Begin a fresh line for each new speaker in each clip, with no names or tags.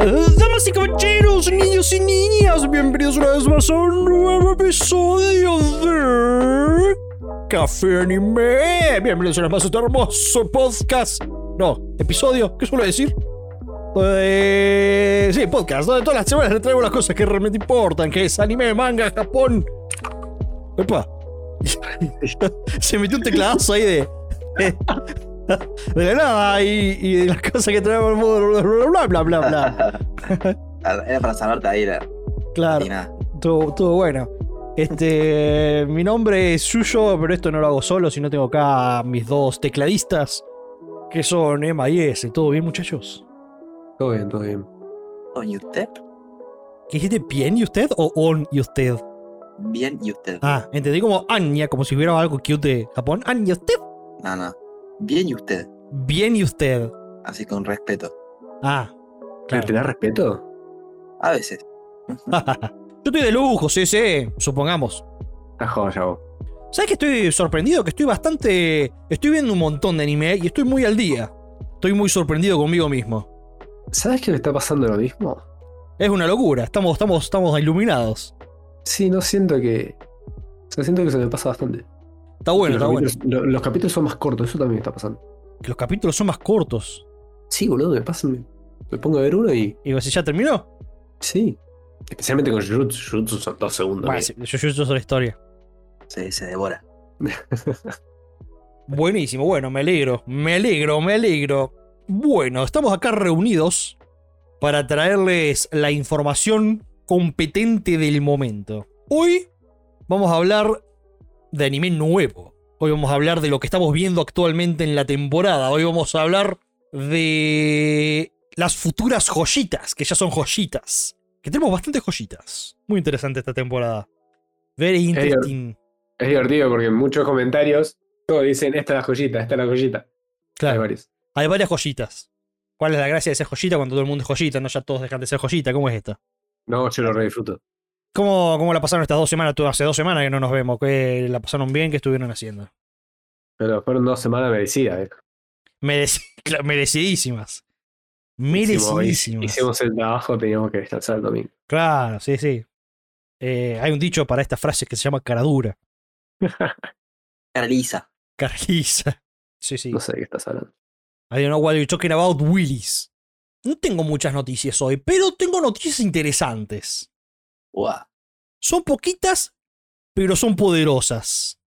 Eh, todos niños y niñas, bienvenidos una vez más a un nuevo episodio de Café Anime. Bienvenidos una vez más a este hermoso podcast. No, episodio, ¿qué suelo decir? Eh, sí, podcast, donde todas las semanas le traigo las cosas que realmente importan, que es anime, manga, Japón. Epa. Se metió un tecladazo ahí de... De la nada y, y de las cosas que traemos bla bla bla bla bla.
Era para salvarte ahí la
Claro,
nada.
todo, todo bueno. Este, mi nombre es Suyo, pero esto no lo hago solo, sino tengo acá a mis dos tecladistas, que son Emma y Ese. ¿Todo bien, muchachos?
Todo bien, todo bien.
¿Y usted?
¿Qué dijiste bien y usted o on y usted?
Bien, ¿y usted?
Ah, entendí como Anya, como si hubiera algo cute de Japón. Anya, usted.
No, no. Bien, ¿y usted?
Bien y usted.
Así con respeto.
Ah,
¿Pero ¿Te
claro.
da respeto?
A veces.
Yo estoy de lujo, sí, sí, supongamos.
Está joya vos.
¿Sabes que estoy sorprendido? Que estoy bastante. Estoy viendo un montón de anime y estoy muy al día. Estoy muy sorprendido conmigo mismo.
¿Sabes que me está pasando lo mismo?
Es una locura. Estamos, estamos, estamos iluminados.
Sí, no siento que. O sea, siento que se me pasa bastante.
Está bueno,
los,
está bueno.
capítulos, lo- los capítulos son más cortos, eso también me está pasando.
Que los capítulos son más cortos.
Sí, boludo, me pasa. Me, me pongo a ver uno y.
Y vos decís, ¿ya terminó?
Sí. Especialmente con Jujutsu. Jujutsu son dos segundos.
Bueno,
que-
sí, yo, yo, yo soy la historia.
Se, se devora.
Buenísimo, bueno, me alegro, me alegro, me alegro. Bueno, estamos acá reunidos para traerles la información competente del momento. Hoy vamos a hablar de anime nuevo. Hoy vamos a hablar de lo que estamos viendo actualmente en la temporada. Hoy vamos a hablar de las futuras joyitas, que ya son joyitas. Que tenemos bastantes joyitas. Muy interesante esta temporada. Very interesting.
Es divertido porque en muchos comentarios todos dicen: Esta es la joyita, esta es la joyita. Hay
Claro.
varios.
Hay varias joyitas. ¿Cuál es la gracia de ser joyita cuando todo el mundo es joyita? No, ya todos dejan de ser joyita. ¿Cómo es esta?
No, yo lo re disfruto.
¿Cómo, cómo la pasaron estas dos semanas? Tú, hace dos semanas que no nos vemos. ¿Qué la pasaron bien? ¿Qué estuvieron haciendo?
Pero fueron dos semanas merecidas. eh.
Mereci- claro, merecidísimas.
Hicimos,
Merecidísimas.
hicimos el trabajo, teníamos que descansar el domingo.
Claro, sí, sí. Eh, hay un dicho para estas frases que se llama cara dura.
Cara lisa.
Cara lisa. Sí, sí.
No sé de qué estás hablando.
I don't know what you're talking about, Willis. No tengo muchas noticias hoy, pero tengo noticias interesantes.
Guau.
Son poquitas, pero son poderosas.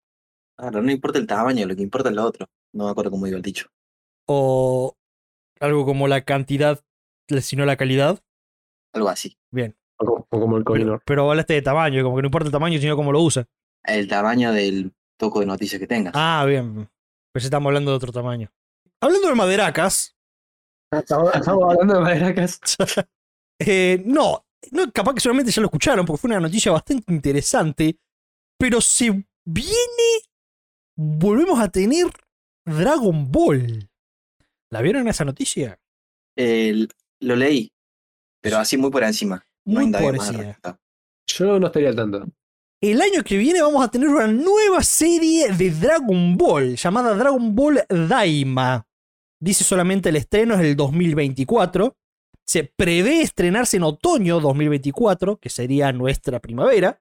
Claro, no importa el tamaño, lo que importa es lo otro. No me acuerdo cómo iba el dicho.
o algo como la cantidad, sino la calidad.
Algo así.
O como, o como el
Pero,
color.
pero hablaste de tamaño, como que no importa el tamaño, sino cómo lo usa.
El tamaño del toco de noticias que tengas.
Ah, bien. Pues estamos hablando de otro tamaño. Hablando de maderacas,
Estamos estamos hablando de maderacas.
eh, no, no, capaz que seguramente ya lo escucharon, porque fue una noticia bastante interesante. Pero se viene. Volvemos a tener Dragon Ball. ¿La vieron esa noticia?
El- lo leí. Pero así muy por encima. No
Muy
indagué más al
parecida.
respecto.
Yo no estaría al tanto.
El año que viene vamos a tener una nueva serie de Dragon Ball llamada Dragon Ball Daima. Dice solamente el estreno es el 2024. Se prevé estrenarse en otoño 2024, que sería nuestra primavera.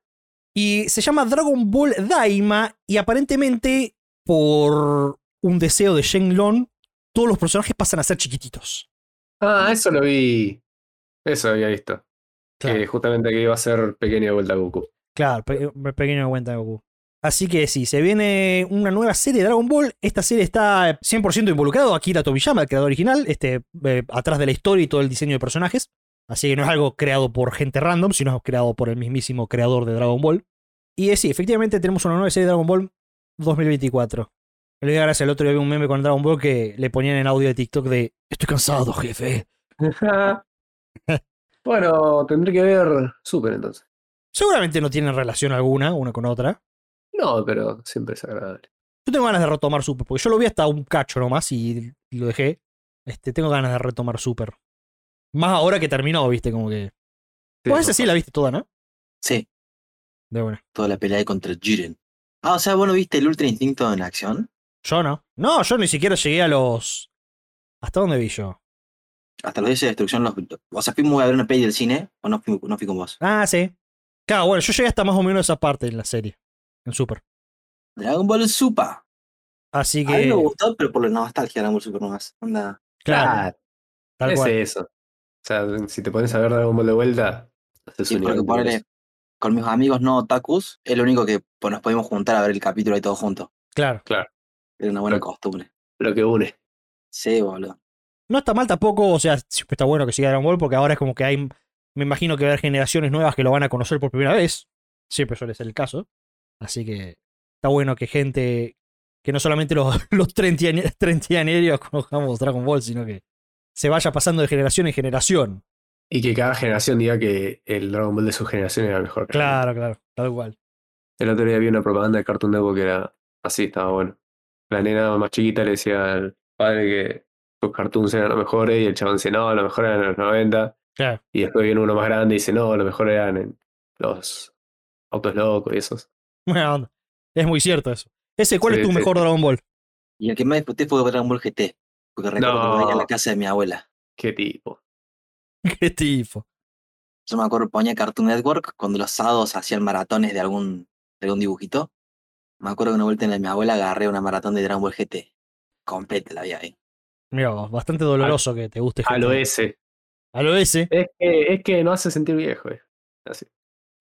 Y se llama Dragon Ball Daima y aparentemente por un deseo de Shenlong, todos los personajes pasan a ser chiquititos.
Ah, eso lo vi. Eso había visto. Que justamente que iba a ser pequeño de vuelta a Goku.
Claro, pe- eh, pe- pequeño de cuenta Goku. Así que sí, se viene una nueva serie de Dragon Ball. Esta serie está 100% involucrado. Akira Toriyama, el creador original, este, eh, atrás de la historia y todo el diseño de personajes. Así que no es algo creado por gente random, sino es creado por el mismísimo creador de Dragon Ball. Y eh, sí, efectivamente tenemos una nueva serie de Dragon Ball 2024. Le doy gracias al otro día vi un meme con Dragon Ball que le ponían en audio de TikTok de Estoy cansado, jefe.
bueno, tendré que ver Super entonces.
Seguramente no tienen relación alguna una con otra.
No, pero siempre es agradable.
Yo tengo ganas de retomar Super, porque yo lo vi hasta un cacho nomás y lo dejé. Este, tengo ganas de retomar Super. Más ahora que terminó, viste, como que.
Sí,
Pues esa
no,
sí la viste toda, ¿no?
Sí,
De buena.
toda la pelea contra Jiren. Ah, o sea, ¿vos no viste el Ultra Instinto en acción?
Yo no. No, yo ni siquiera llegué a los. ¿Hasta dónde vi yo?
Hasta los días de destrucción los. O sea, fuimos a ver una peli del cine o no fui, no fui con vos.
Ah, sí. Claro, bueno, yo llegué hasta más o menos esa parte en la serie. En Super.
Dragon Ball Super.
Así
A mí
que.
me gustó, pero por la nostalgia Dragon Ball Super nomás. Onda.
Claro, tal
es
cual.
eso. O sea, si te pones a ver Dragon Ball de vuelta, haces
Sí,
un
porque
nivel
ponele,
de-
con mis amigos no otakus, es lo único que pues, nos podemos juntar a ver el capítulo ahí todos juntos.
Claro.
Era una buena
Claro.
costumbre.
lo que une.
Sí, boludo.
No está mal tampoco, o sea, siempre está bueno que siga Dragon Ball porque ahora es como que hay. Me imagino que va a haber generaciones nuevas que lo van a conocer por primera vez. Siempre suele ser el caso. Así que está bueno que gente. Que no solamente los, los treintiane- treintañeros conozcamos Dragon Ball, sino que se vaya pasando de generación en generación.
Y que cada generación diga que el Dragon Ball de su generación era mejor. que el otro.
Claro, claro, tal cual.
El otro día vi una propaganda de Cartoon Network que era así, estaba bueno. La nena más chiquita le decía al padre que sus cartoons eran los mejores y el chabón dice, no, lo mejor eran en los 90.
Claro.
Y después viene uno más grande y dice, no, lo mejor eran en los autos locos y esos.
Buena onda. Es muy cierto eso. Ese, ¿cuál es
Sí,
tu
sí.
mejor Dragon Ball?
Y el que más disfruté fue Dragon Ball GT. Porque recuerdo que lo veía en la
No.
casa de mi abuela.
Qué tipo.
Qué tipo.
Yo me acuerdo que ponía Cartoon Network cuando los sábados hacían maratones de algún, de algún dibujito. Me acuerdo que una vuelta en la de mi abuela agarré una maratón de Dragon Ball GT. Completa la vi ahí.
Mira, vos, bastante doloroso que te guste.
A lo
GT.
ese.
A lo ese.
Es que, es que no hace sentir viejo. eh. Así.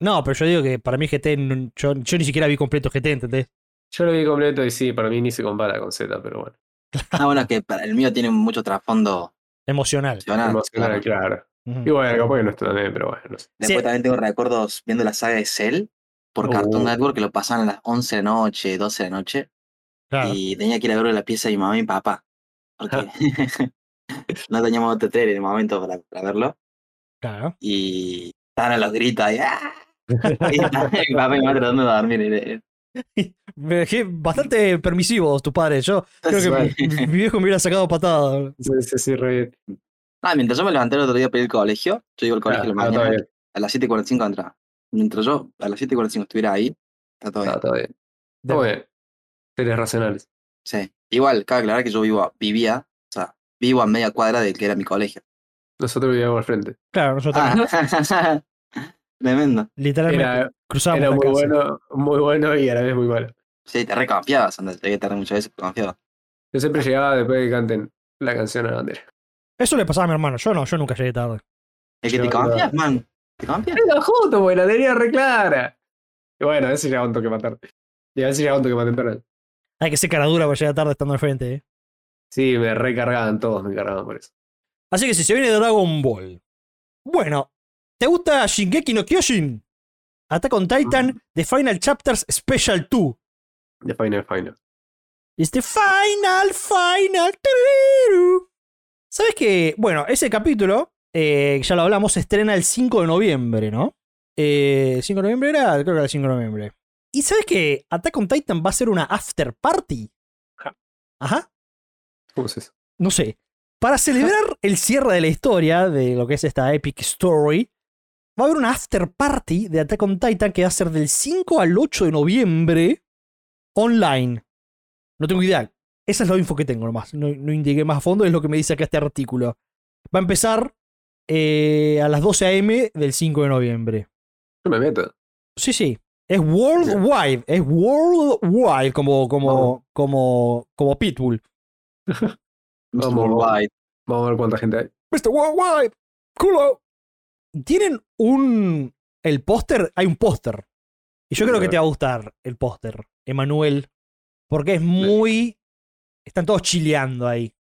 No, pero yo digo que para mí GT, no- yo, yo ni siquiera vi completo GT, ¿entendés?
Yo lo vi completo y sí, para mí ni se compara con Z, pero bueno.
Ah, bueno, que para el mío tiene mucho trasfondo
Emocional.
emocional. claro.
Emocional, Ah, claro.
Ujú.
Y bueno, capaz que no estuvo bien, pero bueno. no sé.
Después
Sí.
también tengo recuerdos viendo la saga de Cell por Cartoon
Uh.
Network que lo pasaban a las 11 de la noche, 12 de la noche.
Claro.
Y tenía que ir a ver la pieza de mi mamá y mi papá. Porque no teníamos otra tele en el momento para, para verlo.
claro.
Y estaban a los gritos ahí. ¡ah! Y estaba mi papá y mi mamá tratando de dormir. eh, y le-
Me dejé bastante permisivos tus padres. Yo creo que
Vale.
mi, mi- mi viejo me hubiera sacado patada.
Sí, sí, sí, re bien.
Ah, mientras yo me levanté el otro día para ir al colegio, yo iba al colegio
Ah,
a la
está
mañana,
bien,
a las 7.45 entraba. Mientras yo a las 7.45 estuviera ahí, está todo bien.
está bien. Está bien. Seres racionales.
Sí. Igual, cabe aclarar que yo vivo, a- vivía, o sea, vivo a media cuadra del que era mi colegio.
Nosotros vivíamos al frente.
Claro, nosotros
Ah, tremendo.
literalmente
Era,
cruzamos
era
la
muy
casa.
bueno, muy bueno y a la vez muy malo.
Sí, te reconfiabas, anda, te tardar muchas veces pero confiaba.
Yo siempre llegaba después de que canten la canción a la bandera.
Eso le pasaba a mi hermano. Yo no, yo nunca llegué tarde.
Es que te
Yo no.
confías, man. Te confías.
¡Era justo, güey! La tenía re clara. Y bueno, a veces llegaba un toque más tarde. Y a veces llegaba un toque más temprano.
Hay que ser cara dura para llegar tarde estando al frente, ¿eh?
Sí, me recargaban todos, me cargaban por eso.
Así que si se viene Dragon Ball. Bueno, ¿te gusta Shingeki no Kyojin? Attack on
Ah.
Titan, The Final Chapters Special 2.
The Final Final.
It's the Este final, final. tururú. ¿Sabes qué? Bueno, ese capítulo, eh, ya lo hablamos, se estrena el 5 de noviembre, ¿no? Eh, ¿5 de noviembre era? Creo que era el 5 de noviembre. ¿Y sabes que Attack on Titan va a ser una after party?
Ja.
Ajá
¿Cómo es eso?
no sé, para celebrar el cierre de la historia de lo que es esta epic story, va a haber una after party de Attack on Titan que va a ser del 5 al 8 de noviembre online. No tengo idea. Esa es la info que tengo nomás. No, no indiqué más a fondo, es lo que me dice acá este artículo. Va a empezar eh, a las 12 a.m. del 5 de noviembre.
Yo me meto.
Sí, sí. Es worldwide. Es worldwide como, como, como, como Pitbull.
Mr.
Vamos, vamos.
Worldwide.
Vamos a ver cuánta gente hay.
Mr. Worldwide, culo. Tienen un. El póster, hay un póster. Y yo creo que te va a gustar el póster, Emanuel. Porque es muy. Están todos chileando ahí.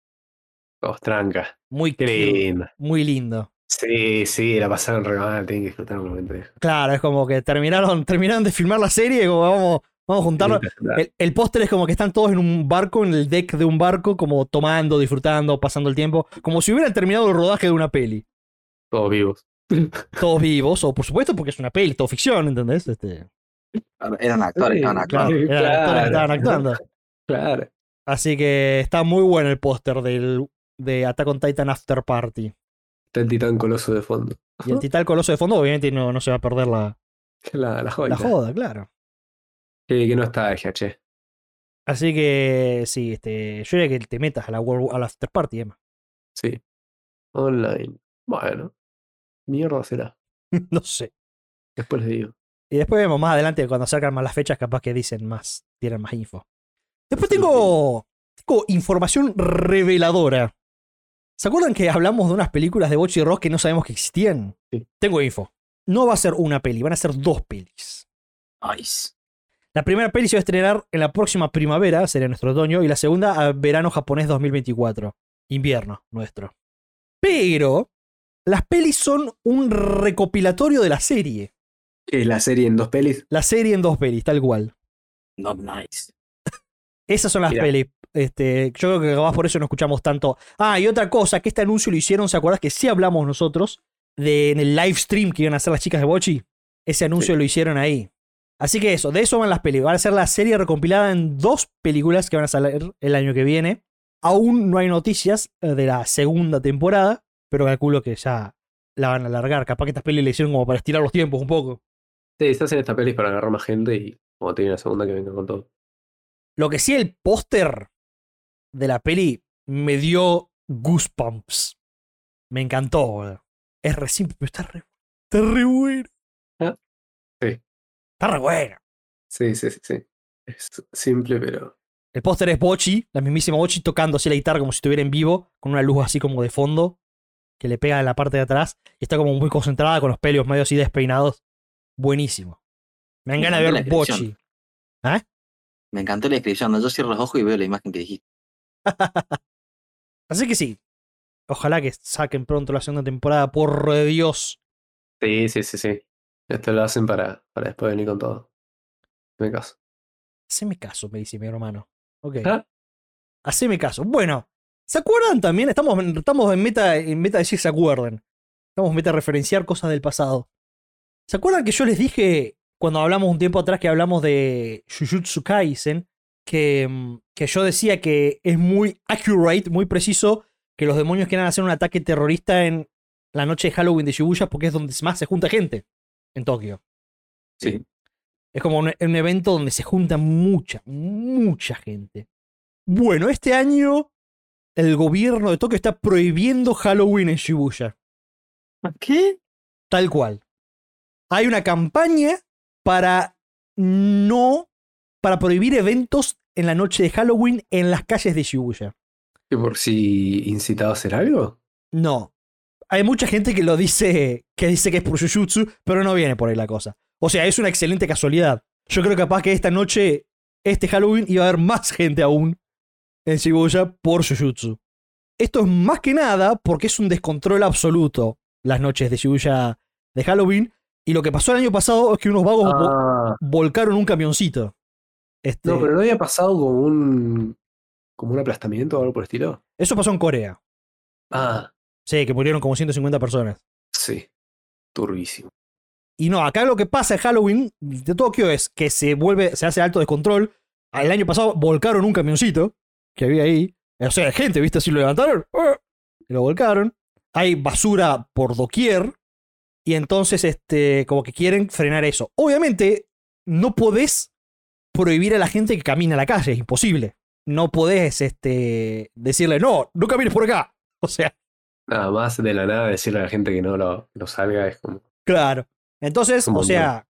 Todos tranca.
Muy
Qué
cute,
lindo.
Muy lindo.
Sí, sí, la pasaron re mal. Tienen que disfrutar un momento. de-
Claro, es como que terminaron, terminaron de filmar la serie. Como vamos, vamos a juntarnos. El, el póster es como que están todos en un barco, en el deck de un barco, como tomando, disfrutando, pasando el tiempo. Como si hubieran terminado el rodaje de una peli.
Todos vivos.
Todos vivos, o por supuesto, porque es una peli, todo ficción, ¿entendés? Este.
Claro, Eran actores,
Sí,
eran
Claro,
actores.
Sí,
eran actores que estaban
claro.
actuando.
Claro.
Así que está muy bueno el póster del de Attack on Titan After Party.
Está el titán coloso de fondo.
Y el titán coloso de fondo, obviamente, no, no se va a perder la,
La, la joya. Eh,
la joda, claro.
Que, que no está Eja, che.
Así que sí, este, yo diría que te metas a la, World- a la After Party, Emma.
Sí. Online. Bueno, mierda será.
no sé.
Después les digo.
Y después vemos más adelante cuando sacan más las fechas, capaz que dicen más, tienen más info. Después tengo, tengo información reveladora. ¿Se acuerdan que hablamos de unas películas de Bochi Rock que no sabemos que existían?
Sí.
Tengo info. No va a ser una peli, van a ser dos pelis.
Nice.
La primera peli se va a estrenar en la próxima primavera, sería nuestro otoño, y la segunda a verano japonés 2024. Invierno nuestro. Pero las pelis son un recopilatorio de la serie.
¿Qué, la serie en dos pelis?
La serie en dos pelis, tal cual.
Not nice.
Esas son las
Mirá.
pelis. Este, yo creo que capaz por eso no escuchamos tanto. Ah, y otra cosa, que este anuncio lo hicieron, ¿se acuerdas que sí hablamos nosotros? De, en el live stream que iban a hacer las chicas de Bochi. Ese anuncio lo hicieron ahí. Así que eso, de eso van las pelis. Van a ser la serie recompilada en dos películas que van a salir el año que viene. Aún no hay noticias eh, de la segunda temporada, pero calculo que ya la van a alargar. Capaz que estas pelis le hicieron como para estirar los tiempos un poco.
Sí, se hacen estas pelis para agarrar más gente y cuando tiene la segunda que venga con todo.
Lo que sí, el póster de la peli me dio goosebumps. Me encantó, boludo. Es re simple, pero está re, está re bueno.
Ah, sí.
Está re bueno.
Sí, sí, sí, sí. Es simple, pero.
El póster es Bochi, la mismísima Bochi, tocando así la guitarra como si estuviera en vivo, con una luz así como de fondo, que le pega en la parte de atrás, y está como muy concentrada con los pelos medio así despeinados. Buenísimo. Me dan
Me
ganas de
encantó
ver
la descripción.
Bochi.
Me encantó la descripción. ¿no? Yo cierro los ojos y veo la imagen que dijiste.
Así que sí. Ojalá que saquen pronto la segunda temporada, por Dios.
Sí, sí, sí, sí. Esto lo hacen para, para después venir con todo. Me caso.
Haceme caso, me dice mi hermano. Ok.
Ah.
Haceme caso. Bueno, ¿se acuerdan también? Estamos, en- estamos en meta en meta de decir se acuerden. Estamos en meta de referenciar cosas del pasado. ¿Se acuerdan que yo les dije cuando hablamos un tiempo atrás que hablamos de Jujutsu Kaisen que, mm, que yo decía que es muy accurate, muy preciso que los demonios quieran hacer un ataque terrorista en la noche de Halloween de Shibuya porque es donde más se junta gente en Tokio?
Sí.
Es como un, un evento donde se junta mucha, mucha gente. Bueno, este año el gobierno de Tokio está prohibiendo Halloween en Shibuya.
¿Qué?
Tal cual. Hay una campaña para no. para prohibir eventos en la noche de Halloween en las calles de Shibuya.
¿Y por si incitado a hacer algo?
No. Hay mucha gente que lo dice, que dice que es por Jujutsu, pero no viene por ahí la cosa. O sea, es una excelente casualidad. Yo creo capaz que esta noche, este Halloween, iba a haber más gente aún en Shibuya por Jujutsu. Esto es más que nada porque es un descontrol absoluto las noches de Shibuya de Halloween. Y lo que pasó el año pasado es que unos vagos vo-
Ah,
volcaron un camioncito. Este,
no, pero no había pasado como un. como un aplastamiento o algo por el estilo.
Eso pasó en Corea.
Ah,
Sí, que murieron como 150 personas.
sí. Turbísimo.
Y no, acá lo que pasa en Halloween de Tokio es que se vuelve, se hace alto descontrol. El año pasado volcaron un camioncito que había ahí. O sea, gente, ¿viste? Así lo levantaron. ¡ah! Y lo volcaron. Hay basura por doquier. Y entonces, este, como que quieren frenar eso. Obviamente, no podés prohibir a la gente que camina a la calle. Es imposible. No podés, este, decirle, no, no camines por acá. O sea,
Nada más de la nada decirle a la gente que no lo, no salga es como.
Claro. Entonces,
Un
o sea,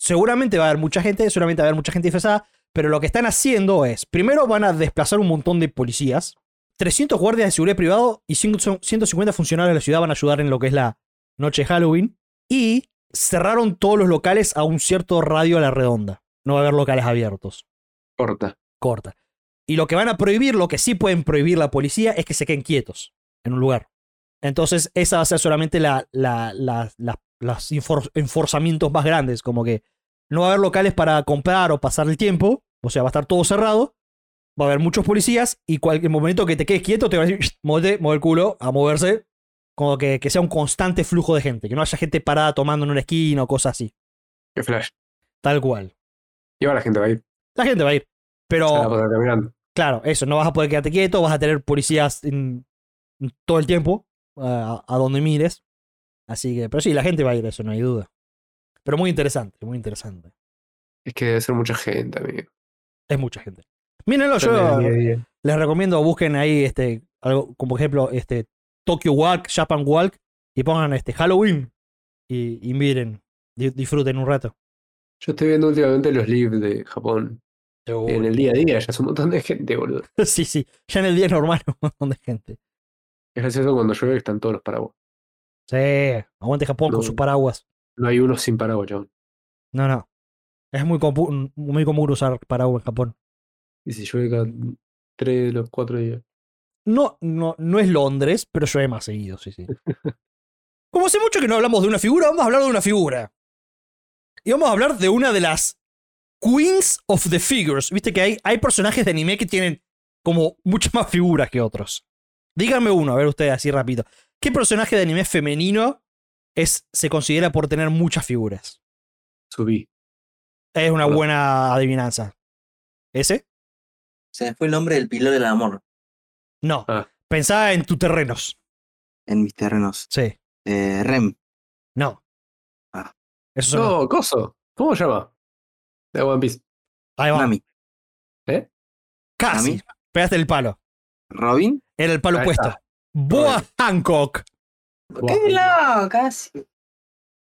seguramente va a haber mucha gente, seguramente va a haber mucha gente disfrazada, pero lo que están haciendo es, primero van a desplazar un montón de policías, 300 guardias de seguridad privado y 100 150 funcionarios de la ciudad van a ayudar en lo que es la noche de Halloween y cerraron todos los locales a un cierto radio a la redonda. No va a haber locales abiertos.
Corta.
Corta. Y lo que van a prohibir, lo que sí pueden prohibir la policía, es que se queden quietos en un lugar. Entonces, esa va a ser solamente la, la, la- la- las enfor- enforzamientos más grandes, como que no va a haber locales para comprar o pasar el tiempo, o sea, va a estar todo cerrado, va a haber muchos policías y cualquier momento que te quedes quieto te van a decir, mueve mueve el culo, a moverse, como que, que sea un constante flujo de gente, que no haya gente parada tomando en una esquina o cosas así,
Qué flash.
tal cual.
Y ahora la gente va a ir.
La gente va a ir,
Se la va a
pero...
pasar caminando.
Claro, eso, no vas a poder quedarte quieto, vas a tener policías en- en todo el tiempo, a, a donde mires. Así que, pero sí, la gente va a ir, eso no hay duda. Pero muy interesante, muy interesante.
Es que debe ser mucha gente, amigo.
Es mucha gente. Mírenlo, yo
Depende del día a día.
les recomiendo, busquen ahí, este, algo, como por ejemplo, este, Tokyo Walk, Japan Walk y pongan este Halloween y, y miren, di- disfruten un rato.
Yo estoy viendo últimamente los lives de Japón. En el día a día ya es un montón de gente, boludo.
Sí, sí, ya en el día normal un montón de gente.
Es gracioso cuando llueve que están todos los paraguas.
Sí, aguante Japón con
No.
sus paraguas.
No hay uno sin paraguas, chabón.
No, no. Es muy, compu- muy común usar paraguas en Japón.
Y si llueve cada tres de los cuatro días.
No, no, no es Londres, pero llueve más seguido, sí, sí. Como hace mucho que no hablamos de una figura, vamos a hablar de una figura. Y vamos a hablar de una de las Queens of the Figures. Viste que hay, hay personajes de anime que tienen como muchas más figuras que otros. Díganme uno, a ver ustedes así rápido. ¿Qué personaje de anime femenino es, se considera por tener muchas figuras?
Subí.
Es una
Hola.
buena adivinanza. ¿Ese?
Se me fue el nombre del pilar del amor
No.
Ah.
Pensaba en tus terrenos.
en mis terrenos.
Sí.
Eh, Rem.
No.
Ah.
Eso son
No, coso. ¿Cómo se llama? De One Piece.
Ahí va.
Nami.
Casi.
Nami.
Pegaste el palo.
Robin.
Era el palo
Ahí
puesto.
está.
Boa
Robin.
Hancock.
Buah.
¡Téngala! Casi.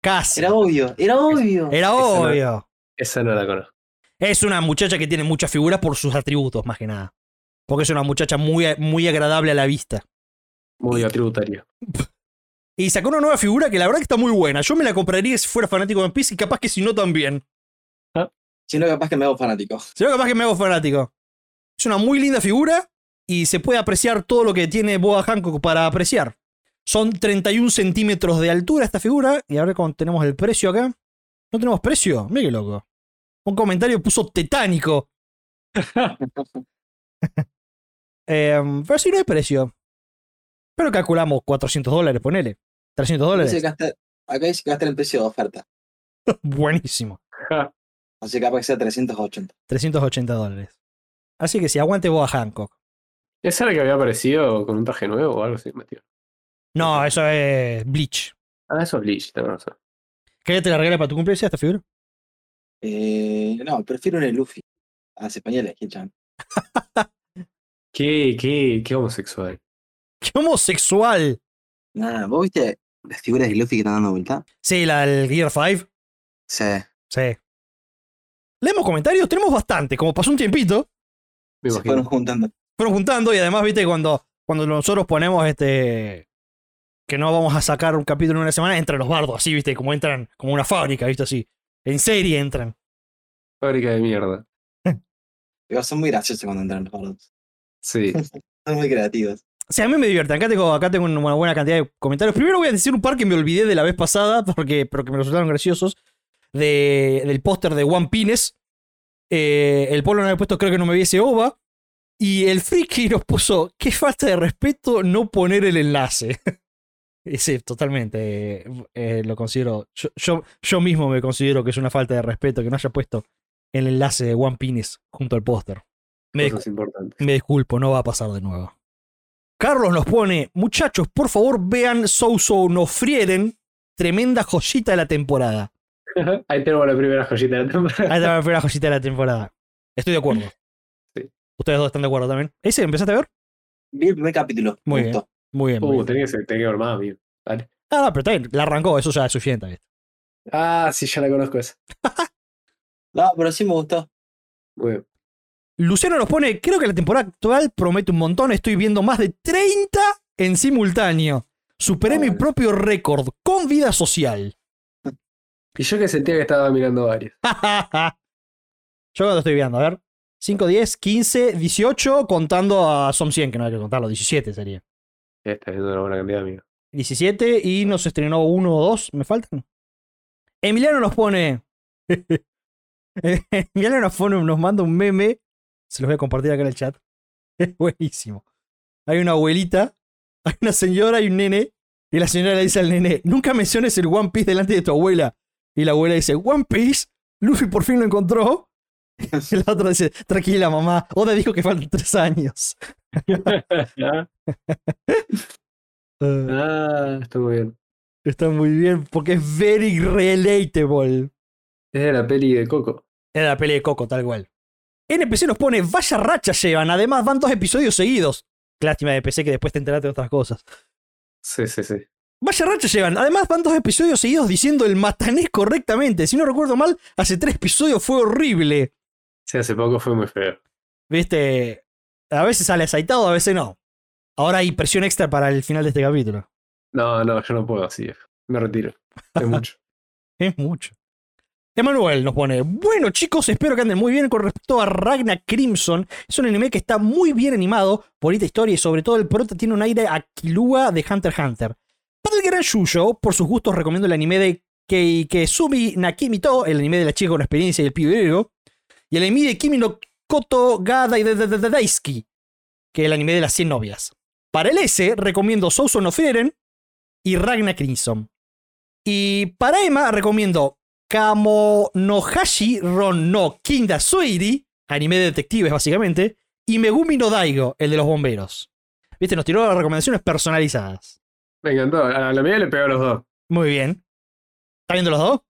Casi.
Era obvio, era obvio.
Era
Esa no-
obvio.
Esa no la conozco.
Es una muchacha que tiene muchas figuras por sus atributos, más que nada. Porque es una muchacha muy, muy agradable a la vista.
Muy tributario.
Y sacó una nueva figura que la verdad que está muy buena. Yo me la compraría si fuera fanático de One Piece y capaz que si no también.
Si no, capaz que me hago fanático.
Si no, capaz que me hago fanático. Es una muy linda figura y se puede apreciar todo lo que tiene Boa Hancock para apreciar. Son 31 centímetros de altura esta figura. Y ahora cuando tenemos el precio acá. ¿No tenemos precio? Mira qué loco. Un comentario puso tetánico. Em, pero si no hay precio. Pero calculamos 400 dólares, ponele. 300
Dice
dólares.
que hasta- acá dice que va a estar el precio de oferta.
Buenísimo.
Ja.
Así que capaz que sea 380.
380 dólares. Así que si aguante Boa Hancock.
¿Esa es la que había aparecido con un traje nuevo o algo así? Mateo?
No, eso es Bleach.
Ah, eso es Bleach, tenés razón.
¿Querés que te la regale para tu cumpleaños esta figura?
Eh, no, prefiero un Luffy. Hace pañales, Hichan.
¿Qué, qué, qué homosexual?
¡Qué homosexual!
Nada, ¿vos viste las figuras de Luffy que están dando vuelta?
Sí, la del Gear 5.
Sí.
Sí. Leemos comentarios, tenemos bastante. Como pasó un tiempito,
Me
se fueron
imagino.
juntando.
fueron juntando y además, viste, cuando, cuando nosotros ponemos este. que no vamos a sacar un capítulo en una semana, entran los bardos así, viste, como entran, como una fábrica, viste, así. En serie entran.
Fábrica de mierda.
Digo, son muy graciosos cuando entran los gordos.
Sí.
Son muy creativos.
O sea, a mí me divierte. Acá tengo, acá tengo una buena cantidad de comentarios. Primero voy a decir un par que me olvidé de la vez pasada, porque, pero que me resultaron graciosos. de- del póster de One Pines. Eh, el polo no había puesto, creo que no me viese OVA. Y el friki nos puso, qué falta de respeto no poner el enlace. Y sí, totalmente. eh, eh, lo considero. Yo, yo, yo mismo me considero que es una falta de respeto que no haya puesto el enlace de One Pines junto al póster. Me, discu-
Cosas importantes.
me disculpo, no va a pasar de nuevo. Carlos nos pone, muchachos, por favor vean Souso no frieren, tremenda joyita de la temporada.
Ahí tenemos la primera joyita de la temporada.
Ahí está la primera joyita de la temporada. Estoy de acuerdo.
Sí.
Ustedes dos están de acuerdo también. ¿Ese empezaste a ver?
Vi el primer capítulo.
Muy
Muy
bien. Muy bien. muy
Uh,
bien.
tenía que ser tenía que ver más, amigo. Dale.
Ah, no, pero está bien, la arrancó, eso ya es suficiente. ¿viste?
Ah, sí, ya la conozco esa.
No, pero sí me gustó.
Muy bien.
Luciano nos pone, creo que la temporada actual promete un montón, estoy viendo más de 30 en simultáneo. Superé
Ah,
mi
bueno.
propio récord con vida social.
Y yo que sentía que estaba mirando varios.
Yo cuando estoy viendo, a ver. 5, 10, 15, 18, contando a Som 100, que no hay que contarlo, 17 sería.
Ya está viendo una buena cantidad, amigo.
17 y nos estrenó uno o dos, ¿me faltan? Emiliano nos pone. Emiliano nos, pone, nos manda un meme. Se los voy a compartir acá en el chat. Es buenísimo. Hay una abuelita, hay una señora y un nene. Y la señora le dice al nene: Nunca menciones el One Piece delante de tu abuela. Y la abuela dice: One Piece, Luffy por fin lo encontró. Y la otra dice: Tranquila, mamá. Oda dijo que faltan tres años. Eh,
ah, está muy bien.
Está muy bien porque es very relatable.
Es de la peli de Coco.
Era la pelea de Coco, tal cual. NPC nos pone, vaya racha llevan, además van dos episodios seguidos. Lástima de PC que después te enteraste de otras cosas.
Sí, sí, sí.
Vaya racha llevan. Además, van dos episodios seguidos diciendo el matanés correctamente. Si no recuerdo mal, hace tres episodios fue horrible.
Sí, hace poco fue muy feo.
Viste, a veces sale aceitado, a veces no. Ahora hay presión extra para el final de este capítulo.
No, no, yo no puedo así. viejo. Me retiro. Es mucho.
Es mucho. Emanuel nos pone, bueno chicos, espero que anden muy bien con respecto a Ragna Crimson. Es un anime que está muy bien animado, bonita historia y sobre todo el prota tiene un aire a Killua de Hunter x Hunter. Para el gran Yuyo, por sus gustos recomiendo el anime de Keikesumi Nakimito, el anime de la chica con experiencia y el pibe griego, y el anime de Kimi no Koto Gada y de- de- de- de- Daisuke, que es el anime de las 100 novias. Para el S, recomiendo Souso no Frieren y Ragna Crimson. Y para Emma, recomiendo Kamonohashi Ron no Kindasuiri, anime de detectives básicamente, y Megumi no Daigo, el de los bomberos. Viste, nos tiró las recomendaciones personalizadas.
Me encantó. A la media le pegó a los dos.
Muy bien. ¿Está viendo los dos?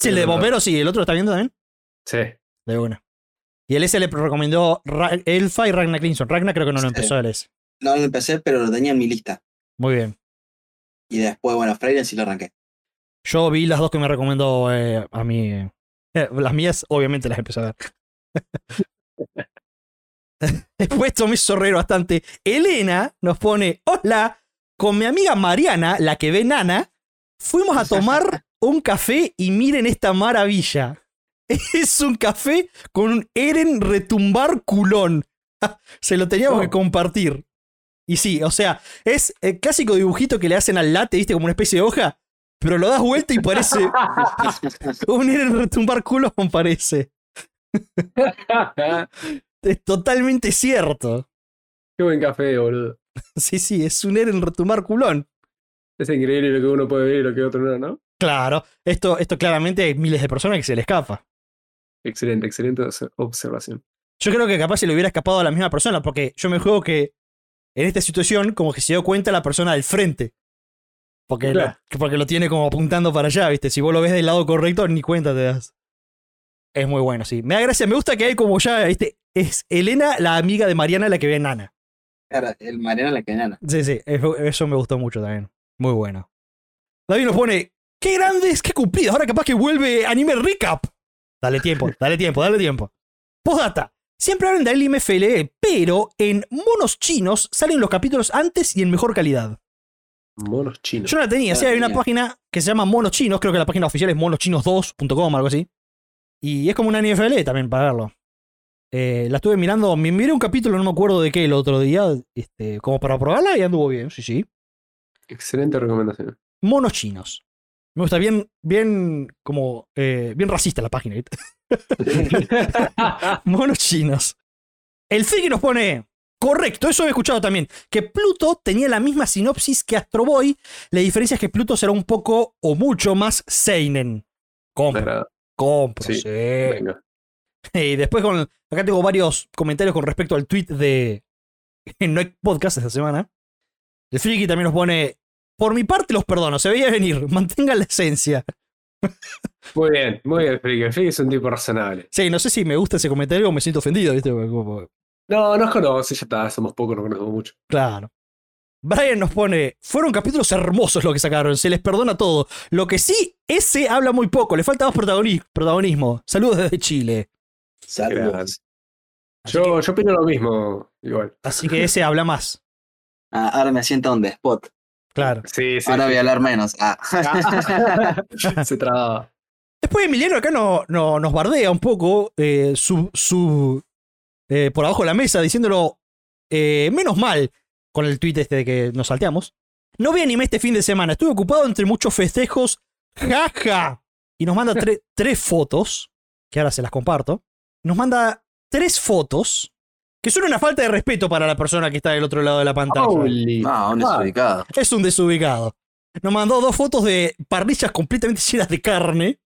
Sí, el de
Sí, los dos.
bomberos y el otro lo está viendo también.
Sí.
De una. Y el S le recomendó Ra- Elfa y Ragnar Crimson. Ragnar creo que no lo
Sí.
empezó el S.
No lo empecé, pero lo tenía en mi lista.
Muy bien.
Y después, bueno, Freire sí lo arranqué.
Yo vi las dos que me recomendó eh, a mí. eh. Las mías, obviamente, las empecé a ver. Después tomé sorrero bastante. Elena nos pone: Hola, con mi amiga Mariana, la que ve Nana, fuimos a tomar un café y miren esta maravilla. Es un café con un Eren retumbar culón. Se lo teníamos
Oh.
que compartir. Y sí, o sea, es el clásico dibujito que le hacen al late, ¿viste? Como una especie de hoja, pero lo das vuelta y parece un Eren retumbar culón, parece.
Qué
Es totalmente cierto.
buen café, boludo.
Sí, sí, es un Eren retumbar culón.
Es increíble lo que uno puede ver y lo que otro no, ¿no?
Claro, esto, esto claramente hay miles de personas que se le escapa.
Excelente, excelente obs- observación.
Yo creo que capaz se le hubiera escapado a la misma persona, porque yo me juego que en esta situación como que se dio cuenta la persona del frente. Porque, lo-
Claro.
porque lo tiene como apuntando para allá, ¿viste? Si vos lo ves del lado correcto, ni cuenta te das. Es muy bueno, sí. Me da gracia, me gusta que hay como ya, ¿viste? Es Elena, la amiga de Mariana, la que ve a Nana.
Claro, el Mariano la Cañana.
Sí, sí, eso eso me gustó mucho también. Muy bueno. David nos pone, qué grandes, qué cumplidos. Ahora capaz que vuelve anime recap. Dale tiempo, dale tiempo, dale tiempo. Postdata. Siempre hablan del MFL, E, pero en monos chinos salen los capítulos antes y en mejor calidad.
Monos chinos.
Yo no la tenía, sí, hay una
Mira.
página que se llama Monos Chinos, creo que la página oficial es monoschinos2.com, algo así. Y es como una NFL E también para verlo. Eh, la estuve mirando, me miré un capítulo, no me acuerdo de qué, el otro día, este, como para probarla y anduvo bien, sí, sí.
Excelente recomendación.
monos chinos. Me gusta bien, bien, como, eh, bien racista la página. ¿viste? monos chinos. El Fiki nos pone, correcto, eso he escuchado también, que Pluto tenía la misma sinopsis que Astro Boy, la diferencia es que Pluto será un poco o mucho más Seinen.
Me
Compro,
agrada.
compro,
Sí.
sí.
Venga.
Y después con. Acá tengo varios comentarios con respecto al tweet de. No hay podcast esta semana. El friki también nos pone. Por mi parte los perdono, se veía venir. Mantengan la esencia.
Muy bien, muy bien, Friki. El Friki es un tipo razonable.
Sí, no sé si me gusta ese comentario o me siento ofendido, ¿viste? Porque como-
No, nos conoce, ya está, somos pocos, no conocemos mucho.
Claro. Brian nos pone. Fueron capítulos hermosos lo que sacaron, se les perdona todo. Lo que sí, ese habla muy poco, le falta más protagoni- protagonismo. Saludos desde Chile.
Grande.
Saludos.
Así Ah,
Yo, yo opino lo mismo, igual.
Así que ese habla más.
Ah, ahora me siento on the spot.
Claro.
Sí, sí.
ahora
sí.
voy a hablar menos. Ah.
Se traba.
Después Emiliano acá no, no- nos bardea un poco eh, su, su, eh, por abajo de la mesa diciéndolo eh, menos mal con el tweet este de que nos salteamos. No vi anime este fin de semana, estuve ocupado entre muchos festejos. ¡Jaja! Y nos manda tre- tres fotos, que ahora se las comparto. Nos manda tres fotos, que son una falta de respeto para la persona que está del otro lado de la pantalla.
Holy.
no, un
fuck.
desubicado.
Es un desubicado. Nos mandó dos fotos de parrillas completamente llenas de carne.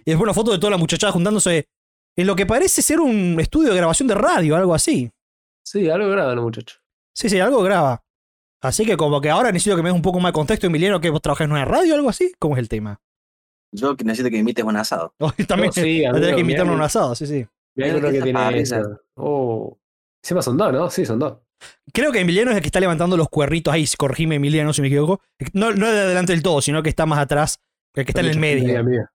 Y después una foto de toda la muchachada juntándose en lo que parece ser un estudio de grabación de radio, algo así.
Sí, algo graban, muchacho.
Sí, sí, algo graba. Así que como que ahora necesito que me des un poco más de contexto, Emiliano, que vos trabajás en una radio o algo así. ¿Cómo es el tema?
Yo que necesito que me invites un asado.
Oh, También
No, sí,
va a tener
amigo,
que invitarnos a un
mirá
asado, sí, sí.
Mirá
Mira
uno
que
que
esa
tiene
parrilla.
eso. Oh. Encima son dos, ¿no? Sí, son dos.
Creo que Emiliano es el que está levantando los cuerritos ahí, corregime Emiliano si me equivoco. No, no de adelante del todo, sino que está más atrás, el que está en el medio.
Mía, mía.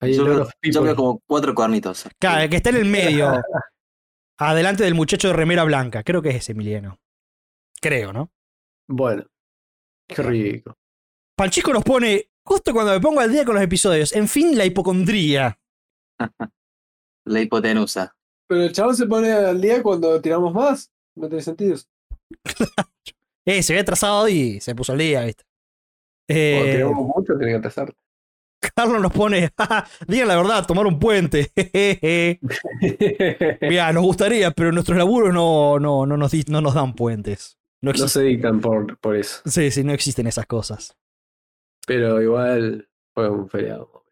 Ahí
Yo
el
veo,
Lord of
yo veo
People.
como cuatro cuernitos.
Claro, el que está en el medio. Adelante del muchacho de remera blanca. Creo que es ese Emiliano. Creo, ¿no?
Bueno, qué rico.
Panchico nos pone, justo cuando me pongo al día con los episodios, en fin, la hipocondría.
La hipotenusa.
Pero el chabón se pone al día cuando tiramos más. No tiene sentido.
Eh, se había atrasado y se puso al día, ¿viste? Eh,
Cuando tenemos mucho, tiene que atrasar.
Carlos nos pone, "Ja, ja, digan la verdad, tomar un puente. Mira, nos gustaría, pero nuestros laburos no, no, no, nos, di- no nos dan puentes. No
no
existen,
se dictan por, por eso.
sí, sí, no existen esas cosas.
Pero igual fue un feriado.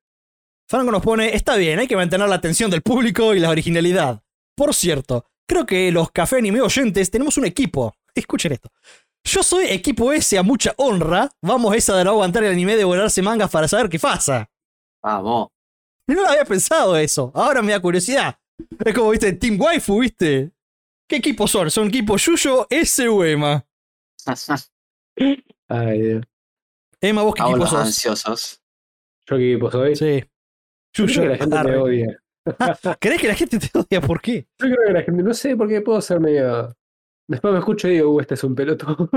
Franco nos pone, está bien, hay que mantener la atención del público y la originalidad. Por cierto, creo que los café anime oyentes tenemos un equipo. Escuchen esto. Yo soy equipo S a mucha honra. Vamos esa de no aguantar el anime, devorarse mangas para saber qué pasa.
Vamos.
No lo había pensado eso. Ahora me da curiosidad. Es como, viste, Team Waifu, viste. ¿Qué equipos son? Son equipo Yuyo, S o Emma.
Ay, Dios.
Emma,
Ah,
vos qué
Vamos
equipo
los
sos.
ansiosos.
¿Yo qué equipo soy?
Sí.
Yo ah, creo que la gente
Arre.
me odia.
¿Crees que la gente te odia? ¿Por qué?
Yo creo que la gente, no sé por qué puedo ser medio. Después me escucho y digo, uh, este es un pelotudo.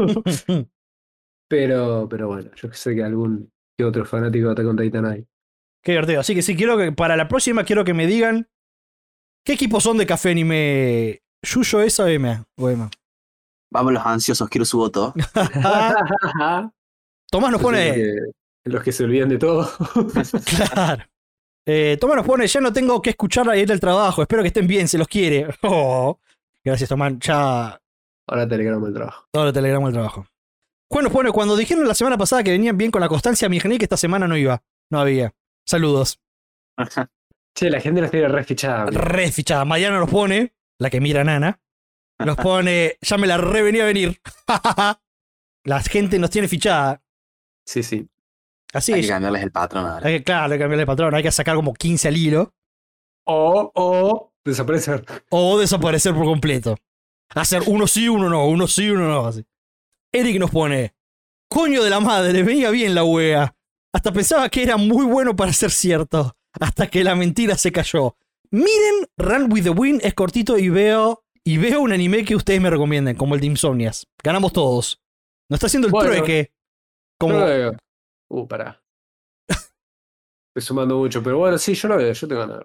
pero, pero bueno, yo sé que algún que otro fanático de Attack on Titan hay.
Qué divertido. Así que sí, quiero que para la próxima quiero que me digan qué equipos son de café anime. Yuyo esa o Emma. O Emma.
Vamos los ansiosos, quiero su voto.
Ah, Tomás nos
Yo soy
pone.
los que- los que se olvidan de todo.
Claro. Eh, Tomás nos pone, ya no tengo que escuchar a ir al trabajo. Espero que estén bien, se los quiere. Oh. Gracias, Tomás. Ya
Ahora Telegram el trabajo.
todo el telegramo al trabajo. Juan nos pone, cuando dijeron la semana pasada que venían bien con la constancia, me imaginé que esta semana no iba. No había. Saludos.
Che, la gente nos tiene re fichada.
Re fichada. Mariana nos pone, la que mira a Nana, nos pone, ya me la revenía a venir. la gente nos tiene fichada.
Sí, sí.
Así
Hay que
es.
cambiarles el patrón ahora.
Hay que- claro, hay que cambiarle el patrón, hay que sacar como 15 al hilo
O, o, desaparecer.
o desaparecer por completo. Hacer uno sí, uno no, uno sí, uno no, así. Eric nos pone, coño de la madre, venía bien la wea. Hasta pensaba que era muy bueno para ser cierto, hasta que la mentira se cayó. Miren, Run with the Wind es cortito y veo y veo un anime que ustedes me recomienden, como el de Insomnias. Ganamos todos. Nos está haciendo el
Bueno.
trueque. Como,
Yo lo veo. Uh, pará. Estoy sumando mucho, pero bueno, sí, yo lo veo, yo tengo ganas.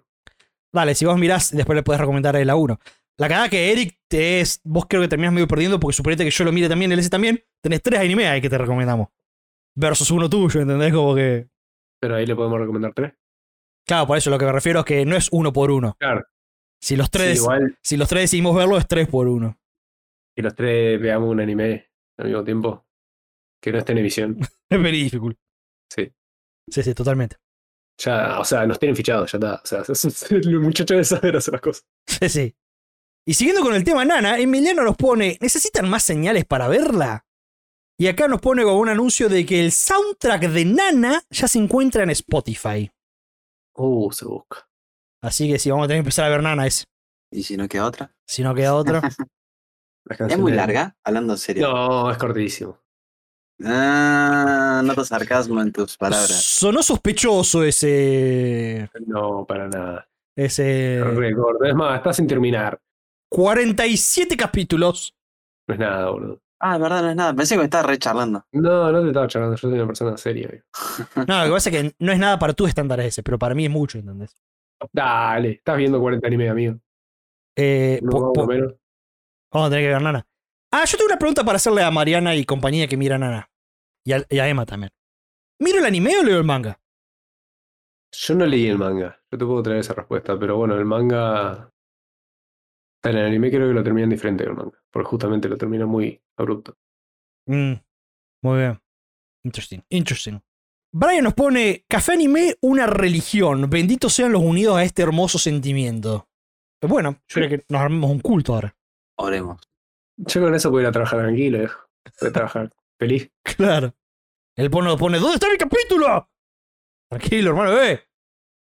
Dale, si vos mirás, después le podés recomendar el A1. La cagada que Eric te es. Vos creo que terminás medio perdiendo porque suponete que yo lo mire también, el S también. Tenés tres anime ahí que te recomendamos. Versus uno tuyo, ¿entendés? Como que.
Pero ahí le podemos recomendar tres.
Claro, por eso lo que me refiero es que no es uno por uno.
Claro.
Si los tres,
Sí, igual,
si los tres decidimos verlo, es tres por uno.
que los tres veamos un anime al mismo tiempo. Que no esté en emisión.
Es very difficult.
Sí.
Sí, sí, totalmente.
Ya, o sea, nos tienen fichados, ya está. O sea, el muchacho debe saber hacer las cosas.
Sí, sí. Y siguiendo con el tema Nana, Emiliano nos pone, ¿necesitan más señales para verla? Y acá nos pone como un anuncio de que el soundtrack de Nana ya se encuentra en Spotify.
Uh, se busca.
Así que sí, vamos a tener que empezar a ver Nana ese.
Y si no queda otra.
Si no queda otro.
Las
Es muy
canciones-
larga, hablando en serio.
No, es cortísimo.
Ah, noto sarcasmo en tus palabras.
Sonó sospechoso ese.
No, para nada.
Ese.
Recorte. Es más, está sin terminar.
47 capítulos.
No es nada, boludo.
Ah, de verdad, no es nada. Pensé que me estaba recharlando.
No, no te estaba charlando, yo soy una persona seria. amigo.
No, lo que pasa es que no es nada para tus estándares ese, pero para mí es mucho, ¿entendés?
Dale, estás viendo 40 anime, amigo.
Eh,
No,
po-
vamos
po-
menos.
vamos a tener que ver Nana. Ah, yo tengo una pregunta para hacerle a Mariana y compañía que mira a Nana. Y a, y a Emma también. ¿Miro el anime o leo el manga?
Yo no leí el manga. Yo te puedo traer esa respuesta, pero bueno, el manga. En el anime creo que lo terminan diferente que el manga. Porque justamente lo termina muy abrupto.
Mm, muy bien. Interesting. Interesting. Brian nos pone Café Anime, una religión. Benditos sean los unidos a este hermoso sentimiento. Eh, Bueno, yo creo que nos armemos un culto ahora.
Oremos.
Yo con eso puedo ir a trabajar tranquilo, viejo. Voy a trabajar feliz.
Claro. El pono nos pone, ¿dónde está mi capítulo? Tranquilo, hermano, eh. ve.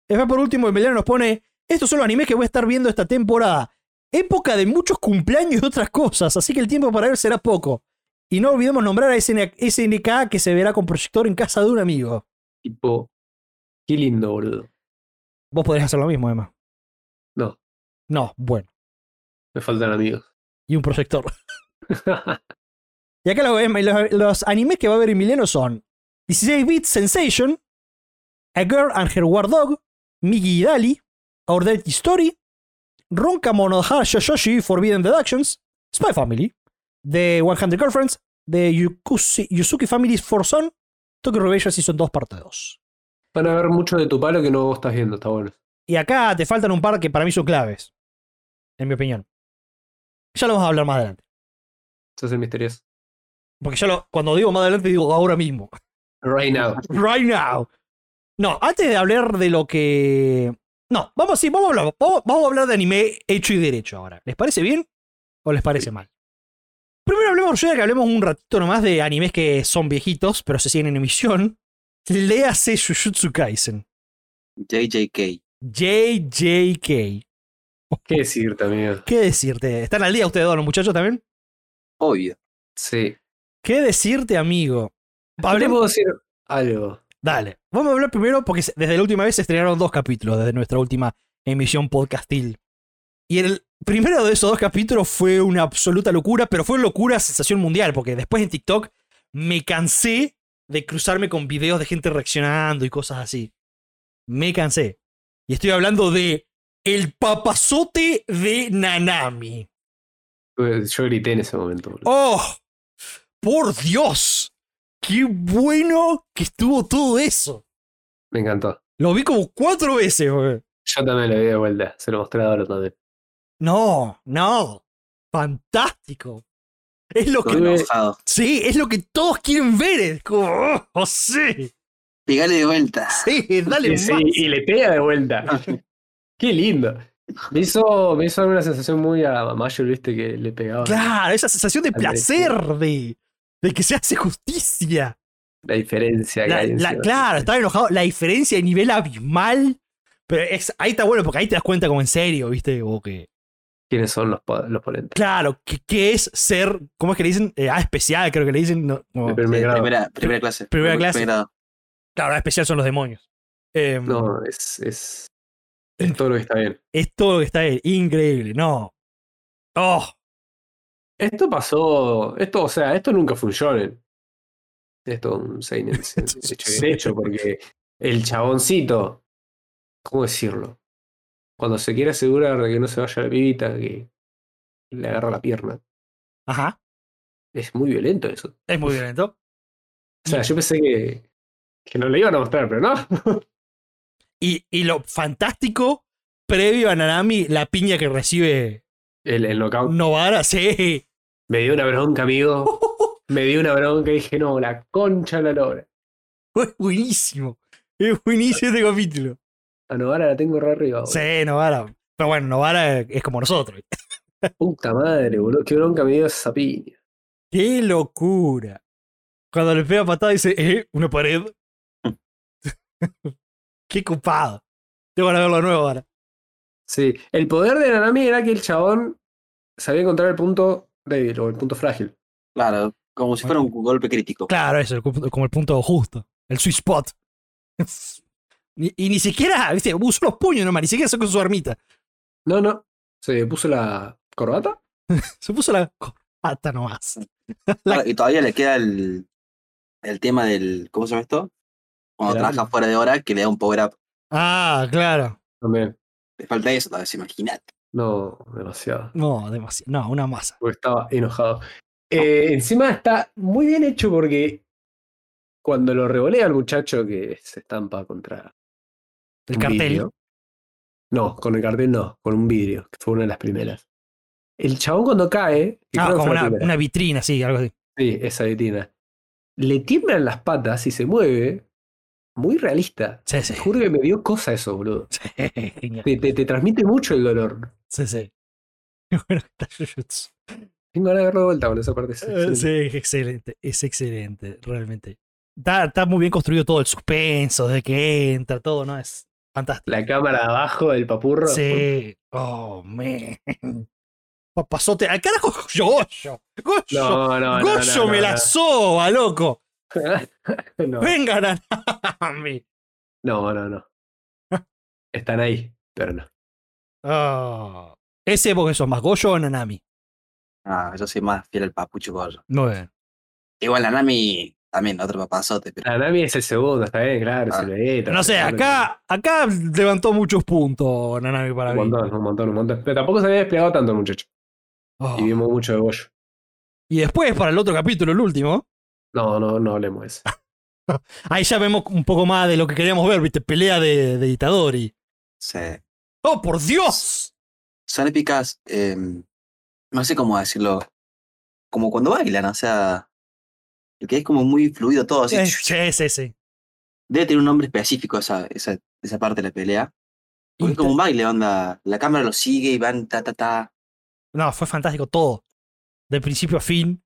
Después por último, Emiliano nos pone, estos son los animes que voy a estar viendo esta temporada. Época de muchos cumpleaños y otras cosas, así que el tiempo para él será poco. Y no olvidemos nombrar a SN SNK que se verá con proyector en casa de un amigo.
Tipo, qué lindo, boludo.
Vos podrías hacer lo mismo, Emma.
No.
No, bueno.
Me faltan amigos.
Y un proyector. Y acá lo- Emma, los, los animes que va a ver Emiliano son 16 Bit Sensation, A Girl and Her War Dog, Migi y Dali, Our Dead Story, Ronka Monohar Shoshoshi Forbidden Deductions, Spy Family, The 100 Girlfriends, The Yukusi- Yuzuki Family's For Son, Tokyo Revengers Season 2 Parte 2.
Van a ver mucho de tu palo que no vos estás viendo, está bueno.
Y acá te faltan un par que para mí son claves, en mi opinión. Ya lo vamos a hablar más adelante.
Eso es el misterioso.
Porque ya lo, cuando digo más adelante digo ahora mismo.
Right now.
right now. No, antes de hablar de lo que. No, vamos, sí, vamos a hablar. Vamos, vamos a hablar de anime hecho y derecho ahora. ¿Les parece bien o les parece mal? Primero hablemos, yo ya que hablemos un ratito nomás de animes que son viejitos, pero se siguen en emisión. Léase Jujutsu Kaisen.
JJK.
JJK.
¿Qué decirte, amigo?
¿Qué decirte? ¿Están al día ustedes dos, los muchachos también?
Obvio.
Sí.
¿Qué decirte, amigo?
Yo te
Hablemos.
puedo decir algo.
Dale, vamos a hablar primero porque se- desde la última vez se estrenaron dos capítulos, desde nuestra última emisión podcastil. Y el primero de esos dos capítulos fue una absoluta locura, pero fue locura sensación mundial, porque después en TikTok me cansé de cruzarme con videos de gente reaccionando y cosas así. Me cansé. Y estoy hablando de el papazote de Nanami.
Yo grité en ese momento, boludo.
¡Oh! ¡Por Dios! ¡Qué bueno que estuvo todo eso!
Me encantó.
Lo vi como cuatro veces, güey.
Yo también lo vi de vuelta. Se lo mostré ahora también.
No, no. Fantástico. Es lo
Todo
que.
Tuve-
enojado.
Sí, es lo que todos quieren ver. Es como, oh, oh, sí,
Pegale de vuelta. Eh,
sí, dale
Y,
más.
sí, y le pega de vuelta. Qué lindo. Me hizo, me hizo una sensación muy a Mayor, viste, que le pegaba.
Claro, esa sensación de
Dale,
placer, de, de que se hace justicia.
La diferencia que
La-
hay
la-
encima.
claro, estaba enojado. La diferencia de nivel abismal. Pero es, ahí está bueno, porque ahí te das cuenta como en serio, ¿viste? O que.
¿Quiénes son los, pa- los ponentes?
Claro, ¿qué, qué es ser, ¿cómo es que le dicen? Eh, ah, especial, creo que le dicen. no, como-
De primer
Sí,
grado.
primera, primera clase.
Primera clase.
Primer grado.
claro, ah, especial son los demonios. Em,
No, es, es, es todo lo que está bien.
Es todo lo que está ahí. Increíble, no. Oh,
Esto pasó. Esto, o sea, esto nunca fue un shonen. Esto un seinen se-
Esto es un
hecho y derecho, porque el chaboncito, ¿cómo decirlo? Cuando se quiere asegurar de que no se vaya la pibita, que le agarra la pierna.
ajá.
Es muy violento eso.
Es muy violento.
O sea, yo pensé que, que no le iban a mostrar, pero no.
Y, y lo fantástico, previo a Nanami, la piña que recibe
El, el knockout.
Novara, sí.
Me dio una bronca,
Uh.
amigo. Me dio una bronca y dije, no, la concha de la lora.
Es buenísimo. Es buenísimo este capítulo.
A Novara la tengo re arriba. boludo.
Sí, Novara. Pero bueno, Novara es como nosotros.
Puta madre, boludo. Qué bronca me dio esa piña.
¡Qué locura! Cuando le pega patada dice, ¿eh? ¿Una pared? ¡Qué copado! Tengo que verlo de nuevo ahora.
Sí, el poder de Nanami era que el chabón sabía encontrar el punto débil o el punto frágil.
Claro, como si fuera un golpe crítico.
Claro, eso, el cu- como el punto justo. El sweet spot. Ni- y ni siquiera, viste, usó los puños nomás, ni siquiera sacó su armita.
No, no. Se puso la corbata.
Se puso la corbata nomás.
Claro, y todavía le queda el, el tema del. ¿Cómo se llama esto? Cuando
El
trabaja fuera de hora, que le da un power up.
Ah, claro.
También.
Le falta eso, tal vez, imagínate.
No, demasiado.
No, demasiado. No, una masa.
Porque estaba enojado. Eh, encima está muy bien hecho porque cuando lo revolea al muchacho que se estampa contra
El
un
cartel.
vidrio. No, con el cartel no, con un vidrio, que fue una de las primeras. El chabón cuando cae, que
Ah,
creo que
como
fue
una,
la primera.
una vitrina, sí, algo así.
Sí, esa vitrina. Le tiemblan las patas y se mueve. Muy realista.
Sí, sí.
Te juro que me dio cosa eso, boludo.
Sí, genial.
Te, te- te transmite mucho el dolor.
Sí, sí. Qué bueno que está Jujutsu.
Tengo ganas de darlo de vuelta con esa parte. es
Eh,
excelente.
Sí, es excelente, es excelente, realmente. Está, está muy bien construido todo el suspenso, de que entra, todo, ¿no? Es fantástico.
La cámara abajo del papurro.
Sí. Oh, man. Papazote. Al carajo, Goyo. Goyo.
No, no, no.
Goyo
no, no,
me la
no.
soba, loco.
No,
Vengan a, a mí.
no, no, no. Están ahí, pero no.
Ah. Ese vos que sos más Goyo o Nanami.
Ah, yo soy más fiel al papucho Goyo.
Muy bien.
Igual la Nami también, otro papazote, pero
La Nami es el segundo, está bien, claro.
Ah.
se le edita,
No sé,
se le-
acá, acá levantó muchos puntos Nanami para
Un
mí.
montón, un montón, un montón. Pero tampoco se había desplegado tanto el muchacho.
Ah.
Y vimos mucho de Goyo.
Y después, para el otro capítulo, el último,
No, no, no hablemos de eso.
ahí ya vemos un poco más de lo que queríamos ver, ¿viste? Pelea de, de Itadori.
se.
¡Oh, por Dios!
Son épicas, em, no sé cómo decirlo, como cuando bailan, o sea, que es como muy fluido todo. Así,
Eh, Sí, sí, sí.
Debe tener un nombre específico esa, esa, esa parte de la pelea. Porque es como un baile, onda. La cámara lo sigue y van ta ta ta.
No, fue fantástico todo. De principio a fin.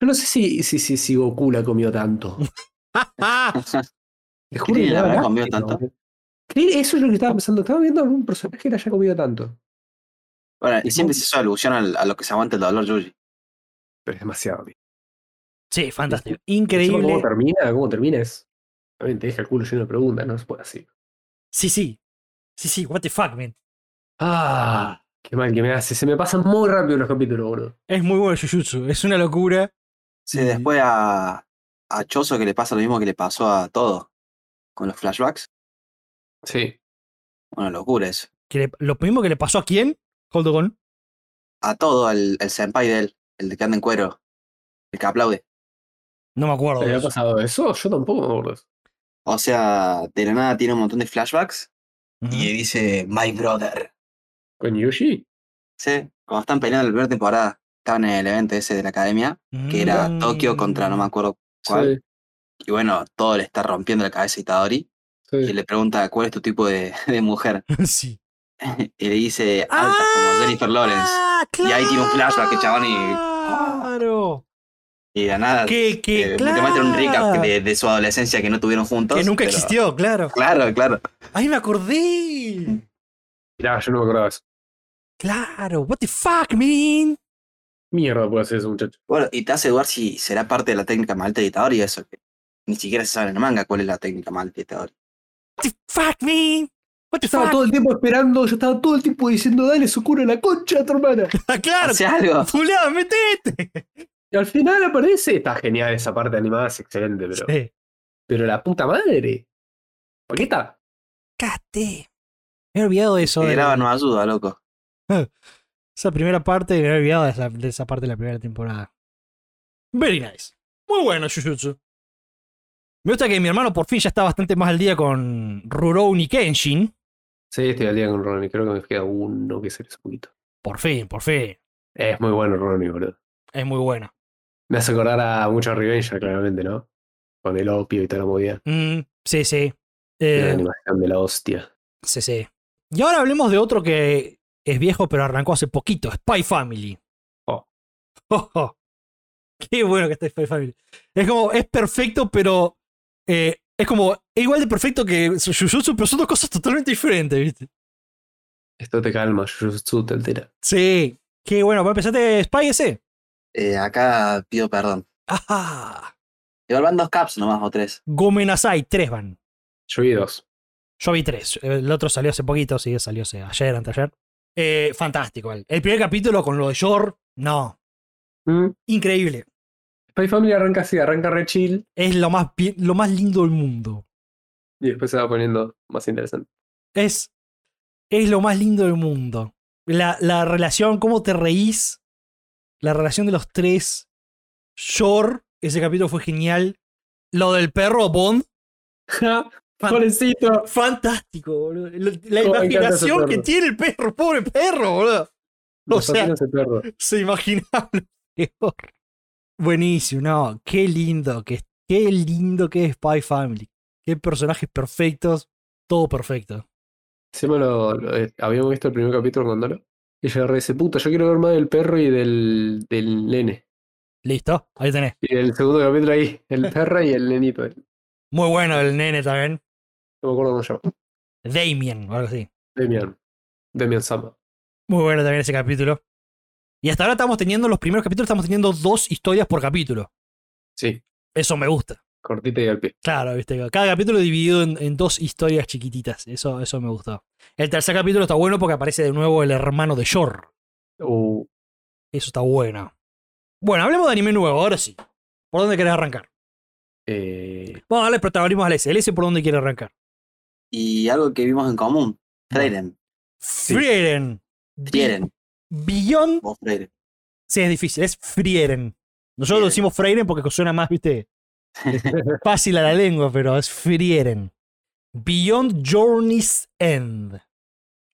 Yo no sé si, si, si, si Goku la comió tanto.
¡Ah!
Te juro
¿Creen
que
la
me
habrá
daba
comido
lástima,
tanto?
boludo. ¿Creen? Eso es lo que estaba pensando. Estaba viendo algún personaje que la haya comido tanto.
Bueno, y
Es
siempre
muy-
se soluciona al- a lo que se aguanta el dolor, Yuji.
Pero es demasiado. tío.
Sí, fantástico.
Encima,
Increíble.
¿Cómo termina? ¿Cómo termina? Es... También te deja el culo lleno de preguntas, no se puede así.
Sí, sí. Sí, sí, what the fuck, man.
Ah, qué mal que me hace. Se me pasan muy rápido los capítulos, boludo.
Es muy bueno Jujutsu, es una locura.
Sí,
Y-
después a, a Choso que le pasa lo mismo que le pasó a todo. Con los flashbacks.
Sí.
Una locura eso.
que le- lo mismo que le pasó a quién, Hold on.
A todo, al, al senpai de él, el de que anda en cuero. El que aplaude.
No me acuerdo.
¿Te
de
había
eso.
pasado eso? Yo tampoco, boludo.
O sea, de la nada tiene un montón de flashbacks.
Ujú.
Y él dice, My brother.
¿Con Yushi?
Sí, cuando están peleando en la primera temporada, estaban en el evento ese de la academia, que era
Mm.
Tokio contra no me acuerdo cuál. Y bueno, todo le está rompiendo la cabeza a Itadori.
Sí,
Y
sí.
le pregunta, ¿cuál es tu tipo de, de mujer?
sí.
Y le dice, alta, como Jennifer Lawrence.
Ah,
Y ahí tiene un flashback, el chabón, y-
Claro.
Y de la nada,
Que, que,
eh,
claro.
te muestran un recap de, de su adolescencia que no tuvieron juntos.
que nunca
pero-
existió, claro.
Claro, claro.
Ahí me acordé.
Mm.
Mirá, yo no me acordaba de eso.
Claro, what the fuck, man.
Mierda puede hacer ese muchacho.
Bueno, y te hace dudar si será parte de la técnica malta de Itadori eso. Que ni siquiera se sabe en el manga cuál es la técnica malta de Itadori.
What the fuck, man. What the
Yo estaba
fuck.
todo el tiempo esperando, yo estaba todo el tiempo diciendo, dale su culo a la concha a tu hermana.
claro.
Hace algo.
Fulano, metete.
Y al final aparece. Está genial esa parte animada, es excelente, pero.
Sí.
Pero la puta madre. ¿Por qué está?
Cate. Me he olvidado de eso.
Y
de la-
graba Eh, no ayuda, loco.
Esa primera parte, me he olvidado de esa, de esa parte de la primera temporada. Very nice. Muy bueno, Jujutsu. Me gusta que mi hermano por fin ya está bastante más al día con Rurouni Kenshin.
Sí, estoy al día con Ronnie. Creo que me queda uno que se un poquito.
Por fin, por fin.
Es muy bueno Ronnie, boludo.
Es muy bueno.
Me hace acordar a mucho Revenger, claramente, ¿no? Con el opio y toda la movida.
Mm, sí, sí.
Y La
Eh,
animación de la hostia.
sí, sí. Y ahora hablemos de otro que es viejo, pero arrancó hace poquito: Spy Family.
Oh.
Oh, oh. Qué bueno que está Spy Family. Es como, es perfecto, pero. eh, es como, es igual de perfecto que Jujutsu, pero son dos cosas totalmente diferentes, ¿viste?
Esto te calma, Jujutsu te altera.
Sí. Qué bueno, pues empezaste Spy ese.
Eh, acá pido perdón.
Ajá.
Igual van dos caps nomás o tres.
Gomenazai, tres van.
Yo vi dos.
Yo vi tres. El otro salió hace poquito, sí, salió hace ayer, anteayer. Eh, fantástico. El el primer capítulo con lo de Yor, no.
Mm.
Increíble.
Spy Family arranca así, arranca re chill.
Es lo más, bien- lo más lindo del mundo.
Y después se va poniendo más interesante.
Es, es lo más lindo del mundo. La, la relación, cómo te reís. La relación de los tres. Yor, ese capítulo fue genial. Lo del perro Bond,
¡Ja!
Fan-
¡Pobrecito!
Fantástico, boludo. La, la
Cómo Oh, me encanta ese
imaginación
perro.
que tiene el perro, pobre perro, boludo.
Los
sea-
sostiene ese perro.
Se imaginaba lo peor. Buenísimo, no. Qué lindo que es. Qué lindo que es Spy Family. Qué personajes perfectos. Todo perfecto.
Encima lo, lo- eh, habíamos visto el primer capítulo con Dolo. Y yo agarré ese puta, yo quiero ver más del perro y del, del nene.
Listo, ahí tenés.
Y el segundo capítulo ahí, el perro y el nenito. No
Muy bueno el nene también.
me acuerdo cómo se llama.
Damien o algo así.
Demian. Demian Sama.
Muy bueno también ese capítulo. Y hasta ahora estamos teniendo, los primeros capítulos, estamos teniendo dos historias por capítulo.
Sí,
Eso me gusta.
cortita y al pie.
Claro, viste, cada capítulo dividido en, en dos historias chiquititas. Eso, eso me gustó. El tercer capítulo está bueno porque aparece de nuevo el hermano de Shor.
Uh,
Eso está bueno. Bueno, hablemos de anime nuevo, ahora sí. ¿Por dónde querés arrancar?
eh,
Vamos a darle protagonismo al S. El S por dónde quiere arrancar.
Y algo que vimos en común, Freiden.
Frieren.
Frieren,
Beyond.
vos Freiden.
Sí, es difícil, es Frieren. Nosotros lo
Frieren.
decimos Freiren porque suena más, viste, fácil a la lengua, pero es Frieren. Beyond Journey's End.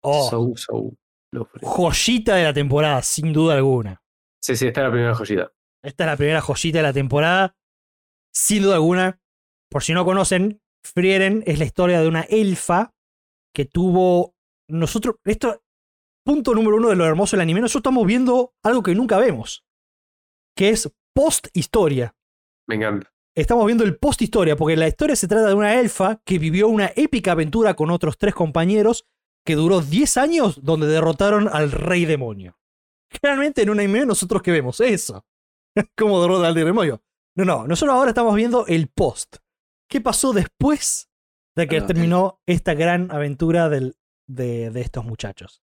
Oh,
Sou, Sou. No, Fred.
joyita de la temporada, sin duda alguna.
sí, sí, esta es la primera joyita.
Esta es la primera joyita de la temporada. Sin duda alguna, por si no conocen, Frieren es la historia de una elfa que tuvo. Nosotros. Esto. Punto número uno de lo hermoso del anime. Nosotros estamos viendo algo que nunca vemos. Que es post-historia.
Me encanta.
Estamos viendo el post-historia, porque la historia se trata de una elfa que vivió una épica aventura con otros tres compañeros que duró 10 años donde derrotaron al rey demonio. Generalmente en un anime nosotros que vemos eso. Como derrota al demonio. No, no, nosotros ahora estamos viendo el post. ¿Qué pasó después de que
Ah, ok.
terminó esta gran aventura del- de, de estos muchachos?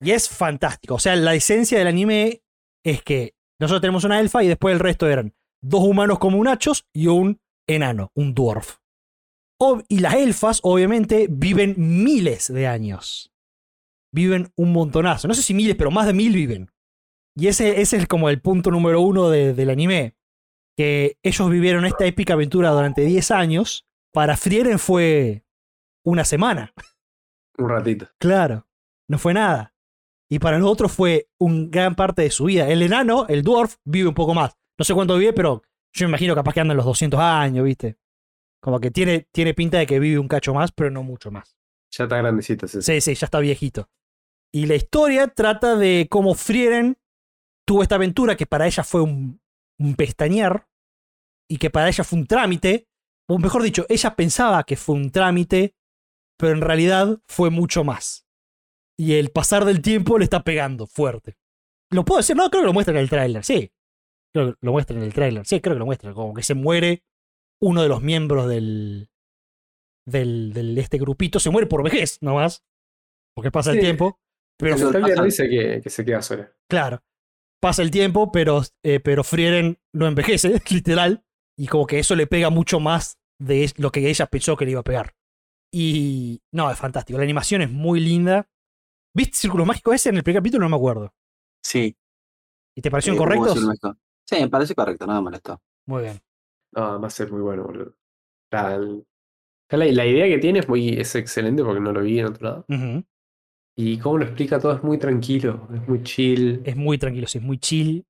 Y es fantástico. O sea, la esencia del anime es que nosotros tenemos una elfa y después el resto eran dos humanos comunachos y un enano, un dwarf. Ob- y las elfas, obviamente, viven miles de años. Viven un montonazo. No sé si miles, pero más de mil viven. Y ese, ese es como el punto número uno de- del anime. Que ellos vivieron esta épica aventura durante 10 años. Para Frieren fue una semana.
Un ratito.
Claro, no fue nada. Y para los otros fue un gran parte de su vida. El enano, el dwarf, vive un poco más. No sé cuánto vive, pero yo me imagino capaz que anda en los 200 años, ¿viste? Como que tiene, tiene pinta de que vive un cacho más, pero no mucho más.
Ya está grandecita. sí,
Sí,
sí.
sí, ya está viejito. Y la historia trata de cómo Frieren tuvo esta aventura que para ella fue un, un pestañear y que para ella fue un trámite, o mejor dicho, ella pensaba que fue un trámite, pero en realidad fue mucho más. Y el pasar del tiempo le está pegando fuerte. ¿Lo puedo decir? No, creo que lo muestran en el tráiler, sí. Creo que lo muestran en el tráiler, sí, creo que lo muestran. Como que se muere uno de los miembros del, del, del- de este grupito, se muere por vejez nomás, porque pasa el
Sí.
tiempo. Pero
Pero también
pasa-
dice que, que se queda sola.
Claro. Pasa el tiempo, pero, eh, pero Frieren no envejece, literal. Y como que eso le pega mucho más de es- lo que ella pensó que le iba a pegar. Y no, es fantástico. La animación es muy linda. ¿Viste Círculos Mágicos ese en el primer capítulo? No me acuerdo.
Sí.
¿Y te parecieron
eh,
correctos?
hubo circo. Sí, me parece correcto, no me molestó.
Muy bien.
No, va a ser muy bueno, boludo. La, el- la, la idea que tiene es, muy, es excelente porque no lo vi en otro lado.
Ujú.
Y cómo lo explica todo es muy tranquilo, es muy chill.
Es muy tranquilo, sí, es muy chill.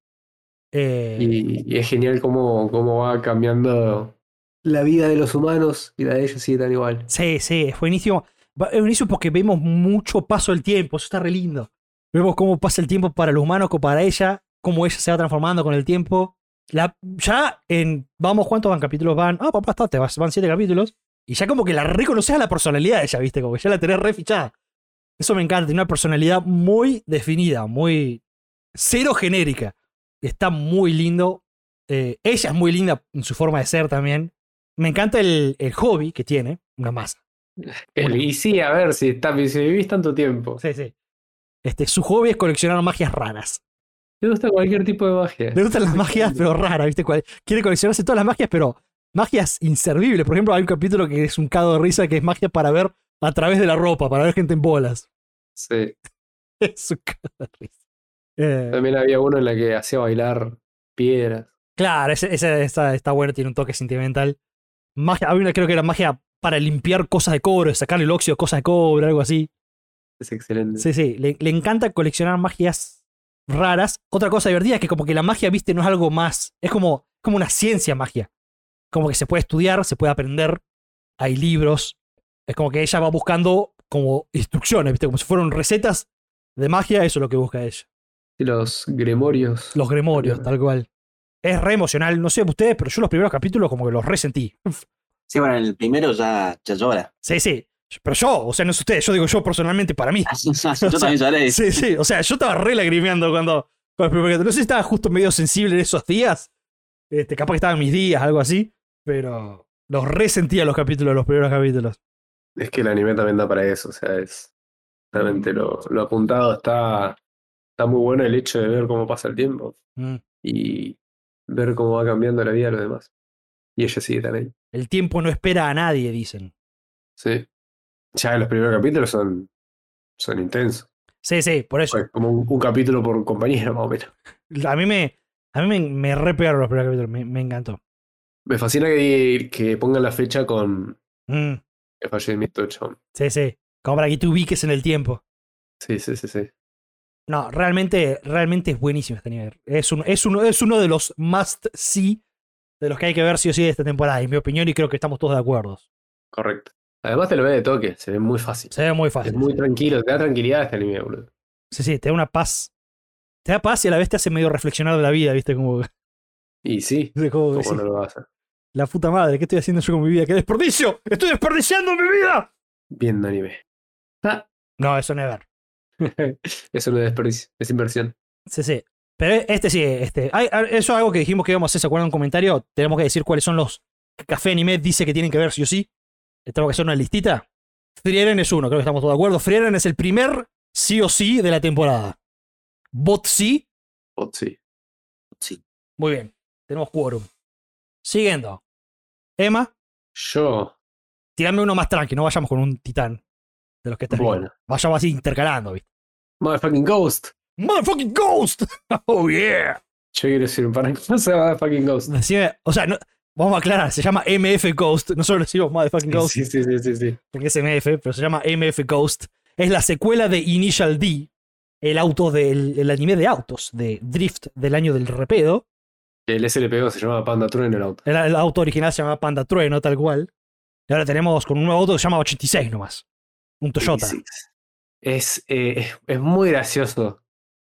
Eh,
Y, y es genial cómo, cómo va cambiando la vida de los humanos y la de ellos sigue tan igual.
Sí, sí, es buenísimo. Va- Es buenísimo porque vemos mucho paso del tiempo, eso está re lindo. Vemos cómo pasa el tiempo para los humanos, como para ella, cómo ella se va transformando con el tiempo. La, ya en, vamos, ¿cuántos van capítulos van? Ah, papá, está, te vas- van siete capítulos. Y ya como que la reconoces a la personalidad de ella, ¿viste? Como que ya la tenés re fichada. Eso me encanta, tiene una personalidad muy definida, muy cero genérica. Está muy lindo. Eh, ella es muy linda en su forma de ser también. Me encanta el, el hobby que tiene, una masa.
El- y sí, a ver, si, está, si vivís tanto tiempo,
Sí, sí. Este, su hobby es coleccionar magias raras.
te gusta cualquier tipo de magia.
Le gustan las magias, pero raras, ¿viste? Cual- Quiere coleccionarse todas las magias, pero magias inservibles. Por ejemplo, hay un capítulo que es un cago de risa que es magia para ver a través de la ropa, para ver gente en bolas.
Sí.
Es un cago de risa. Eh,
También había uno en la que hacía bailar piedras.
claro, ese- ese- esa está buena, tiene un toque sentimental. Magia, había una creo que era magia para limpiar cosas de cobre, sacarle el óxido, a cosas de cobre, algo así.
Es excelente.
Sí, sí, le, le encanta coleccionar magias raras. Otra cosa divertida es que como que la magia, viste, no es algo más, es como, como una ciencia magia. Como que se puede estudiar, se puede aprender, hay libros. Es como que ella va buscando como instrucciones, viste, como si fueran recetas de magia, eso es lo que busca ella.
Y Los gremorios.
Los gremorios,
Claro.
tal cual. Es re emocional, no sé ustedes, pero yo los primeros capítulos como que los resentí.
Sí, bueno, en el primero ya, ya llora.
Sí, sí. Pero yo, o sea, no es ustedes, yo digo yo personalmente para mí.
Yo también lloré.
Sí, sí, o sea, yo estaba re lagrimeando cuando, con el primer gato. No sé si estaba justo medio sensible en esos días. Este, capaz que estaban mis días, algo así. Pero los resentía los capítulos, los primeros capítulos.
Es que el anime también da para eso, o sea, es realmente lo, lo apuntado está, está muy bueno el hecho de ver cómo pasa el tiempo
Mm.
y ver cómo va cambiando la vida de los demás. Y ella sigue tan ahí.
El tiempo no espera a nadie, dicen.
Sí. Ya los primeros capítulos son, son intensos.
Sí, sí, por eso.
Es como un, un capítulo por compañero, más o menos.
A mí me, a mí me, me re pegaron los primeros capítulos, me, me encantó.
Me fascina que, que pongan la fecha con
Mm,
el fallecimiento de Chon.
sí, sí. Como para que te ubiques en el tiempo.
Sí, sí, sí, sí.
No, realmente, realmente es buenísimo este nivel. Es, un, es, uno, es uno de los must see de los que hay que ver sí o sí de esta temporada, en mi opinión, y creo que estamos todos de acuerdo.
Correcto. Además te lo ve de toque, se ve muy fácil.
Se ve muy
Es
fácil.
muy
sí.
tranquilo, te da tranquilidad este anime, boludo.
Sí, sí, te da una paz. Te da paz y a la vez te hace medio reflexionar de la vida, ¿viste? Como,
Y sí,
como
¿cómo
decís,
no lo vas a hacer?
la puta madre, ¿qué estoy haciendo yo con mi vida? ¡Qué desperdicio! ¡Estoy desperdiciando mi vida!
Viendo anime.
No, eso never.
Eso no es desperdicio, es inversión.
Sí, sí. Pero este sí, este. hay- hay- eso es algo que dijimos que íbamos a hacer, ¿se acuerdan? En un comentario, tenemos que decir cuáles son los que Café Anime dice que tienen que ver sí o sí. Tenemos que hacer una listita. Frieren es uno, creo que estamos todos de acuerdo. Frieren es el primer sí o sí de la temporada. Bot sí,
Oh, sí.
Sí.
muy bien. Tenemos quórum. Siguiendo. Emma,
Yo,
tirame uno más tranqui, no vayamos con un titán de los que estás viendo.
bueno.
Vayamos así intercalando, ¿viste?
Motherfucking Ghost.
¡Motherfucking Ghost! ¡Oh, yeah!
Yo quiero decir un par de cosas de Motherfucking Ghost.
Decime, o sea, no- vamos a aclarar, se llama MF Ghost, no solo decimos Motherfucking Ghost,
Sí, sí, sí, sí, sí.
porque es MF, pero se llama MF Ghost. Es la secuela de Initial D, el auto del el anime de autos, de Drift del año del repedo.
El SLPO se llama Panda Trueno en el auto.
El, el auto original se llamaba Panda Trueno, tal cual. Y ahora tenemos con un nuevo auto que se llama 86 nomás. Un Toyota.
Sí, sí. Es, eh, es, es muy gracioso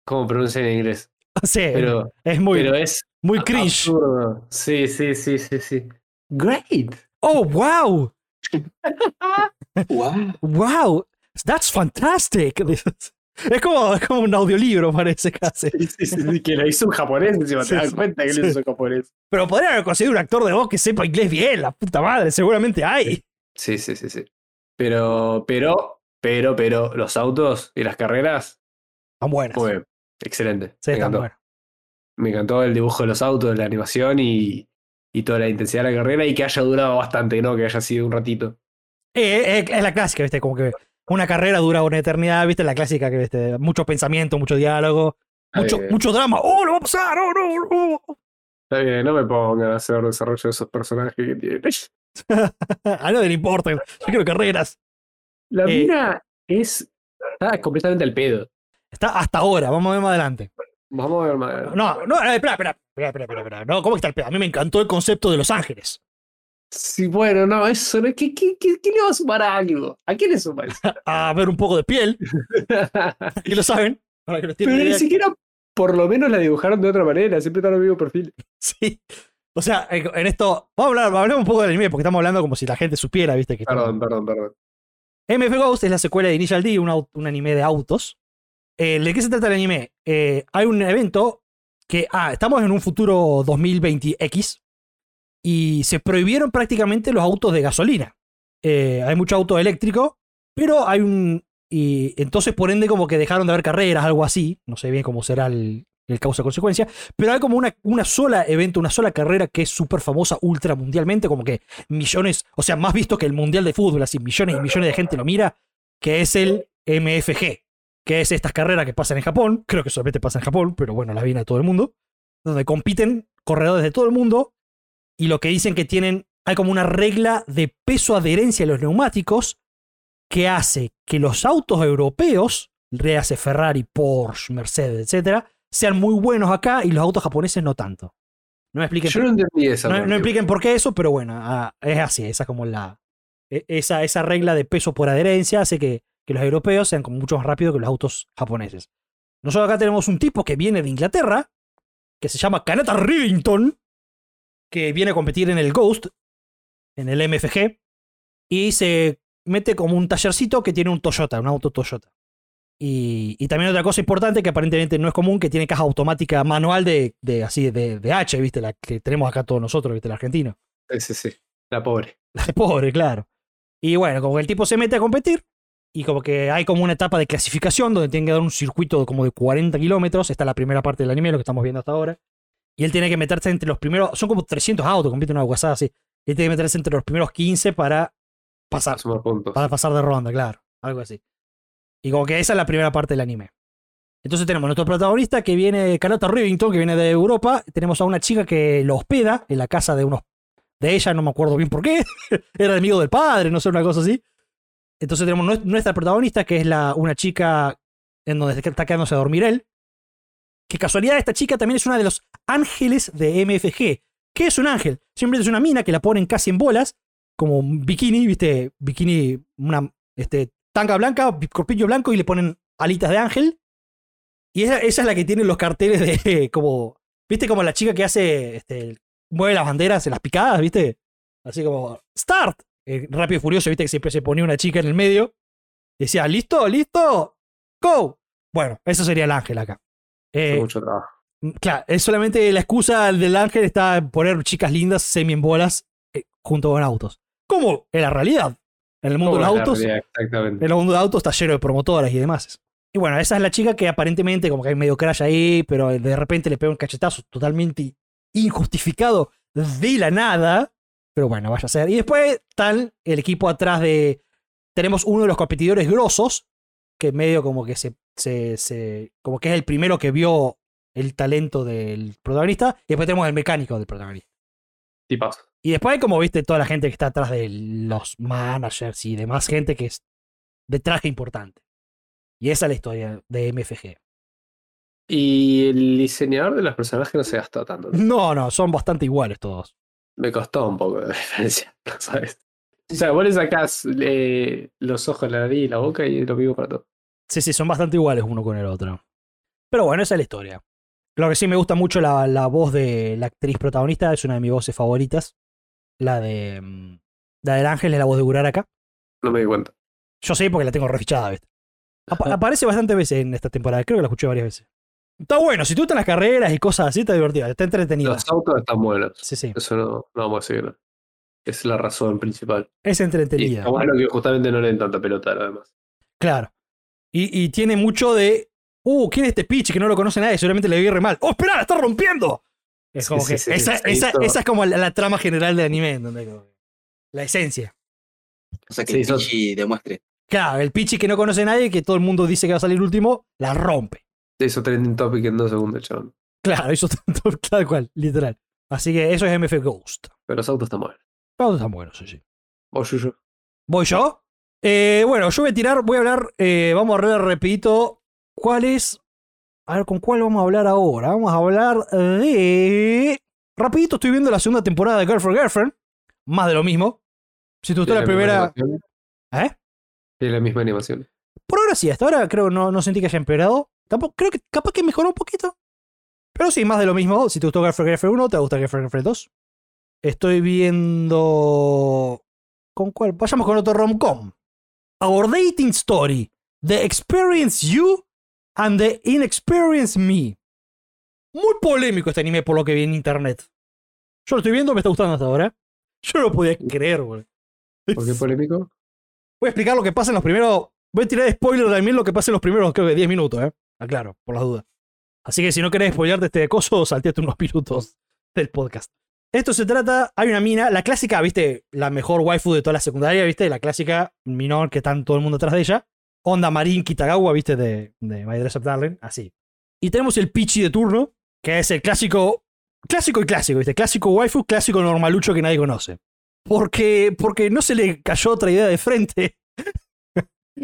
cómo pronuncia en inglés.
Sí,
Pero,
es muy,
pero es
muy cringe.
absurdo. Sí, sí, sí, sí, sí. Great.
Oh, wow.
Guau.
Wow. That's fantastic. Es como, es como un audiolibro, parece casi.
Sí, sí, sí, sí, que lo hizo un japonés, encima
Sí,
te das
sí,
cuenta que
sí.
lo hizo un japonés.
Pero podrían haber conseguido un actor de voz que sepa inglés bien, la puta madre, seguramente hay.
Sí, sí, sí, sí. Pero, pero, pero, pero, los autos y las carreras,
Están buenas.
muy bien. Excelente.
sí,
me
están
encantó.
buenas.
Me encantó el dibujo de los autos, la animación y, y toda la intensidad de la carrera y que haya durado bastante, ¿no? Que haya sido un ratito.
Eh, eh, es la clásica, viste, como que una carrera dura una eternidad, viste, la clásica que, viste, mucho pensamiento, mucho diálogo, mucho,
Eh,
mucho drama. ¡Oh, lo va a pasar! ¡Oh, no! no!
Está bien, no me pongan a hacer desarrollo de esos personajes que tienen.
A nadie le importa, yo quiero carreras.
La
Eh,
mina es. Está completamente al pedo.
Está hasta ahora, vamos a ver más adelante.
Vamos a ver más.
No, no, eh, espera, espera, espera, espera, espera, espera. No, ¿cómo que está el pedo? A mí me encantó el concepto de Los Ángeles.
Sí, bueno, no, eso no. ¿Qué, qué, qué, qué le va a sumar a algo? ¿A quién le suma eso?
A ver un poco de piel, y lo saben. Ahora que lo tienen
Pero ni
idea.
siquiera por lo menos la dibujaron de otra manera, siempre están en el mismo perfil.
Sí. O sea, en en esto. Vamos a hablar hablemos un poco del anime, porque estamos hablando como si la gente supiera, ¿viste? Que estamos-
Perdón, perdón, perdón.
MF Ghost es la secuela de Initial D, un, au- un anime de autos. Eh, ¿De qué se trata el anime? Eh, hay un evento que. Ah, estamos en un futuro 2020X. Y se prohibieron prácticamente los autos de gasolina. Eh, hay mucho auto eléctrico, pero hay un. Y entonces, por ende, como que dejaron de haber carreras, algo así. No sé bien cómo será el, el causa-consecuencia. Pero hay como una, una sola evento, una sola carrera que es súper famosa ultra mundialmente. Como que millones, o sea, más visto que el Mundial de Fútbol, así millones y millones de gente lo mira, que es el MFG, que es estas carreras que pasan en Japón, creo que solamente pasan en Japón, pero bueno, las viene a todo el mundo, donde compiten corredores de todo el mundo y lo que dicen que tienen, hay como una regla de peso adherencia a los neumáticos que hace que los autos europeos, rehace Ferrari, Porsche, Mercedes, etcétera, sean muy buenos acá y los autos japoneses no tanto. No me expliquen
Yo no entendí esa.
no,
parte.
no impliquen por qué eso, pero bueno, ah, es así, esa es como la. e- Esa, esa regla de peso por adherencia hace que, que los europeos sean como mucho más rápidos que los autos japoneses. Nosotros acá tenemos un tipo que viene de Inglaterra, que se llama Kanata Rivington, que viene a competir en el Ghost, en el MFG, y se mete como un tallercito que tiene un Toyota, un auto Toyota. Y, y también otra cosa importante que aparentemente no es común, que tiene caja automática manual de, de así de, de H, ¿viste? La que tenemos acá todos nosotros, ¿viste? El argentino.
Sí, sí, sí. La pobre.
Ay, Pobre, claro. Y bueno, como que el tipo se mete a competir y como que hay como una etapa de clasificación donde tiene que dar un circuito como de 40 kilómetros. Esta es la primera parte del anime, lo que estamos viendo hasta ahora. Y él tiene que meterse entre los primeros... Son como 300 autos, compite una guasada así. Él tiene que meterse entre los primeros 15 para pasar.
Para sumar puntos.
Para pasar de ronda, claro. Algo así. Y como que esa es la primera parte del anime. Entonces tenemos nuestro protagonista que viene, Carlota Rivington, que viene de Europa. Tenemos a una chica que lo hospeda en la casa de unos. de ella, no me acuerdo bien por qué. Era enemigo del padre, no sé, una cosa así. Entonces tenemos nues- nuestra protagonista, que es la, una chica en donde está quedándose a dormir él. Que casualidad, esta chica también es una de los ángeles de MFG. ¿Qué es un ángel? Simplemente es una mina que la ponen casi en bolas, como un bikini, ¿viste? Bikini, una este, tanga blanca, bi- corpillo blanco y le ponen alitas de ángel. Y esa, esa es la que tiene los carteles de como. ¿Viste como la chica que hace. Este, mueve las banderas en las picadas, ¿viste? Así como. ¡Start! Eh, rápido y furioso, ¿viste? Que siempre se ponía una chica en el medio. Decía, ¿listo? ¿Listo? ¡Go! Bueno, eso sería el ángel acá.
Fue
Eh,
mucho trabajo.
Claro, es solamente la excusa del ángel está en poner chicas lindas semi en bolas eh, junto con autos. Como en la realidad. En el mundo de los
¿Cómo es la
autos,
realidad?
en
Exactamente.
el mundo de autos está lleno de promotoras y demás. Y bueno, esa es la chica que aparentemente como que hay medio crash ahí, pero de repente le pega un cachetazo totalmente injustificado de la nada. Pero bueno, vaya a ser. Y después tal el equipo atrás de... Tenemos uno de los competidores grosos, que medio como que se, se- se- como que es el primero que vio el talento del protagonista. Y después tenemos el mecánico del protagonista.
Tipazo.
Y después hay como viste toda la gente que está atrás de los managers y demás gente que es de traje importante. Y esa es la historia de MFG.
Y el diseñador de los personajes no se gastó tanto.
No, no, son bastante iguales todos.
Me costó un poco de diferencia, ¿sabes? O sea, vos le sacás eh, los ojos, la nariz y la boca y es lo mismo para todo.
Sí, sí, son bastante iguales uno con el otro. Pero bueno, esa es la historia. Lo que sí me gusta mucho la, la voz de la actriz protagonista, es una de mis voces favoritas. La de. mm, La del ángel es la voz de Uraraka.
No me di cuenta.
Yo sé porque la tengo refichada, ¿viste? Apa- aparece bastantes veces en esta temporada, creo que la escuché varias veces. Está bueno, si te gustan las carreras y cosas así, está divertida, está entretenida.
Los autos están buenos.
Sí, sí,
Eso no, no vamos a decirlo. Es la razón principal.
es
Y
entretenida,
está bueno que justamente no le den tanta pelota a lo demás.
claro. Y, y tiene mucho de, uh, ¿quién es este pitch que no lo conoce nadie? Seguramente le vi re mal. ¡Oh, espera, la está rompiendo! Es
Sí,
como
sí,
que
sí,
esa,
sí,
esa-
hizo-
esa es como la, la trama general del anime, ¿entendés? Como que la esencia.
O sea, que
Sí,
el
son-
Pichi demuestre.
Claro, el pitch que no conoce nadie, que todo el mundo dice que va a salir último, la rompe.
Eso trending topic en dos segundos, chabón.
Claro, eso tal cual, literal. Así que eso es MF Ghost.
Pero los autos están buenos.
Pero están buenos, sí, sí.
Vos, Yuyo.
¿Voy yo? Eh, bueno, yo voy a tirar, voy a hablar, eh, vamos a hablar repito, ¿cuál es? A ver, ¿con cuál vamos a hablar ahora? Vamos a hablar de... Rapidito estoy viendo la segunda temporada de Girl for Girlfriend, más de lo mismo. Si te gustó
¿Tiene
la primera...
misma animación?
¿Eh?
Tiene la misma animación.
Por ahora sí, hasta ahora creo no, no sentí que haya empeorado. Tampoco, creo que capaz que mejoró un poquito. Pero sí, más de lo mismo. Si te gustó Girlfriend Girlfriend 1, te va a gustar Girlfriend Girlfriend 2. Estoy viendo. ¿Con cuál? Vayamos con otro rom-com. Our Dating Story. The Experience You and the Inexperience Me. Muy polémico este anime por lo que vi en internet. Yo lo estoy viendo, me está gustando hasta ahora. Yo no lo podía creer, boludo.
¿Por qué polémico?
Voy a explicar lo que pasa en los primeros. Voy a tirar spoiler también lo que pasa en los primeros, creo que 10 minutos, ¿eh? Aclaro, por las dudas. Así que si no querés spoilearte este coso, salteate unos minutos del podcast. Esto se trata. Hay una mina, la clásica, ¿viste? La mejor waifu de toda la secundaria, ¿viste? La clásica minor que están todo el mundo atrás de ella. Onda Marín Kitagawa, ¿viste? De, de My Dress Up Darling, así. Y tenemos el Pichi de turno, que es el clásico. Clásico y clásico, ¿viste? Clásico waifu, clásico normalucho que nadie conoce. Porque, porque no se le cayó otra idea de frente.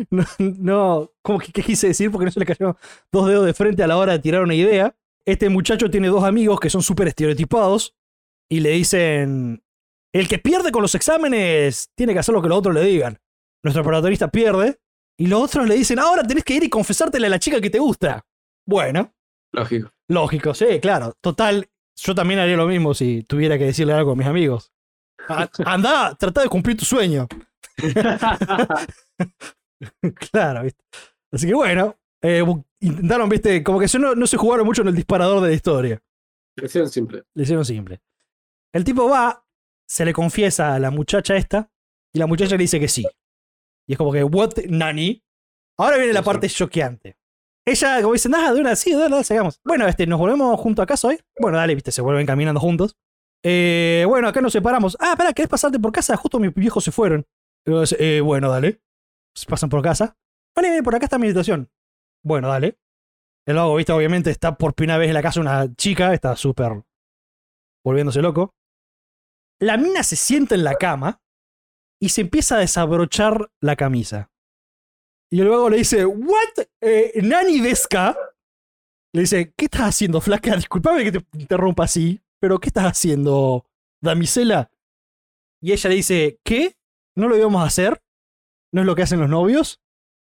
No, no como que ¿qué quise decir, porque no se le cayó dos dedos de frente a la hora de tirar una idea. Este muchacho tiene dos amigos que son súper estereotipados y le dicen, el que pierde con los exámenes tiene que hacer lo que los otros le digan. Nuestro protagonista pierde y los otros le dicen, ahora tenés que ir y confesártela a la chica que te gusta. Bueno,
Lógico.
Lógico, sí, claro. Total, yo también haría lo mismo si tuviera que decirle algo a mis amigos. A- Andá, trata de cumplir tu sueño. claro, ¿viste? Así que bueno, Eh, bu- intentaron, viste, como que se- no, no se jugaron mucho en el disparador de la historia.
Lección simple.
Le hicieron simple. El tipo va, se le confiesa a la muchacha esta, y la muchacha le dice que sí. Y es como que, what, nani? Ahora viene la
Sí,
parte choqueante. Ella, como dice, nada, de una, sí, dale, dale, sigamos. Bueno, este, nos volvemos junto a casa hoy. Bueno, dale, viste, se vuelven caminando juntos. Eh, bueno, acá nos separamos. Ah, espera, ¿querés pasarte por casa? Justo mis viejos se fueron. Y luego dice, "Eh, bueno, dale. Se pasan por casa. Vale, vale, por acá está mi habitación. Bueno, dale. El loco, viste, obviamente está por primera vez en la casa una chica, está súper volviéndose loco. La mina se sienta en la cama y se empieza a desabrochar la camisa. Y el vago le dice, ¿What? Eh, ¿Nani desca? Le dice, ¿qué estás haciendo, flaca? Disculpame que te interrumpa así, pero ¿qué estás haciendo, damisela? Y ella le dice, ¿qué? ¿No lo íbamos a hacer? ¿No es lo que hacen los novios?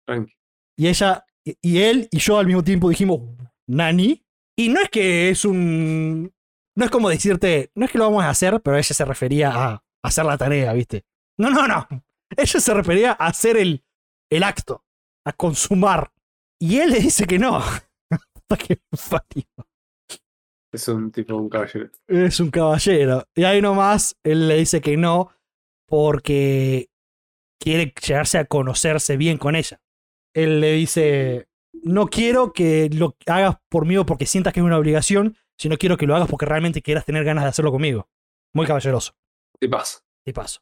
Tranqui.
Y ella, y- y él y yo al mismo tiempo dijimos, Nani. Y no es que es un. No es como decirte, no es que lo vamos a hacer, pero ella se refería a hacer la tarea, ¿viste? No, no, no. Ella se refería a hacer el, el acto, a consumar. Y él le dice que no. Puta que parió.
Es un tipo, un caballero.
Es un caballero. Y ahí nomás él le dice que no porque quiere llegarse a conocerse bien con ella. Él le dice, no quiero que lo hagas por mí o porque sientas que es una obligación, sino quiero que lo hagas porque realmente quieras tener ganas de hacerlo conmigo. Muy caballeroso
¿Qué pasa?
de paso.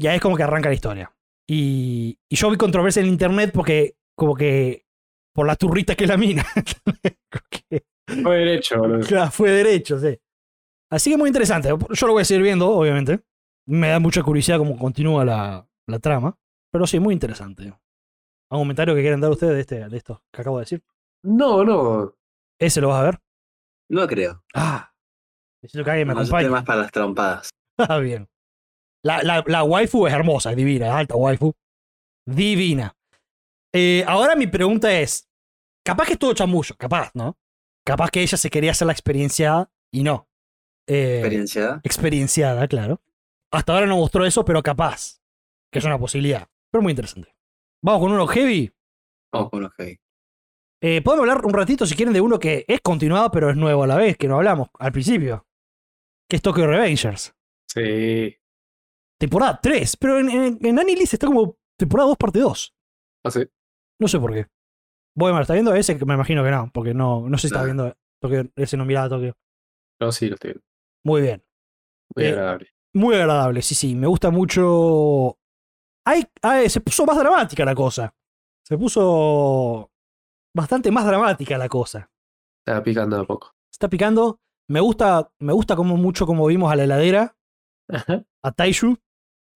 Y ahí es como que arranca la historia. Y, y yo vi controversia en internet porque, como que, por la turrita que es la mina. Como que-
Fue derecho, boludo.
Claro, fue derecho, sí. Así que muy interesante. Yo lo voy a seguir viendo, obviamente. Me da mucha curiosidad cómo continúa la, la trama. Pero sí, muy interesante. ¿Algún comentario que quieran dar ustedes de, este, de esto que acabo de decir?
No, no.
¿Ese lo vas a ver?
No creo.
Ah. Necesito que alguien me
No, yo estoy
acompañe.
más para las trompadas.
Ah, bien. La, la- la waifu es hermosa, es divina, es alta waifu. Divina. Eh, ahora mi pregunta es: capaz que es todo chamullo, capaz, ¿no? Capaz que ella se quería hacer la experiencia y no. Eh,
Experiencia.
experienciada, claro. Hasta ahora no mostró eso, pero capaz. Que es una posibilidad. Pero muy interesante. Vamos con uno heavy.
Vamos con los que hay.
Eh, Podemos hablar un ratito, si quieren, de uno que es continuado, pero es nuevo a la vez, que no hablamos al principio. Que es Tokyo Revengers.
Sí.
temporada 3, pero en, en, en Annelies está como temporada 2, parte 2.
Ah, sí.
No sé por qué. Voy ¿está viendo ese? Me imagino que no, porque no, no sé si está
No.
viendo Tokio, ese no miraba Tokio.
No, sí, lo estoy viendo.
Muy bien.
Muy
Eh,
agradable.
Muy agradable, sí, sí. Me gusta mucho. Ay, ay, se puso más dramática la cosa. Se puso bastante más dramática la cosa.
Estaba picando de a poco.
Se está picando. Me gusta, me gusta como mucho como vimos a la heladera,
Ajá.
a Taishu.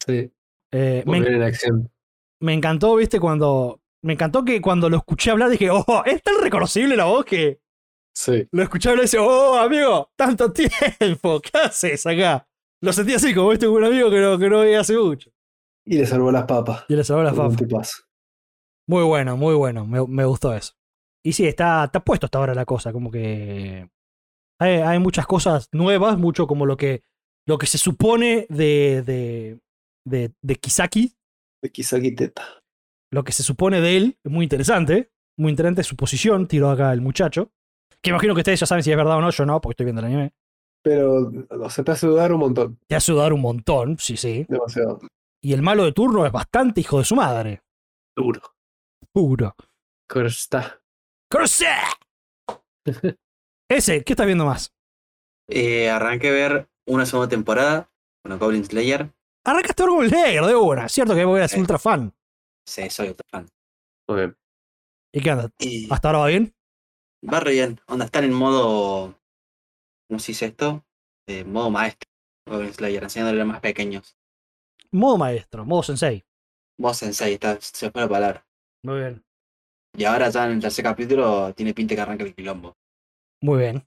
Sí.
Eh, me,
Volver en acción.
me encantó, viste, cuando. Me encantó que cuando lo escuché hablar dije, oh, es tan reconocible la voz que
Sí.
lo escuché hablar y decía, oh, amigo, tanto tiempo, ¿qué haces acá? Lo sentí así, como viste, un amigo que no, que no veía hace mucho. Uh.
Y le salvó las papas.
Y le salvó la
Con un
fafa.
tipazo.
Muy bueno, muy bueno, me, me gustó eso. Y sí, está, está puesto hasta ahora la cosa, como que. Hay, hay muchas cosas nuevas, mucho como lo que, lo que se supone de, de, de, de Kisaki,
De Kisaki Teta.
lo que se supone de él es muy interesante. Muy interesante su posición, tiró acá el muchacho. Que imagino que ustedes ya saben si es verdad o no, yo no, porque estoy viendo el anime.
Pero o sea, te hace dudar un montón.
Te hace dudar un montón, sí, sí.
Demasiado.
Y el malo de turno es bastante hijo de su madre.
Duro.
Puro.
Corsta.
¡Cruce! Ese, ¿qué estás viendo más?
Eh, arranqué a ver una segunda temporada con Goblin Slayer.
Arrancaste ver con Slayer de una, cierto que vos eras
Sí.
ultra fan.
Sí, soy otro fan.
Muy bien.
¿Y qué anda?
Y
¿Hasta ahora va bien?
va re bien. Onda, están en modo. ¿Cómo se dice esto? Eh, modo maestro. Goblin Slayer, enseñándole a los más pequeños.
Modo maestro, modo sensei.
Modo sensei, está, se fue la palabra.
Muy bien.
Y ahora ya en el tercer capítulo tiene pinta que arranca el quilombo.
Muy bien.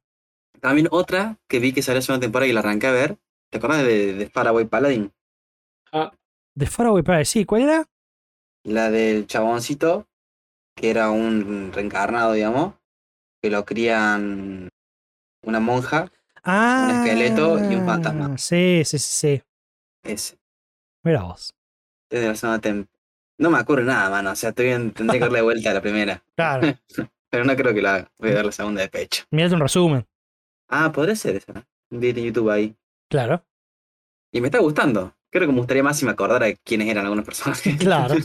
También otra que vi que salió hace una temporada y la arranqué a ver. ¿Te acuerdas de, de Faraway Paladin?
The Faraway Paradise, sí, ¿cuál era?
La del chaboncito, que era un reencarnado, digamos, que lo crían una monja.
Ah.
esqueleto y un fantasma.
Sí, sí, sí, sí.
Es
Mira vos.
desde la segunda temporada. No me acuerdo nada, mano. O sea, estoy bien, tendré que darle vuelta a la primera.
Claro.
Pero no creo que la haga. Voy a dar la segunda de pecho.
Mírate un resumen.
Ah, podría ser esa. Un video en YouTube ahí.
Claro,
Y me está gustando. Creo que me gustaría más si me acordara de quiénes eran algunos personajes.
claro.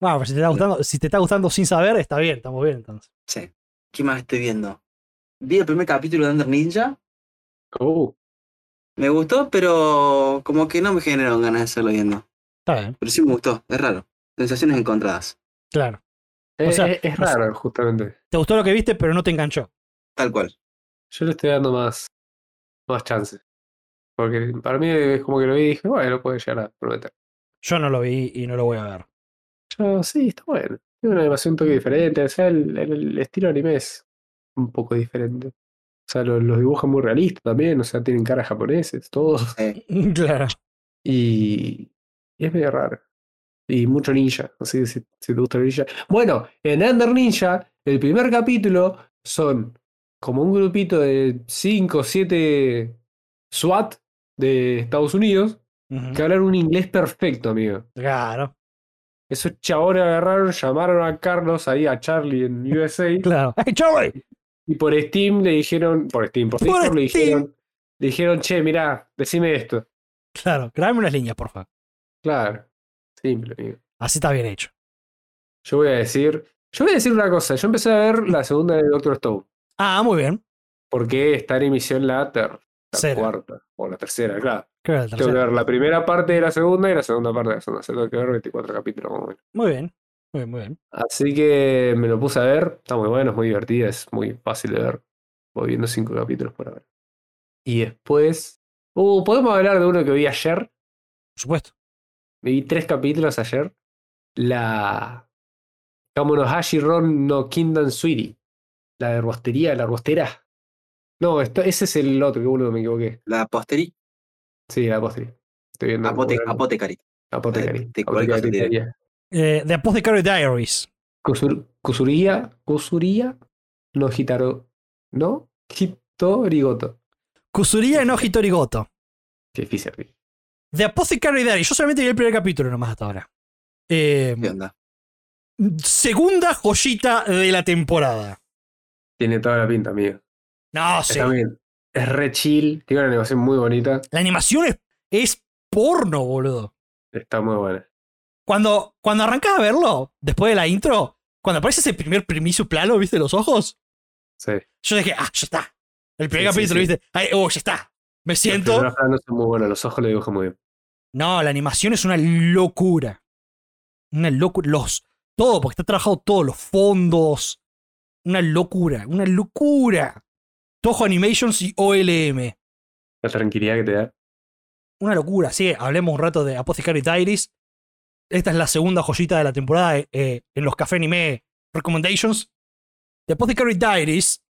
Bueno, pero si te está gustando, si te está gustando sin saber, está bien, estamos bien entonces.
Sí. ¿Qué más estoy viendo? Vi el primer capítulo de Under Ninja.
Oh,
Me gustó, pero como que no me generaron ganas de seguirlo viendo.
Está bien,
Pero sí me gustó. Es raro. Sensaciones encontradas.
claro.
eh,
sea,
eh, es
no sé.
raro, justamente.
Te gustó lo que viste, pero no te enganchó.
Tal cual.
Yo le estoy dando más, más chance. Porque para mí es como que lo vi y dije, bueno, puede llegar a prometer.
Yo no lo vi y no lo voy a ver.
Yo, sí, está bueno. Tiene una animación un toque diferente. O sea, el, el- el estilo anime es un poco diferente. O sea, lo- los dibujan muy realistas también. O sea, tienen caras japoneses, todos.
Claro.
Y, y es medio raro. Y mucho ninja. Así que si, si te gusta el ninja. Bueno, en Under Ninja, el primer capítulo son como un grupito de 5 o 7 SWAT de Estados Unidos
Ujú.
que hablan un inglés perfecto, amigo.
Claro,
Esos chabones agarraron, llamaron a Carlos ahí, a Charlie en USA,
claro. ¡Hey, Charlie!
y por Steam le dijeron, por Steam, por
Por
Discord le
Steam.
dijeron, le dijeron, che, mirá, decime esto.
Claro, grábame unas líneas, por favor.
Claro, simple, amigo.
Así está bien hecho.
Yo voy a decir, yo voy a decir una cosa, yo empecé a ver la segunda de Doctor Stone,
Ah, muy bien.
porque está en emisión la, ter- la
Cera.
cuarta, o la tercera, claro.
Creo que era el
Tengo que
tercero.
ver la primera parte de la segunda y la segunda parte de la segunda, o sea, tengo que ver 24 capítulos más o menos.
Muy bien, muy bien, muy bien.
Así que me lo puse a ver. Está muy bueno, es muy divertida, es muy fácil de ver. Voy viendo cinco capítulos por ahora. Y después. Uh, podemos hablar de uno que vi ayer.
Por supuesto.
Vi tres capítulos ayer. La. Kamonohashi Ron no Kingdom Sweetie. La de herbostería, la herbostera. No, esto- ese es el otro, que boludo, me equivoqué.
La posteri.
Sí, la postería. Estoy viendo.
apote-
boludo,
apotecaria.
apotecaria.
de cuál cosa te diré.
Apotecaria.
Eh, The Apothecary Diaries.
Kusur- Kusuría, Kusuría, no Hitaro, no Hitorigoto.
Kusuriya no Hitorigoto.
Qué difícil. Rick.
The Apothecary Diaries. Yo solamente vi el primer capítulo nomás hasta ahora. Eh,
¿Qué onda?
segunda joyita de la temporada.
Tiene toda la pinta, amigo.
No, sí.
Está bien. Es re chill, tiene una animación muy bonita,
La animación es, es porno, boludo.
está muy buena.
Cuando, cuando arrancas a verlo, después de la intro, cuando aparece ese primer primicio plano, ¿viste? Los ojos.
Sí.
Yo dije, ah, ya está. El primer
Sí, sí,
capítulo,
sí.
¿viste? Ay, oh, ya está. Me
Los
siento.
primeros planos son muy buenos, los ojos lo dibujan muy bien.
No, la animación es una locura. Una locura. Los. Todo, porque está trabajado todo, los fondos. Una locura, una locura. Toho Animations y OLM.
La tranquilidad que te da.
Una locura, sí. Hablemos un rato de Apothecary Diaries. Esta es la segunda joyita de la temporada eh, eh, en los Café Anime Recommendations. De Apothecary Diaries.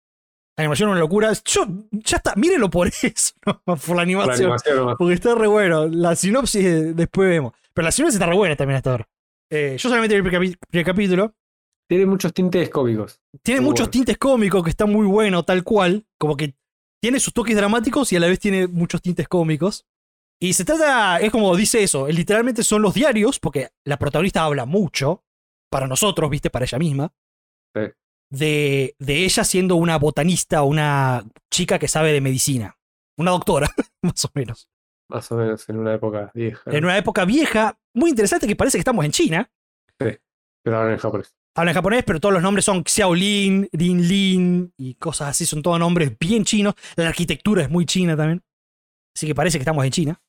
Animación una locura. Yo, ya está, mírenlo por eso, no, por la
La
animación.
animación nomás.
Porque está re bueno. La sinopsis eh, después vemos. Pero la sinopsis está re buena también hasta ahora. Eh, yo solamente vi el primer capi- primer capítulo.
Tiene muchos tintes cómicos.
Tiene
Muy
muchos
bueno.
tintes cómicos que está muy bueno, tal cual. Como que tiene sus toques dramáticos y a la vez tiene muchos tintes cómicos. Y se trata, es como dice eso, eh, literalmente son los diarios, porque la protagonista habla mucho, para nosotros, viste, para ella misma,
Sí.
de, de ella siendo una botanista, una chica que sabe de medicina, una doctora, más o menos
Más o menos en una época vieja.
en una época vieja, muy interesante que parece que estamos en China.
Pero ahora en japonés.
Hablan japonés, pero todos los nombres son Xiaolin, Rinlin y cosas así, son todos nombres bien chinos. La arquitectura es muy china también. Así que parece que estamos en China.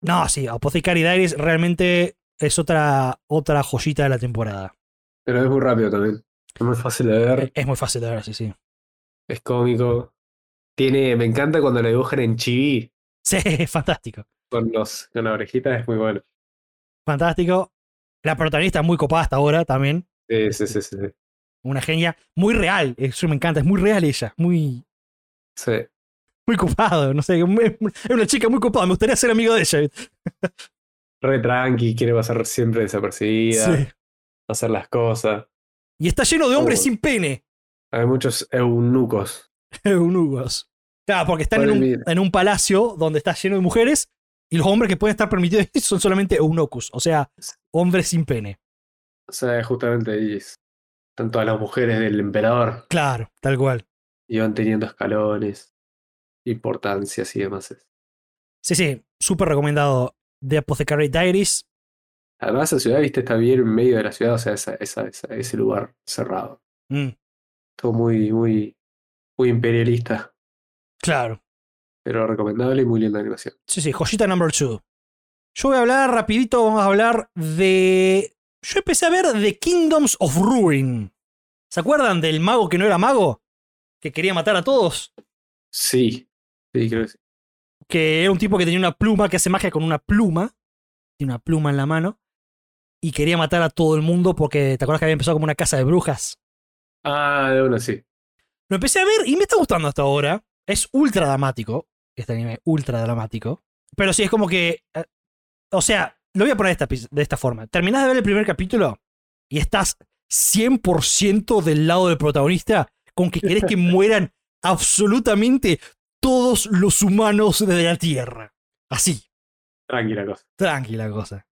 No, sí, Apothecary Diaries realmente es otra, otra joyita de la temporada.
Pero es muy rápido también. Es muy fácil de ver.
Es muy fácil de ver, sí, sí.
Eh, Es cómico. Tiene, me encanta cuando lo dibujan en chibi.
Sí, es fantástico.
con los con la orejita es muy bueno.
Fantástico. La protagonista es muy copada hasta ahora también.
Sí, sí, sí, sí. sí.
Una genia muy real. Eso me encanta. Es muy real ella. Muy,
Sí.
muy copado. No sé, muy- es una chica muy copada. Me gustaría ser amigo de ella.
Re tranqui, quiere pasar siempre desapercibida,
Sí.
hacer las cosas.
Y está lleno de hombres
Oh.
sin pene.
Hay muchos eunucos.
Eunucos. Claro, porque están en un,
Prohibido.
en un palacio donde está lleno de mujeres y los hombres que pueden estar permitidos ahí son solamente eunucos, o sea, hombres sin pene.
O sea, justamente ahí es Están todas las mujeres del emperador.
Claro, tal cual.
Y van teniendo escalones, importancias y demás.
Sí, sí, súper recomendado. The Apothecary Diaries.
Además, esa ciudad, viste, está bien en medio de la ciudad, o sea, esa, esa- esa- ese lugar cerrado.
Mm,
Todo muy, muy, muy imperialista,
claro.
pero recomendable y muy linda animación.
Sí, sí, joyita number two. Yo voy a hablar rapidito, vamos a hablar de... Yo empecé a ver The Kingdoms of Ruin. ¿Se acuerdan del mago que no era mago? Que quería matar a todos.
Sí, sí, creo que sí.
que era un tipo que tenía una pluma, que hace magia con una pluma, tiene una pluma en la mano, y quería matar a todo el mundo porque te acuerdas que había empezado como una casa de brujas.
Ah, de una sí.
Lo empecé a ver y me está gustando hasta ahora. Es ultra dramático, este anime, ultra dramático. Pero sí, es como que... eh, o sea, lo voy a poner de esta, pi- de esta forma. Terminás de ver el primer capítulo y estás 100% del lado del protagonista con que querés que mueran absolutamente todos los humanos de la Tierra. Así
Tranquila cosa.
tranquila cosa.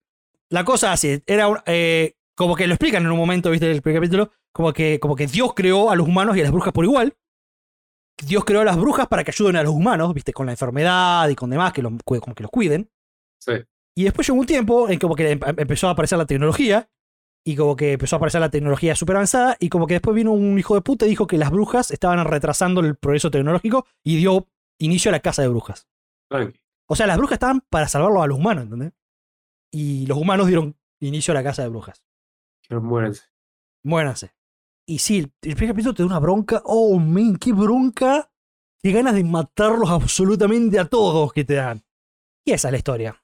La cosa así, era un- eh, como que lo explican en un momento, viste, el primer capítulo, como que, como que Dios creó a los humanos y a las brujas por igual. Dios creó a las brujas para que ayuden a los humanos, viste, con la enfermedad y con demás, que los, cu- como que los cuiden.
Sí.
Y después llegó un tiempo en como que em- empezó a aparecer la tecnología y como que empezó a aparecer la tecnología super avanzada y como que después vino un hijo de puta y dijo que las brujas estaban retrasando el progreso tecnológico y dio inicio a la casa de brujas.
Tranqui.
O sea, las brujas estaban para salvarlo a los humanos, ¿entendés? Y los humanos dieron inicio a la casa de brujas.
Que no muéranse.
Muéranse. Y sí, el el primer capítulo te da una bronca. Oh, men, qué bronca. Qué ganas de matarlos absolutamente a todos que te dan. Y esa es la historia.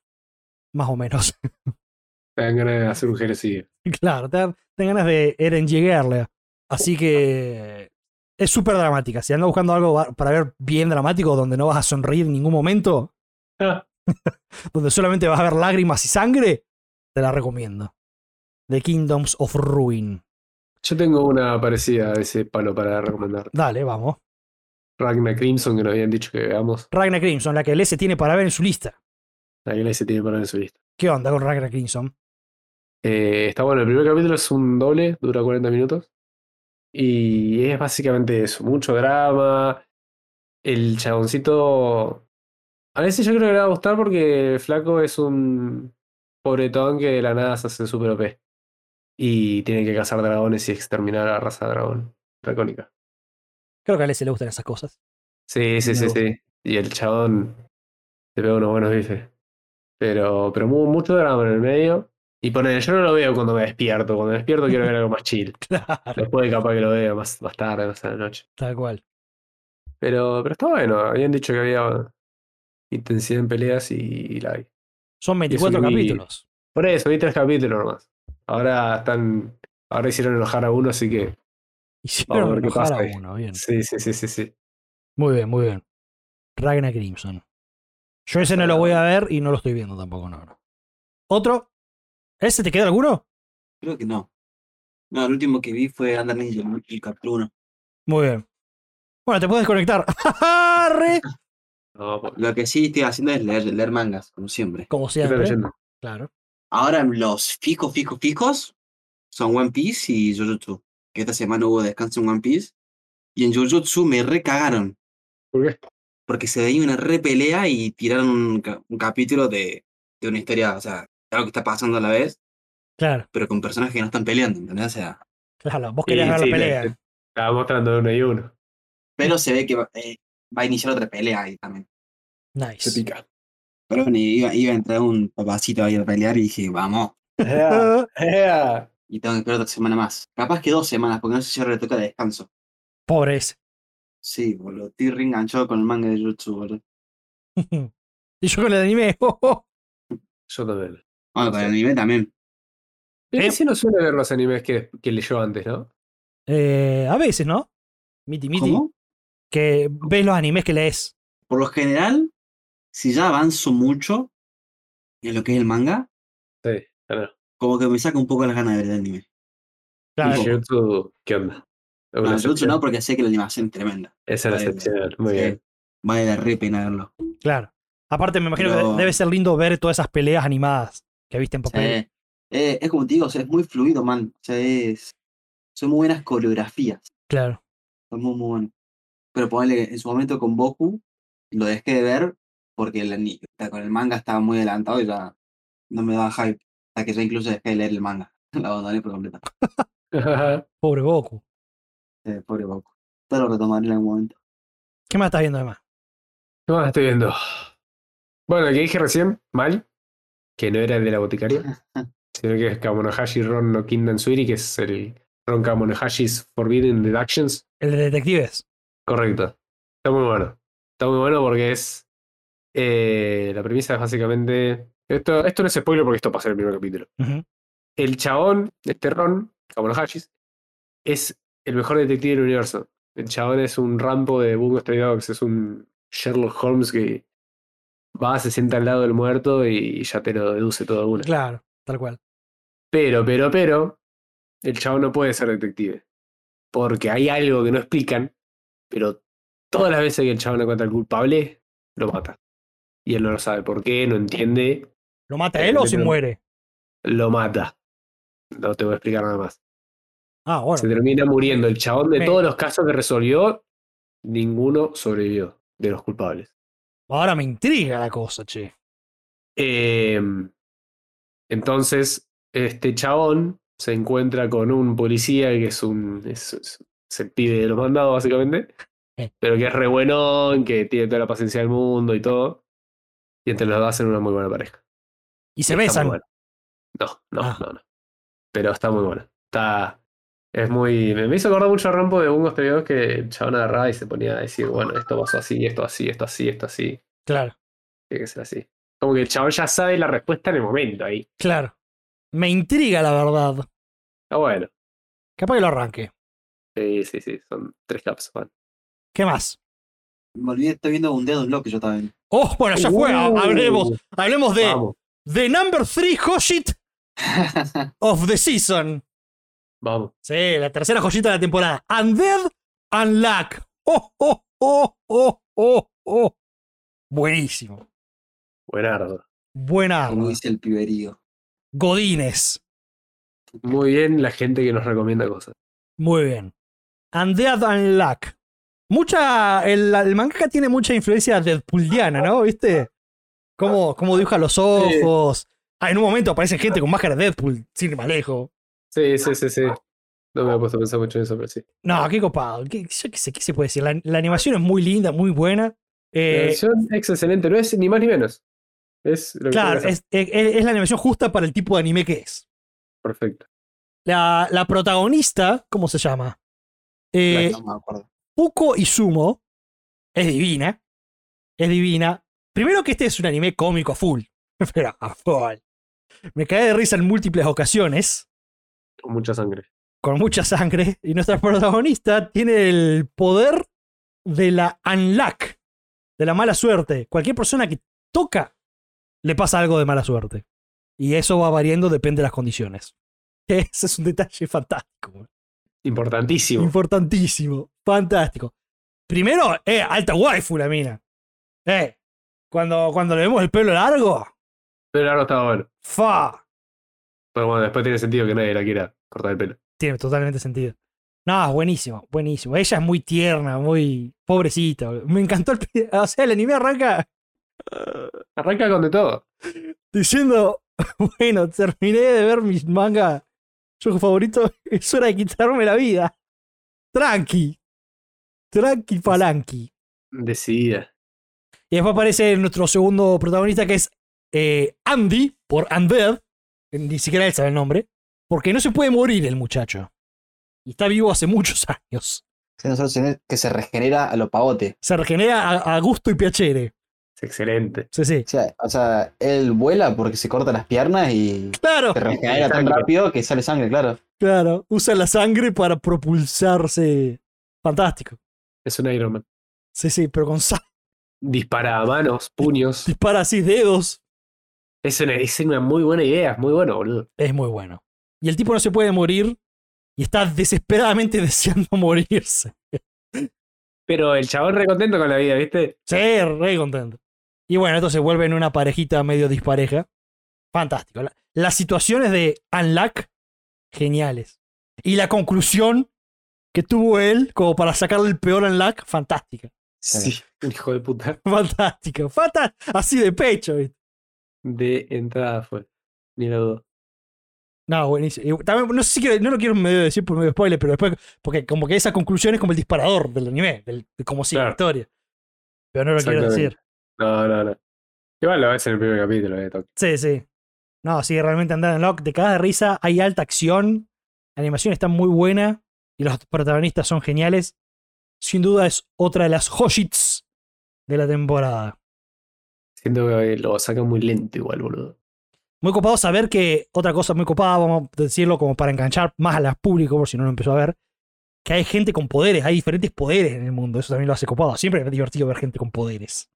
Más o menos.
Te dan ganas de hacer un genocidio.
claro, te dan, te dan ganas de Eren llegarle. Así que es súper dramática. Si andas buscando algo va- para ver bien dramático, donde no vas a sonreír en ningún momento,
Ah,
donde solamente vas a ver lágrimas y sangre, te la recomiendo. The Kingdoms of Ruin.
yo tengo una parecida de ese palo para recomendar.
Dale, vamos.
Ragnar Crimson, que nos habían dicho que veamos.
Ragnar Crimson, la que el S tiene para ver en su lista.
La iglesia tiene para ver en su lista.
¿Qué onda con Ragnar Crimson?
Eh, está bueno, el primer capítulo es un doble, dura 40 minutos. Y es básicamente eso, mucho drama. El chaboncito... A veces yo creo que le va a gustar porque el flaco es un pobretón que de la nada se hace super OP. Y tiene que cazar dragones y exterminar a la raza dragón, dracónica.
Creo que al S le gustan esas cosas.
Sí, sí, sí,
Nuevo.
sí. Y el chabón te pega unos buenos bifes. Pero, pero mu- mucho drama en el medio. Y ponele, yo no lo veo cuando me despierto. Cuando me despierto quiero ver algo más chill.
Claro,
Después capaz que lo veo más, más tarde, más a la noche.
tal cual.
Pero, pero está bueno. Habían dicho que había intensidad en peleas y, y la hay.
Son
que
24
vi-
capítulos.
Por eso, vi tres capítulos nomás. Ahora están. Ahora hicieron enojar a uno, así que.
Hicieron
Vamos a ver qué
enojar
pasa
a
ahí.
uno, bien.
Sí, sí, sí, sí, sí.
Muy bien, muy bien. Ragnar Crimson. Yo ese no lo voy a ver y no lo estoy viendo tampoco, no. no. ¿Otro? ¿Ese te queda alguno?
Creo que no. No, el último que vi fue Under Ninja, el capítulo 1.
Muy bien. Bueno, te puedes desconectar. Re-
No, po-
Lo que sí estoy haciendo es leer, leer mangas, como siempre.
Como
¿qué estás
siempre.
leyendo?
Claro.
Ahora los fijos, fijos, fijos son One Piece y Jujutsu. Que esta semana hubo descanso en One Piece. Y en Jujutsu me recagaron.
¿Por qué?
Porque se veía una repelea y tiraron un, ca- un capítulo de, de una historia, o sea, de algo que está pasando a la vez,
Claro,
pero con personas que no están peleando, ¿entendés? O sea,
claro. Vos
Sí,
querés ver
sí,
la
le-
pelea.
le- Estaba mostrando de uno y uno.
pero se ve que va, eh, va a iniciar otra pelea ahí también.
Se
Nice.
pica.
Pero bueno, iba, iba a entrar un papacito ahí a pelear y dije, vamos.
Ea,
Ah,
ea.
Y tengo que esperar otra semana más. Capaz que dos semanas, porque no sé si ahora le toca descanso.
Pobre ese.
Sí, boludo. Estoy reenganchado con el manga de Jujutsu, boludo.
y yo con el anime.
Yo también.
Bueno, con el anime también.
Eh.
Ese no suele ver los animes que, que leyó antes, ¿no?
Eh, a veces, ¿no? Miti, miti.
¿Cómo?
Que ves los animes que lees.
Por lo general, si ya avanzo mucho en lo que es el manga,
Sí, claro.
como que me saca un poco las ganas de ver el anime.
Claro.
Sí.
Jujutsu, ¿qué onda?
No,
Es una
Jujutsu
excepción.
no, porque sé que la animación es tremenda.
Esa es la
Sí.
excepción, muy
Sí,
bien.
Vale la re pena verlo.
Claro. Aparte, me imagino que
Pero-
de- debe ser lindo ver todas esas peleas animadas que viste en
O sea,
papel.
eh, eh, es como te digo, o sea, es muy fluido, man. O sea, es, Son muy buenas coreografías.
Claro.
Son muy, muy buenas. Pero ponele, en su momento con Boku, lo dejé de ver porque el ani- con el manga estaba muy adelantado y ya no me daba hype. Hasta que ya incluso dejé de leer el manga. Lo abandoné por completo.
Pobre Goku.
Eh, pobre Boku. Pero lo retomaré en algún momento.
¿Qué más estás viendo además?
¿Qué más estoy viendo? Bueno, el que dije recién, mal, que no era el de la boticaria, sino que es Kamonohashi Ron no Kindan Suiri, que es el Ron Kamonohashi's Forbidden Deductions.
El de detectives.
Correcto. Está muy bueno. Está muy bueno porque es. eh, la premisa es básicamente. Esto, esto no es spoiler porque esto pasa en el primer capítulo.
Ujú.
El chabón, este Ron, Kamonohashis, es el mejor detective del universo. El chabón es un rampo de Bungo Stray Dogs, es un Sherlock Holmes que va, se sienta al lado del muerto y ya te lo deduce todo de una.
Claro, tal cual.
Pero, pero, pero, el chabón no puede ser detective. Porque hay algo que no explican, pero todas las veces que el chabón encuentra al culpable, lo mata. Y él no lo sabe por qué, no entiende,
¿Lo mata él o se
Pero-
muere?
lo mata. No te voy a explicar nada más.
Ah, bueno.
Se termina muriendo. El chabón de
Me-
todos los casos que resolvió, ninguno sobrevivió de los culpables.
Ahora me intriga la cosa, che.
Em, entonces, este chabón se encuentra con un policía que es un. Es, es- es el pibe de los mandados, básicamente.
Eh.
Pero que es re bueno, que tiene toda la paciencia del mundo y todo. Y entre los dos hacen una muy buena pareja.
Y se
Está
besan.
muy buena. No, no,
Ah.
no, no. Pero está muy bueno. Está. Es muy. Me me hizo acordar mucho a Rampo de Bungo este video que el chabón agarraba y se ponía a decir, bueno, esto pasó así, esto así, esto así, esto así.
Claro,
Tiene que ser así. Como que el chabón ya sabe la respuesta en el momento ahí.
claro. Me intriga la verdad.
Ah, bueno.
Capaz que lo arranque.
Sí, sí, sí. Son tres caps, man.
¿Qué más?
Me olvidé, estoy viendo un dedo en lo que yo también.
Oh, bueno, ya fue. ha-
Uh,
Hablemos, hablemos de
Vamos,
The Number 3 Hoshit
Ah,
of the Season.
vamos.
Sí, la tercera joyita de la temporada. Undead Unluck. Oh, oh, oh, oh, oh, oh. Buenísimo.
Buenardo.
Buena
Como
arma.
dice el piberío.
Godines.
Muy bien la gente que nos recomienda cosas.
Muy bien. Undead Unluck. Mucha. El, el mangaka tiene mucha influencia deadpooliana, ¿no? ¿Viste? Cómo, cómo dibuja los ojos. Ah, en un momento aparece gente con máscara de Deadpool, sin ir más lejos.
Sí, sí, sí, sí. No me he puesto a pensar mucho en eso, pero sí.
No, qué copado. Qué- yo qué sé, qué se puede decir. La, la animación es muy linda, muy buena.
La
Eh,
versión es excelente, no es ni más ni menos. Es lo que
claro,
tiene que ser.
es, es- es la animación justa para el tipo de anime que es.
perfecto.
La, la protagonista, ¿cómo se llama? Eh,
no me acuerdo.
Puko Izumo es divina. Es divina. Primero que este es un anime cómico a full. Pero a full. Me cae de risa en múltiples ocasiones,
Con mucha sangre.
con mucha sangre, y nuestra protagonista tiene el poder de la unluck, de la mala suerte. Cualquier persona que toca le pasa algo de mala suerte. Y eso va variando, depende de las condiciones. Ese es un detalle fantástico.
Importantísimo.
Importantísimo. Fantástico. Primero, eh, alta waifu la mina. Eh, cuando, cuando le vemos el pelo largo,
pero ahora estaba bueno.
fa.
Pero bueno, después tiene sentido que nadie la quiera cortar el pelo.
Tiene totalmente sentido. No, buenísimo, buenísimo. Ella es muy tierna, muy pobrecita. boludo. Me encantó el. pi- O sea, el anime arranca
Arranca con de todo.
diciendo: Bueno, terminé de ver mis manga, yo favorito, es hora de quitarme la vida. Tranqui. Tranqui palanqui.
Decidida.
Y después aparece nuestro segundo protagonista que es eh, Andy, por Undead. Ni siquiera él sabe el nombre. Porque no se puede morir el muchacho. Y está vivo hace muchos años.
Sí, nosotros tenés que se regenera a los pavotes.
Se regenera a, a gusto y piacere.
Es excelente.
Sí, sí.
O sea, o sea, él vuela porque se corta las piernas y
Claro,
se regenera tan
Sangre.
rápido que sale sangre, claro.
claro. Usa la sangre para propulsarse. Fantástico.
Es un Iron Man.
Sí, sí, pero con sangre.
Dispara a manos, puños.
Dispara así dedos.
Es una, es una muy buena idea, es muy bueno, boludo.
Es muy bueno. Y el tipo no se puede morir. Y está desesperadamente deseando morirse.
Pero el chabón re contento con la vida, ¿viste?
Sí, re contento. Y bueno, esto se vuelve en una parejita medio dispareja. Fantástico. La- las situaciones de Unluck, geniales. y la conclusión que tuvo él como para sacarle el peor enlac, fantástica.
Sí, un hijo de puta.
Fantástica, fantástica. Así de pecho, ¿viste?
De entrada fue. Ni lo dudo.
No, buenísimo. Y también, no, sé si quiero- no lo quiero medio decir por medio spoiler, pero después, porque como que esa conclusión es como el disparador del anime, del- de cómo sigue la
Claro.
historia. Pero no lo quiero decir.
Exactamente. No, no, no. Igual lo ves en el primer capítulo eh, de Tokio.
Sí, sí. No, sí, realmente andar en Lock, te cagas de risa, hay alta acción, la animación está muy buena y los protagonistas son geniales. Sin duda es otra de las hoshits de la temporada.
Siento que lo saca muy lento igual, boludo.
Muy copado saber que otra cosa muy copada, vamos a decirlo como para enganchar más al público, por si no lo empezó a ver, que hay gente con poderes, hay diferentes poderes en el mundo, eso también lo hace copado. Siempre es divertido ver gente con poderes.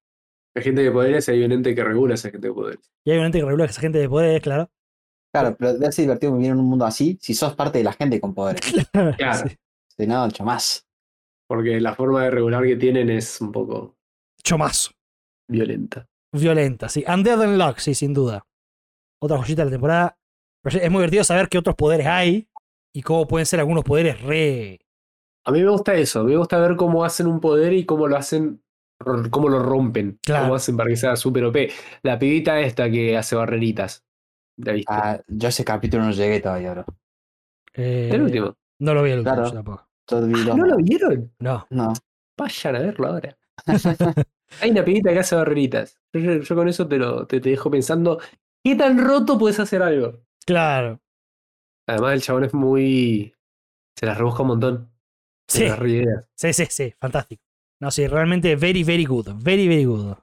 Hay gente de poderes y hay un ente que regula a esa gente de poderes.
Y hay un ente que regula que esa gente de poderes, claro.
Claro, pero debe ser divertido vivir en un mundo así si sos parte de la gente con poderes.
Claro.
Sí.
De nada, chamás.
Porque la forma de regular que tienen es un poco
Chomazo.
violenta.
violenta, sí. Undead and Luck, sí, sin duda. Otra joyita de la temporada. Pero es muy divertido saber qué otros poderes hay y cómo pueden ser algunos poderes re.
A mí me gusta eso. Me gusta ver cómo hacen un poder y cómo lo hacen, cómo lo rompen.
Claro.
Cómo hacen para que sea súper OP. La pibita esta que hace barreritas. ¿La viste?
Ah, yo ese capítulo no llegué todavía, bro.
eh,
el último.
No lo vi el último,
Claro.
yo tampoco.
Yo vi
Ah, ¿No lo vieron?
No.
No.
Vayan a verlo ahora. Hay una pibita que hace barreritas. Yo, yo- yo con eso te, lo, te, te dejo pensando, ¿qué tan roto puedes hacer algo?
Claro.
Además, el chabón es muy. Se las rebusca un montón. Se
Sí,
las reidea.
sí, sí, sí. Fantástico. No, sí, realmente very, very good. Very, very good.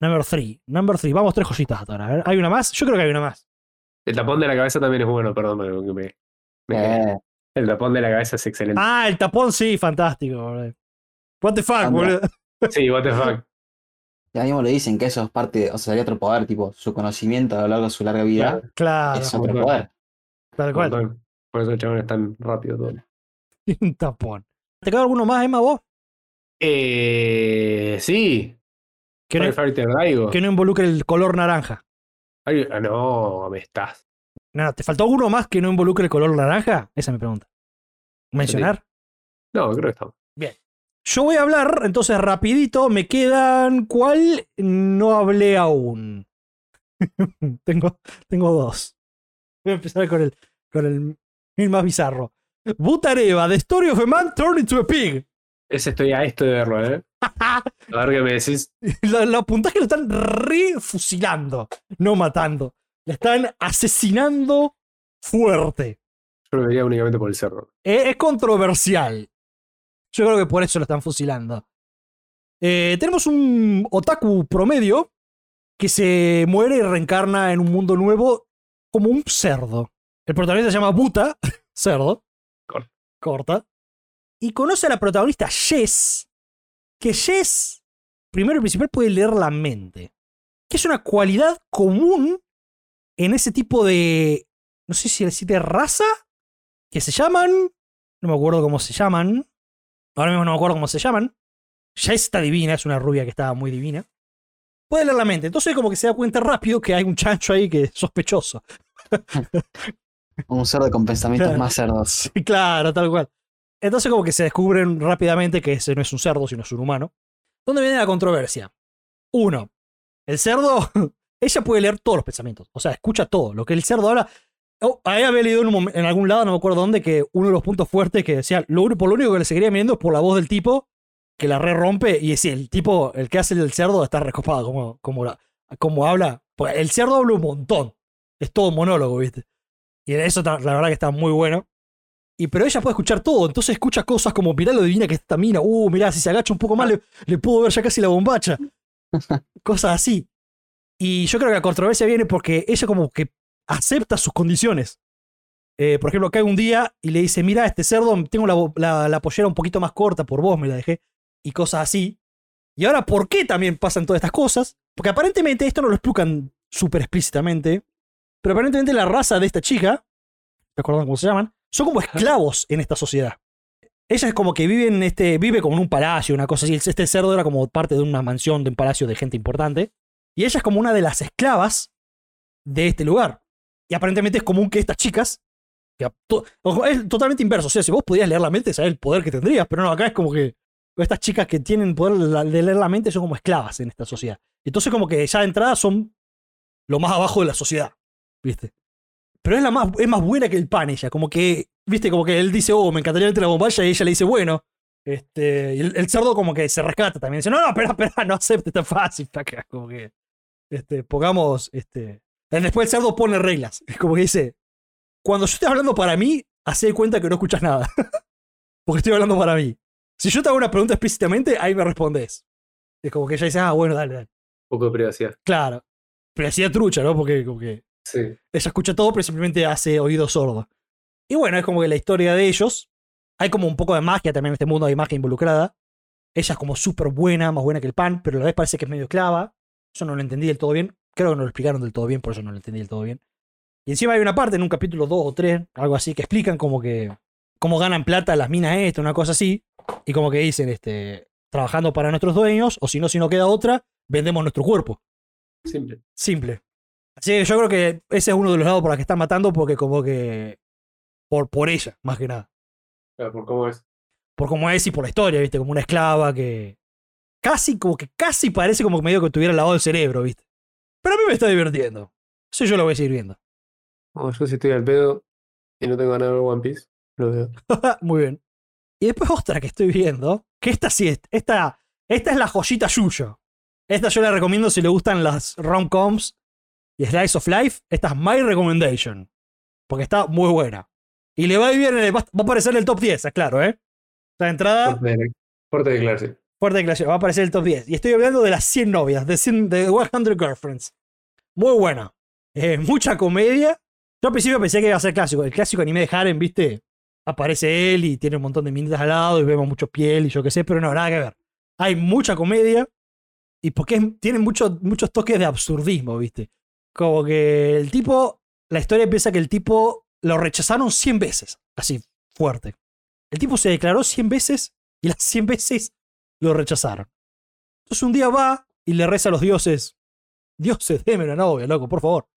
Number three. Number three. Vamos, tres joyitas hasta ahora. A ver, ¿Hay una más? Yo creo que hay una más.
El tapón de la cabeza también es bueno, perdón, pero que me- me cagué.
Eh,
El tapón de la cabeza es excelente.
Ah, el tapón, sí, fantástico, boludo. What the fuck,
Anda.
boludo.
Sí, what the fuck.
ya mismo le dicen que eso es parte, o sea, sería otro poder, tipo, su conocimiento a lo largo de su larga vida
Claro,
es
un
otro
montón.
poder.
tal cual.
Montón. Por eso el chabón es tan rápido todo.
Un tapón. ¿Te queda alguno más, Emma, vos?
Eh, sí.
Que no-
Fire Fighter Daigo.
que no involucre el color naranja.
Ay, ah, no, me estás.
No, no, ¿te faltó uno más que no involucre el color naranja? Esa es mi pregunta. ¿Mencionar?
No, creo que estamos.
Yo voy a hablar, entonces rapidito, me quedan... ¿Cuál? No hablé aún. tengo, tengo dos. Voy a empezar con el, con el, el más bizarro. Butareva, The Story of a Man Turned into a Pig.
Ese estoy a esto de verlo, ¿eh? A ver qué me decís.
Lo, lo apuntás que lo están refusilando, no matando. La están asesinando fuerte.
Yo lo vería únicamente por el cerro.
Eh, es controversial. Yo creo que por eso lo están fusilando. Eh, tenemos un otaku promedio que se muere y reencarna en un mundo nuevo como un cerdo. El protagonista se llama Buta, cerdo.
Corta.
Corta. Y conoce a la protagonista Jess, que Jess, primero y principal, puede leer la mente. Que es una cualidad común en ese tipo de... No sé si decirte raza que se llaman. No me acuerdo cómo se llaman. Ahora mismo no me acuerdo cómo se llaman. Ya está divina, es una rubia que estaba muy divina. Puede leer la mente. Entonces, como que se da cuenta rápido que hay un chancho ahí que es sospechoso.
Un cerdo con pensamientos
Claro.
más cerdos.
Sí, claro, tal cual. Entonces, como que se descubren rápidamente que ese no es un cerdo, sino es un humano. ¿Dónde viene la controversia? Uno, el cerdo, ella puede leer todos los pensamientos. O sea, escucha todo. Lo que el cerdo habla. Oh, ahí había leído en, un mom- en algún lado, no me acuerdo dónde, que uno de los puntos fuertes que decía, lo, único- por lo único que le seguiría mirando es por la voz del tipo, que la re rompe. Y es el tipo, el que hace el cerdo, está recopado, como, como, la- como habla. Pues el cerdo habla un montón. Es todo monólogo, ¿viste? Y eso, ta- la verdad, que está muy bueno. Y pero ella puede escuchar todo, entonces escucha cosas como, mirá lo divina que es esta mina, uh, mirá, si se agacha un poco más le, le puedo ver ya casi la bombacha. cosas así. Y yo creo que la controversia viene porque ella como que acepta sus condiciones. Eh, por ejemplo, cae un día y le dice, mira, este cerdo, tengo la, bo- la- la pollera un poquito más corta, por vos me la dejé, y cosas así. Y ahora, ¿por qué también pasan todas estas cosas? Porque aparentemente, esto no lo explican súper explícitamente, pero aparentemente la raza de esta chica, ¿recuerdan cómo se llaman? Son como esclavos en esta sociedad. Ella es como que vive en este, vive como en un palacio, una cosa así. Este cerdo era como parte de una mansión, de un palacio de gente importante. Y ella es como una de las esclavas de este lugar. Y aparentemente es común que estas chicas Que a to- ojo, es totalmente inverso. O sea, si vos podías leer la mente, sabés el poder que tendrías. Pero no, acá es como que estas chicas que tienen poder la- de leer la mente son como esclavas en esta sociedad. Entonces, como que ya de entrada son lo más abajo de la sociedad. ¿Viste? Pero es, la más, es más buena que el pan ella. Como que, ¿viste? Como que él dice, oh, me encantaría verte la bomballa. Y ella le dice, bueno. Este, y el, el cerdo como que se rescata también. Dice, no, no, espera, espera, no acepte tan fácil. flaca", Como que, este, pongamos, este... Después el cerdo pone reglas. Es como que dice, cuando yo esté hablando para mí, hacé de cuenta que no escuchas nada. Porque estoy hablando para mí. Si yo te hago una pregunta explícitamente, ahí me respondes. Es como que ella dice, ah, bueno, dale, dale.
poco de privacidad.
Claro. Pero hacía trucha, ¿no? Porque como que
Sí.
ella escucha todo, pero simplemente hace oído sordo. Y bueno, es como que la historia de ellos. Hay como un poco de magia también en este mundo, hay magia involucrada. Ella es como súper buena, más buena que el pan, pero a la vez parece que es medio clava. Yo no lo entendí del todo bien. Creo que no lo explicaron del todo bien, por eso no lo entendí del todo bien. Y encima hay una parte en un capítulo 2 o 3, algo así, que explican como que. cómo ganan plata las minas esto, una cosa así. Y como que dicen, este. trabajando para nuestros dueños, o si no, si no queda otra, vendemos nuestro cuerpo.
Simple.
Simple. Así que yo creo que ese es uno de los lados por los que están matando, porque como que. Por, por ella, más que nada.
Claro, por cómo es.
Por cómo es y por la historia, ¿viste? Como una esclava que. Casi, como que casi parece como que medio que tuviera lavado el cerebro, ¿viste? Pero a mí me está divirtiendo. Eso yo lo voy a seguir viendo.
No, yo si estoy al pedo y no tengo ganas de ver One Piece, lo veo.
Muy bien. Y después otra que estoy viendo, que esta sí es. Esta, esta es la joyita Yuyo. Esta yo la recomiendo si le gustan las rom-coms y Slice of Life. Esta es my recommendation. Porque está muy buena. Y le va a ir bien, en el- va va a aparecer en el top 10, claro, ¿eh? La entrada,
Fuerte de- Fuerte declaración.
fuerte declaración, va a aparecer en el top 10. Y estoy hablando de las 100 novias, de, 100, de 100 Girlfriends. Muy buena. Eh, mucha comedia. Yo al principio pensé que iba a ser clásico. El clásico anime de Harem, ¿viste? Aparece él y tiene un montón de minitas al lado y vemos mucho piel y yo qué sé, pero no, nada que ver. Hay mucha comedia y porque es- tiene mucho- muchos toques de absurdismo, ¿viste? Como que el tipo, la historia empieza que el tipo lo rechazaron 100 veces, así fuerte. El tipo se declaró 100 veces y las 100 veces lo rechazaron. Entonces un día va y le reza a los dioses, dioses, deme una novia, loco, por favor.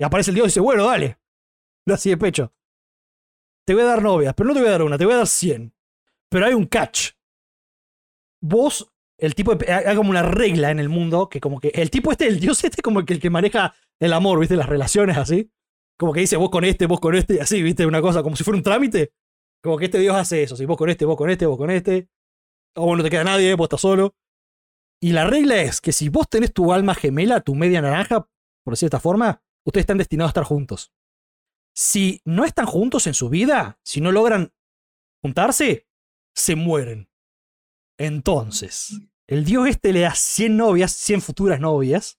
Y aparece el dios y dice, bueno, dale. Así de pecho. Te voy a dar novias, pero no te voy a dar una, te voy a dar 100. Pero hay un catch. Vos, el tipo, de- hay hay como una regla en el mundo que como que el tipo este, el dios este, como que el que maneja el amor, ¿viste? Las relaciones así. Como que dice, vos con este, vos con este, y así, ¿viste? Una cosa, como si fuera un trámite. Como que este dios hace eso, si vos con este, vos con este, vos con este. O bueno, no te queda nadie, vos estás solo. Y la regla es que si vos tenés tu alma gemela, tu media naranja, por decir de esta forma, ustedes están destinados a estar juntos. Si no están juntos en su vida, si no logran juntarse, se mueren. Entonces, el dios este le da 100 novias, 100 futuras novias,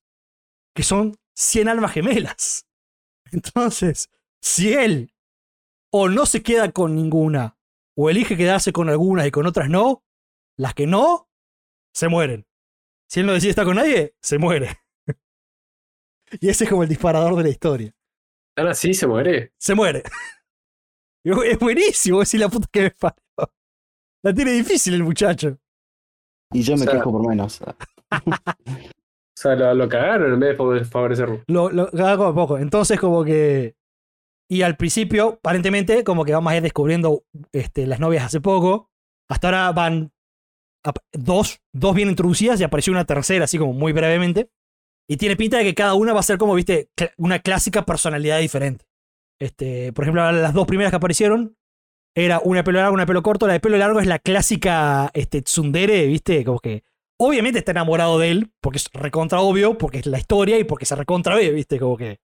que son 100 almas gemelas. Entonces, si él o no se queda con ninguna, o elige quedarse con algunas y con otras no, las que no, se mueren. Si él no decide estar con nadie, se muere. Y ese es como el disparador de la historia
Ahora así se muere.
se muere. Y bu- Es buenísimo, es la puta que me parió. La tiene difícil el muchacho.
Y yo me
O sea-
quejo por menos.
O sea, lo, lo cagaron en vez de favore- favorecerlo.
Lo, lo hago a poco. Entonces, como que. Y al principio, aparentemente, como que vamos a ir descubriendo este, las novias hace poco. Hasta ahora van ap- dos, dos bien introducidas y apareció una tercera, así como muy brevemente. Y tiene pinta de que cada una va a ser como, viste, cl- una clásica personalidad diferente. Este, por ejemplo, las dos primeras que aparecieron era una de pelo largo, una de pelo corto. La de pelo largo es la clásica este, tsundere, viste, como que obviamente está enamorado de él, porque es recontra obvio, porque es la historia y porque se recontra ve, viste, como que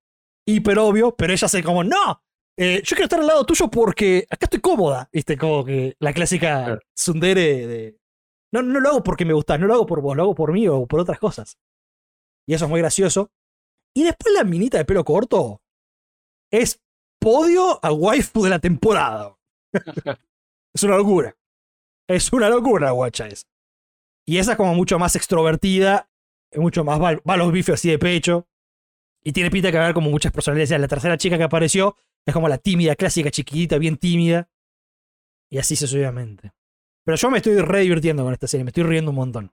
hiper obvio, pero ella se como, no, eh, yo quiero estar al lado tuyo porque acá estoy cómoda, viste, como que la clásica
Claro.
tsundere de... No, no lo hago porque me gustas, no lo hago por vos, lo hago por mí o por otras cosas. Y eso es muy gracioso. Y después la minita de pelo corto es podio a waifu de la temporada. es una locura. Es una locura, guacha esa. Y esa es como mucho más extrovertida, es mucho más va, va a los bifes así de pecho. Y tiene pinta que va a haber como muchas personalidades. La tercera chica que apareció es como la tímida, clásica, chiquitita, bien tímida. Y así sucesivamente. Pero yo me estoy re divirtiendo con esta serie, me estoy riendo un montón.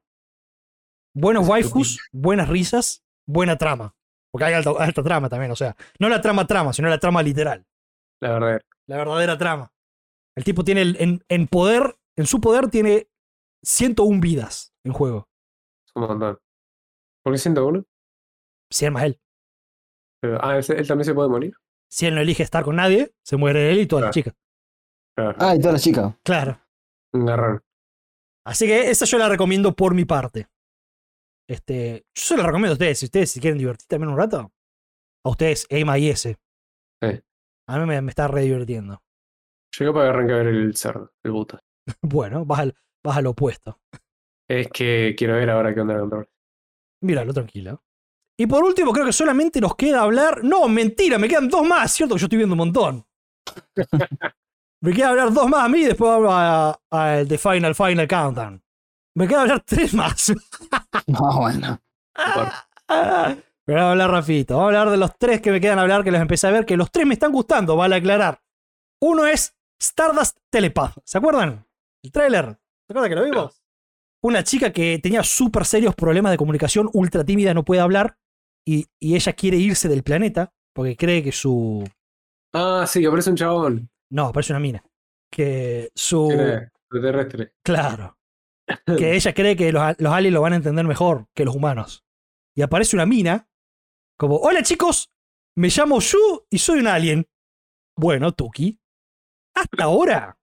Buenos waifus, buenas risas, buena trama. Porque hay alta, alta trama también, o sea, no la trama trama, sino la trama literal.
La verdad.
la verdadera trama. El tipo tiene el- en, en poder, en su poder tiene 101 vidas en juego.
Es un montón. ¿Por qué 101?
100 más él.
Pero, ah, ¿él, él también se puede morir.
Si él no elige estar con nadie, se muere él y todas las chicas.
Claro,
Ah, y todas las chicas.
Claro.
un garrón.
Así que esa yo la recomiendo por mi parte. Este, yo se la recomiendo a ustedes. Si ustedes se quieren divertir también un rato, a ustedes, Ema y S.
Sí.
A mí me, me está re divirtiendo.
Llegó para arrancar el cerdo, el buta.
Bueno, vas al, vas al opuesto.
Es que quiero ver ahora qué onda con Robert.
Míralo, tranquilo. Y por último, creo que solamente nos queda hablar. No, mentira, me quedan dos más. Cierto que yo estoy viendo un montón. me queda hablar dos más a mí y después hablo a- al de Final Final Countdown. Me queda hablar tres más.
No, bueno.
Ah, Pero vamos a hablar rapidito. Vamos a hablar de los tres que me quedan a hablar, que los empecé a ver, que los tres me están gustando, vale aclarar. Uno es Stardust Telepath. ¿Se acuerdan? El tráiler. ¿Se acuerdan que lo vimos? Una chica que tenía súper serios problemas de comunicación, ultra tímida, no puede hablar, y, y ella quiere irse del planeta porque cree que su...
Ah, sí, que aparece un chabón.
No, parece una mina. Que su...
Era extraterrestre.
Claro. Que ella cree que los, a- los aliens lo van a entender mejor que los humanos. Y aparece una mina, como, hola chicos, me llamo Yu y soy un alien. Bueno, Tuki. Hasta ahora.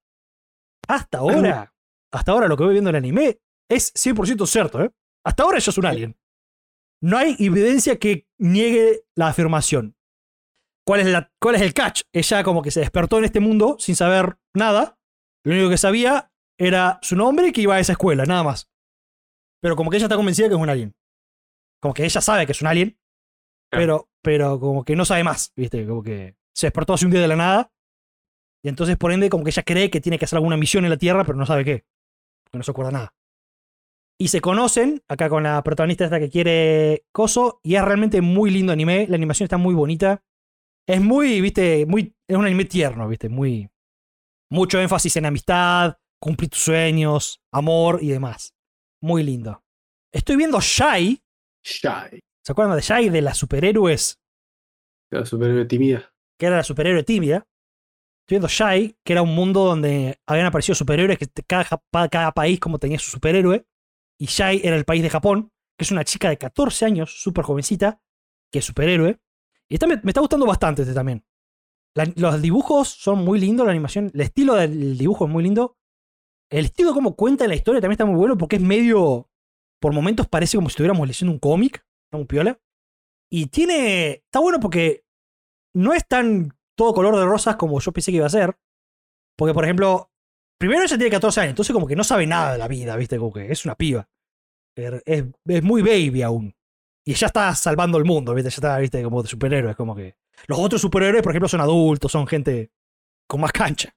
Hasta ahora. Hasta ahora lo que voy viendo en el anime es 100% cierto, ¿eh? Hasta ahora ella es un alien. No hay evidencia que niegue la afirmación. ¿Cuál es, la, ¿Cuál es el catch? Ella como que se despertó en este mundo sin saber nada. Lo único que sabía era su nombre y que iba a esa escuela, nada más. Pero como que ella está convencida que es un alien. Como que ella sabe que es un alien, pero, pero como que no sabe más, ¿viste? Como que se despertó hace un día de la nada. Y entonces, por ende, como que ella cree que tiene que hacer alguna misión en la Tierra, pero no sabe qué. Porque no se acuerda nada. Y se conocen acá con la protagonista esta que quiere Coso. Y es realmente muy lindo anime. La animación está muy bonita. Es muy, viste, muy. Es un anime tierno, viste, muy. Mucho énfasis en amistad, cumplir tus sueños, amor y demás. Muy lindo. Estoy viendo Shai.
Shy.
¿Se acuerdan de Shai de las superhéroes?
La superhéroe tímida.
Que era la superhéroe tímida. Estoy viendo Shai, que era un mundo donde habían aparecido superhéroes, que te- cada, ja- cada país como tenía su superhéroe. Y Shai era el país de Japón, que es una chica de 14 años, súper jovencita, que es superhéroe. Y esta me, me está gustando bastante este también. La- los dibujos son muy lindos, la animación, el estilo del dibujo es muy lindo. El estilo como cuenta la historia también está muy bueno porque es medio, por momentos parece como si estuviéramos leyendo un cómic, está muy piola. Y tiene, está bueno porque no es tan todo color de rosas como yo pensé que iba a ser. Porque, por ejemplo, primero ella tiene 14 años, entonces como que no sabe nada de la vida, ¿viste? Como que es una piba. Er- Es, es muy baby aún. Y ya está salvando el mundo, ¿viste? Ya está, ¿viste? Como de superhéroes, como que... Los otros superhéroes, por ejemplo, son adultos, son gente con más cancha.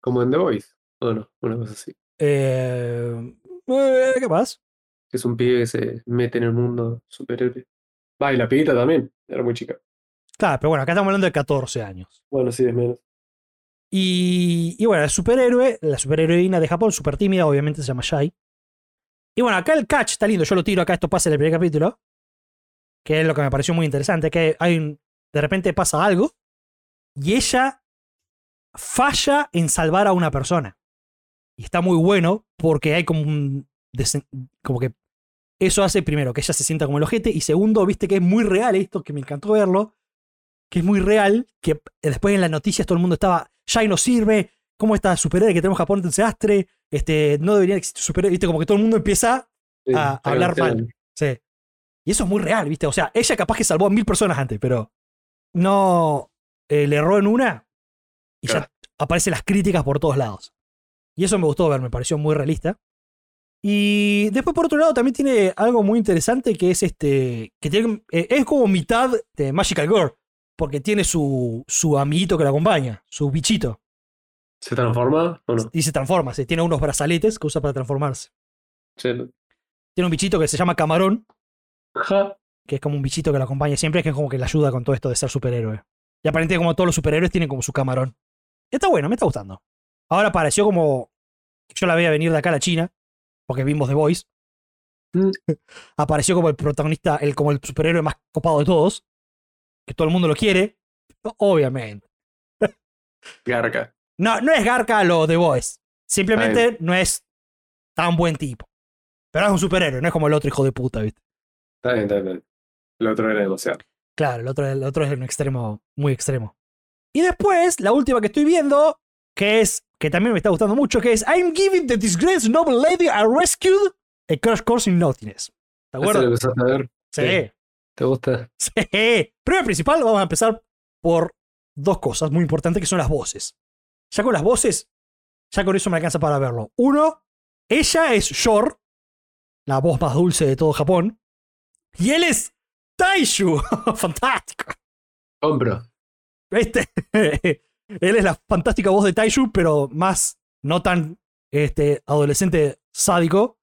Como en The Voice. O no, una cosa así.
Eh, eh, ¿Qué más?
Que es un pibe que se mete en el mundo superhéroe. Va, y la pibita también. Era muy chica.
Claro, pero bueno, acá estamos hablando de 14 años.
Bueno, sí, es menos.
Y, y bueno, el superhéroe, la superheroína de Japón, súper tímida, obviamente se llama Shai. Y bueno, acá el catch está lindo, yo lo tiro acá, esto pasa en el primer capítulo. Que es lo que me pareció muy interesante, que hay un- de repente pasa algo y ella falla en salvar a una persona. Y está muy bueno porque hay como un... desen- Como que eso hace primero que ella se sienta como el ojete y segundo, viste que es muy real esto, que me encantó verlo que es muy real, que eh, después en las noticias todo el mundo estaba, Shai no sirve, ¿cómo está superhéroe que tenemos en Japón es un desastre? Este, no debería existir superhéroe, viste, como que todo el mundo empieza, Ah, hablar mal. sí. Y eso es muy real, viste, o sea, ella capaz que salvó a mil personas antes, pero no, eh, le erró en una y ya
Claro.
aparecen las críticas por todos lados. Y eso me gustó ver, me pareció muy realista. Y después, por otro lado, también tiene algo muy interesante que es este. que tiene, eh, es como mitad de Magical Girl. Porque tiene su, su amiguito que la acompaña, su bichito.
¿Se transforma o no?
Y se transforma, se tiene unos brazaletes que usa para transformarse.
Che, no.
Tiene un bichito que se llama Camarón,
Ja.
que es como un bichito que la acompaña siempre, que es como que le ayuda con todo esto de ser superhéroe. Y aparentemente, como todos los superhéroes, tienen como su camarón. Está bueno, me está gustando. Ahora pareció como. Yo la veía venir de acá a la China, porque vimos The Voice.
Mm.
Apareció como el protagonista, el, como el superhéroe más copado de todos. Que todo el mundo lo quiere. Obviamente.
Garca.
No, no es Garca lo de Boys. Simplemente no es tan buen tipo. Pero es un superhéroe, no es como el otro hijo de puta, ¿viste?
Está bien, está bien. El otro era demasiado.
Claro, el otro, el otro es un extremo muy extremo. Y después, la última que estoy viendo, que es, que también me está gustando mucho, que es I'm giving the disgraced noble lady a rescued a crash course in naughtiness. ¿Te
Eso lo
acuerdas?
empezaste a ver.
Sí,
¿Te gusta?
sí. Primero y principal, vamos a empezar por dos cosas muy importantes que son las voces. Ya con las voces, ya con eso me alcanza para verlo. Uno, ella es Shor, la voz más dulce de todo Japón. Y él es Taishu. Fantástico.
Compro.
Este, él es la fantástica voz de Taishu, pero más no tan este, adolescente sádico.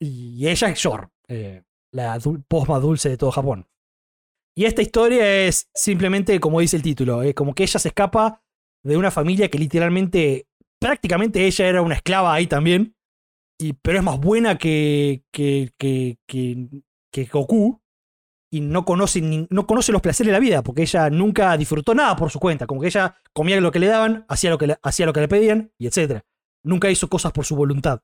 Y ella es Shor, eh, la dul- voz más dulce de todo Japón. Y esta historia es simplemente como dice el título, eh, como que ella se escapa de una familia que literalmente, prácticamente ella era una esclava ahí también, y, pero es más buena que, que, que, que, que Goku, y no conoce, ni- no conoce los placeres de la vida, porque ella nunca disfrutó nada por su cuenta. Como que ella comía lo que le daban, hacía lo que le, hacía lo que le pedían, y etc. Nunca hizo cosas por su voluntad.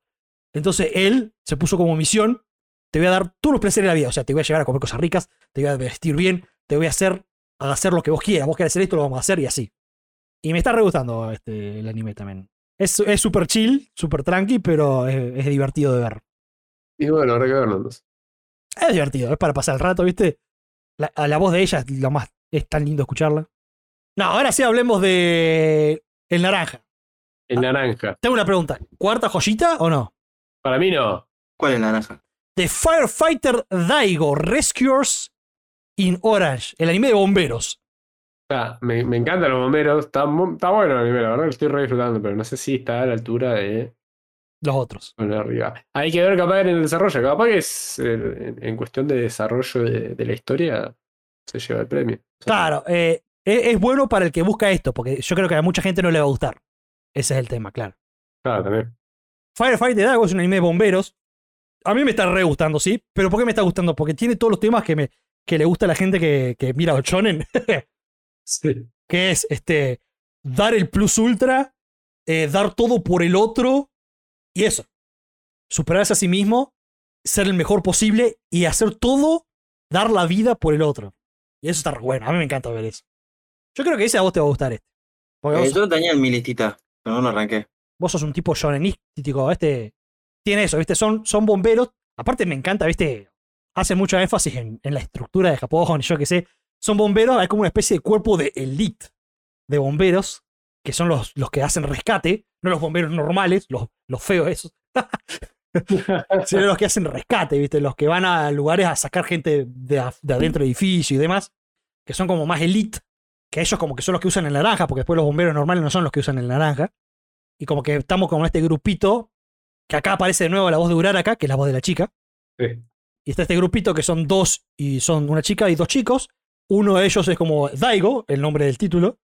Entonces él se puso como misión: te voy a dar todos los placeres de la vida. O sea, te voy a llevar a comer cosas ricas, te voy a vestir bien, te voy a hacer, a hacer lo que vos quieras. Vos querés hacer esto, lo vamos a hacer, y así. Y me está re gustando este, el anime también. Es es súper chill, súper tranqui, pero es- es divertido de ver.
Y bueno, habrá que verlo entonces.
Es divertido, es para pasar el rato, ¿viste? La, a la voz de ella es lo más. Es tan lindo escucharla. No, ahora sí hablemos de. El naranja.
El
Ah.
naranja.
Tengo una pregunta. ¿Cuarta joyita o no?
Para mí no.
¿Cuál es la naranja?
Eh,
The Firefighter Daigo Rescuers in Orange. El anime de bomberos.
O sea, me, me encantan los bomberos. Está, mu- está bueno el anime, la verdad que lo estoy re disfrutando, pero no sé si está a la altura de
Los otros.
poner arriba. Hay que ver capaz en el desarrollo. Capaz que es eh, en, en cuestión de desarrollo de, de la historia se lleva el premio. O sea,
Claro, eh, es, es bueno para el que busca esto, porque yo creo que a mucha gente no le va a gustar. Ese es el tema, claro.
Claro, también.
Firefighter Dago es un anime de bomberos. A mí me está re gustando, sí. Pero ¿por qué me está gustando? Porque tiene todos los temas que, me, que le gusta a la gente que, que mira los shonen,
Sí.
que es este, dar el plus ultra, eh, dar todo por el otro y eso. Superarse a sí mismo, ser el mejor posible y hacer todo, dar la vida por el otro. Y eso está re bueno. A mí me encanta ver eso. Yo creo que ese a vos te va a gustar este. Porque vos,
Eh, yo lo tenía en mi listita, pero no lo arranqué.
vos sos un tipo shonenístico, este tiene eso, ¿viste? Son, son bomberos. Aparte me encanta, ¿viste? Hace mucho énfasis en, en la estructura de Japón, yo qué sé. Son bomberos, hay como una especie de cuerpo de elite de bomberos, que son los, los que hacen rescate, no los bomberos normales, los, los feos esos, sino los que hacen rescate, ¿viste? Los que van a lugares a sacar gente de, a- de adentro del edificio y demás, que son como más elite, que ellos como que son los que usan el naranja, porque después los bomberos normales no son los que usan el naranja. Y como que estamos con este grupito, que acá aparece de nuevo la voz de Uraraka, que es la voz de la chica.
Sí.
Y está este grupito que son dos, y son una chica y dos chicos. Uno de ellos es como Daigo, el nombre del título,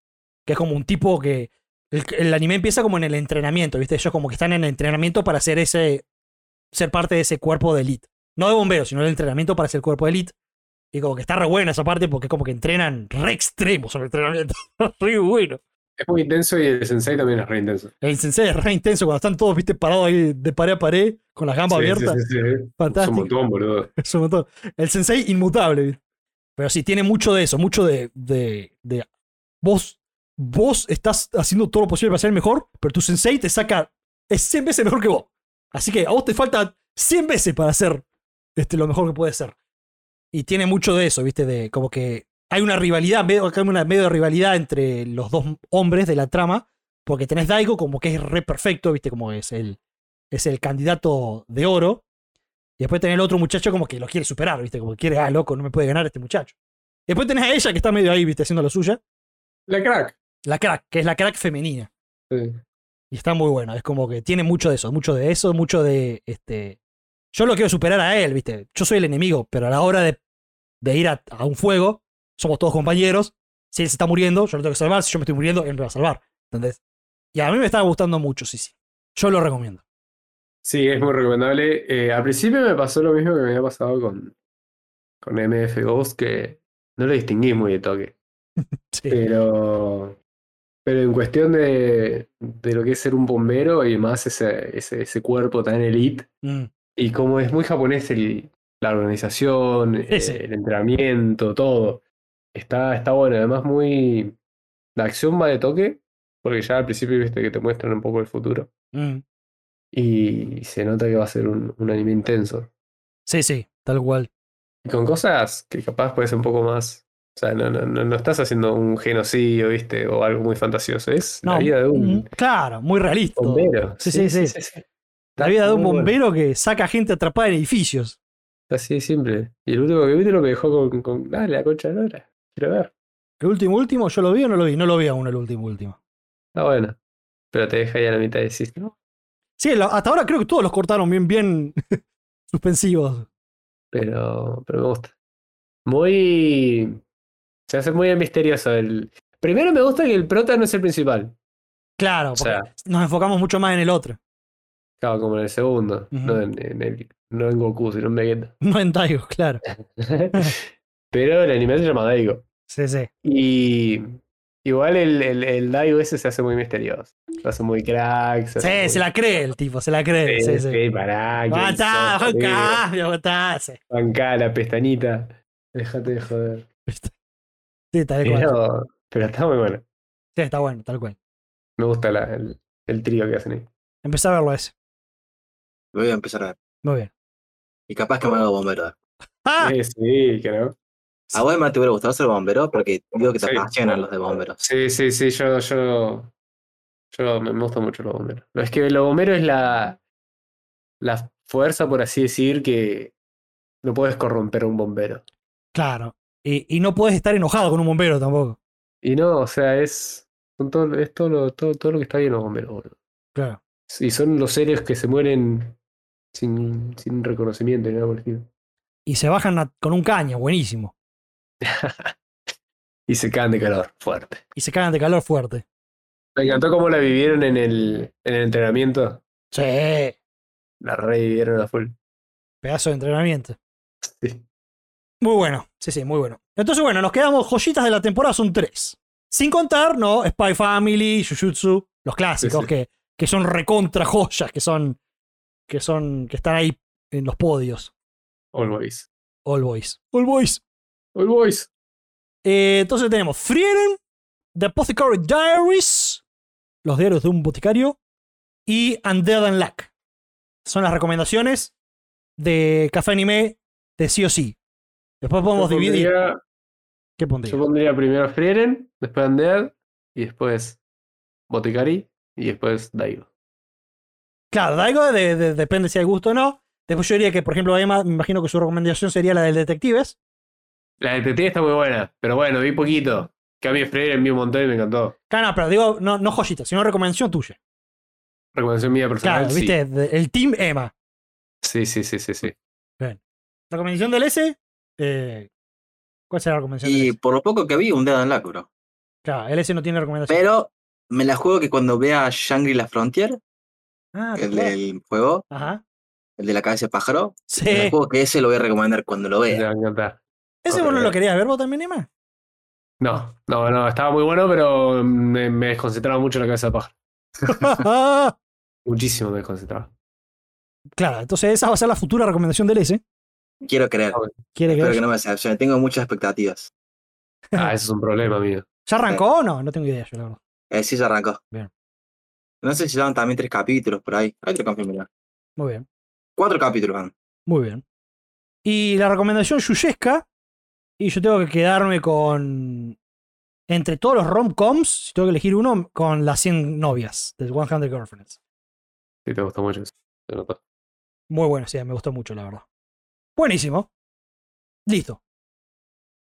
que es como un tipo que... El, el anime empieza como en el entrenamiento, ¿viste? Ellos como que están en el entrenamiento para ser ese... Ser parte de ese cuerpo de elite. No de bomberos, sino del entrenamiento para ser cuerpo de elite. Y como que está re buena esa parte porque como que entrenan re extremos sobre entrenamiento. re bueno.
Es muy intenso y el sensei también es re intenso.
El sensei es re intenso cuando están todos, viste, parados ahí de pared a pared, con las gambas
Sí, sí,
abiertas.
sí, sí. Es un
Fantástico.
montón, boludo.
Es un montón. El sensei inmutable. ¿viste? Pero sí, tiene mucho de eso, mucho de. de, de- vos, vos estás haciendo todo lo posible para ser el mejor, pero tu sensei te saca. Es 100 veces mejor que vos. Así que a vos te falta 100 veces para ser este, lo mejor que puedes ser. Y tiene mucho de eso, ¿viste? De como que hay una rivalidad, medio, acá hay una medio de rivalidad entre los dos hombres de la trama, porque tenés Daigo como que es re perfecto, ¿viste? Como es el, es el candidato de oro, y después tenés el otro muchacho como que lo quiere superar, ¿viste? Como que quiere, ah, loco, no me puede ganar este muchacho. Y después tenés a ella que está medio ahí, ¿viste? Haciendo lo suya.
La crack.
La crack, que es la crack femenina.
Sí.
Y está muy buena. Es como que tiene mucho de eso, mucho de eso, mucho de este. Yo lo quiero superar a él, ¿viste? Yo soy el enemigo, pero a la hora de, de ir a, a un fuego, somos todos compañeros. Si él se está muriendo, yo lo tengo que salvar. Si yo me estoy muriendo, él me va a salvar. ¿Entendés? Y a mí me está gustando mucho, sí, sí. Yo lo recomiendo.
Sí, es muy recomendable. Eh, al principio me pasó lo mismo que me había pasado con, con MF Ghost, que no lo distinguí muy de toque.
Sí.
Pero Pero en cuestión de, de lo que es ser un bombero y más ese, ese, ese cuerpo tan elite,
Mm.
y como es muy japonés el- la organización, eh,
sí.
el entrenamiento, todo, está, está bueno. Además, muy. La acción va de toque, porque ya al principio viste que te muestran un poco el futuro.
Mm.
Y se nota que va a ser un, un anime intenso.
Sí, sí, tal cual.
Y con cosas que capaz puede ser un poco más. O sea, no, no, no, no estás haciendo un genocidio, ¿viste? O algo muy fantasioso. Es
No,
la vida de un
mm, claro, muy realista.
bombero.
Sí, sí, sí. La vida de un bombero que saca gente atrapada en edificios.
Así es siempre. Y el último capítulo me dejó con. con Dale, la concha de la lora. Quiero ver.
El último, último, yo lo vi o no lo vi. No lo vi aún el último, último.
Está bueno. Pero te deja ahí a la mitad y decís, no,
Sí, lo- hasta ahora creo que todos los cortaron bien, bien suspensivos.
pero, pero me gusta. Muy. Se hace muy misterioso. El... Primero me gusta que el prota no es el principal.
Claro,
O
porque
sea,
nos enfocamos mucho más en el otro,
claro, como en el segundo.
Ujú.
No en, en el, no en Goku, sino en Vegeta.
no en Taigo, claro.
pero el anime se llama Daigo.
Sí, sí.
Y. Igual el, el, el Daigo ese se hace muy misterioso. Se hace muy crack. Se,
Sí,
hace muy-
se la cree el tipo, se la cree. Sí, sí.
Sí, pará, que
Aguantá,
sos, boludo.
bancá, aguantá, sí.
Bancá la pestañita. Déjate de joder.
Sí, tal cual.
Pero, pero está muy bueno.
Sí, está bueno, tal cual.
Me gusta la- el, el trío que hacen ahí.
Empecé a verlo ese.
Lo voy a empezar a ver.
Muy bien.
Y capaz que me haga bombero.
¡Ah!
Sí, sí, que no.
A vos más te hubiera gustado ser bombero porque digo que te
Sí.
apasionan los de bomberos.
Sí, sí, sí, yo, yo, yo me, me gusta mucho los bomberos. No, Es que los bomberos es la, la fuerza, por así decir, que no puedes corromper a un bombero.
Claro. Y, y no puedes estar enojado con un bombero tampoco.
Y no, o sea, es, son todo, es todo, lo, todo, todo lo que está bien los bomberos, boludo.
Claro.
Y son los seres que se mueren sin, sin reconocimiento ni nada por el estilo.
Y se bajan a- con un caño, buenísimo.
Y se caen de calor, fuerte.
Y se cagan de calor fuerte.
Me encantó cómo la vivieron en el, en el entrenamiento.
Sí.
La revivieron a full.
Pedazo de entrenamiento.
Sí.
Muy bueno. Sí, sí, muy bueno. Entonces, bueno, nos quedamos joyitas de la temporada, son tres. Sin contar, ¿no? Spy Family, Jujutsu, los clásicos
Sí, sí.
Que, que son recontra joyas, que son, que son, que están ahí en los podios.
All boys.
All Boys. All Boys.
All boys.
Eh, entonces tenemos Frieren, The Apothecary Diaries, Los diarios de un boticario, y Undead and Luck. Son las recomendaciones de Café Anime de sí o sí. Después podemos
Yo
dividir.
pondría-
¿Qué pondría?
Yo pondría primero Frieren, después Undead, y después Boticari, y después Daigo.
Claro, Daigo de- de- depende si hay gusto o no. Después yo diría que, por ejemplo, Emma, me imagino que su recomendación sería la del Detectives.
La detective está muy buena, pero bueno, vi poquito. Que a mí Frieren vi un montón y me encantó.
Claro, no, pero digo, no, no joyita, sino recomendación tuya.
Recomendación mía personal.
Claro,
sí.
viste, de- el Team Emma.
Sí, sí, sí, sí, sí.
Recomendación del S. eh, ¿Cuál será la recomendación del
Y
S?
por lo poco que vi, un dedo en la bro.
Claro, el S no tiene recomendación.
Pero me la juego que cuando vea Shangri La Frontier,
Ah,
el
claro.
del juego,
Ajá.
el de la cabeza de pájaro, me la
Sí.
juego que ese lo voy a recomendar cuando lo
Te
vea.
va a encantar.
¿Ese vos no lo querías ver vos también, Emma?
No, no, no, estaba muy bueno, pero me, me desconcentraba mucho la cabeza de pájaro. Muchísimo me desconcentraba.
claro, entonces esa va a ser la futura recomendación del S.
Quiero creer,
¿Quiere que
espero que
vaya?
no me decepcione. Tengo muchas expectativas.
Ah, eso es un problema mío.
¿Ya arrancó o no? No tengo idea, yo la verdad.
Eh, sí, ya arrancó.
Bien.
No sé si llevan también tres capítulos por ahí. Ahí te lo confirmo, mirá.
Muy bien,
Cuatro capítulos van.
muy bien. Y la recomendación Yuyesca. Y yo tengo que quedarme con. Entre todos los rom-coms, si tengo que elegir uno, con las 100 novias, de 100 Girlfriends.
Sí, te gustó mucho eso. Se notó.
Muy bueno, sí, me gustó mucho, la verdad. Buenísimo. Listo.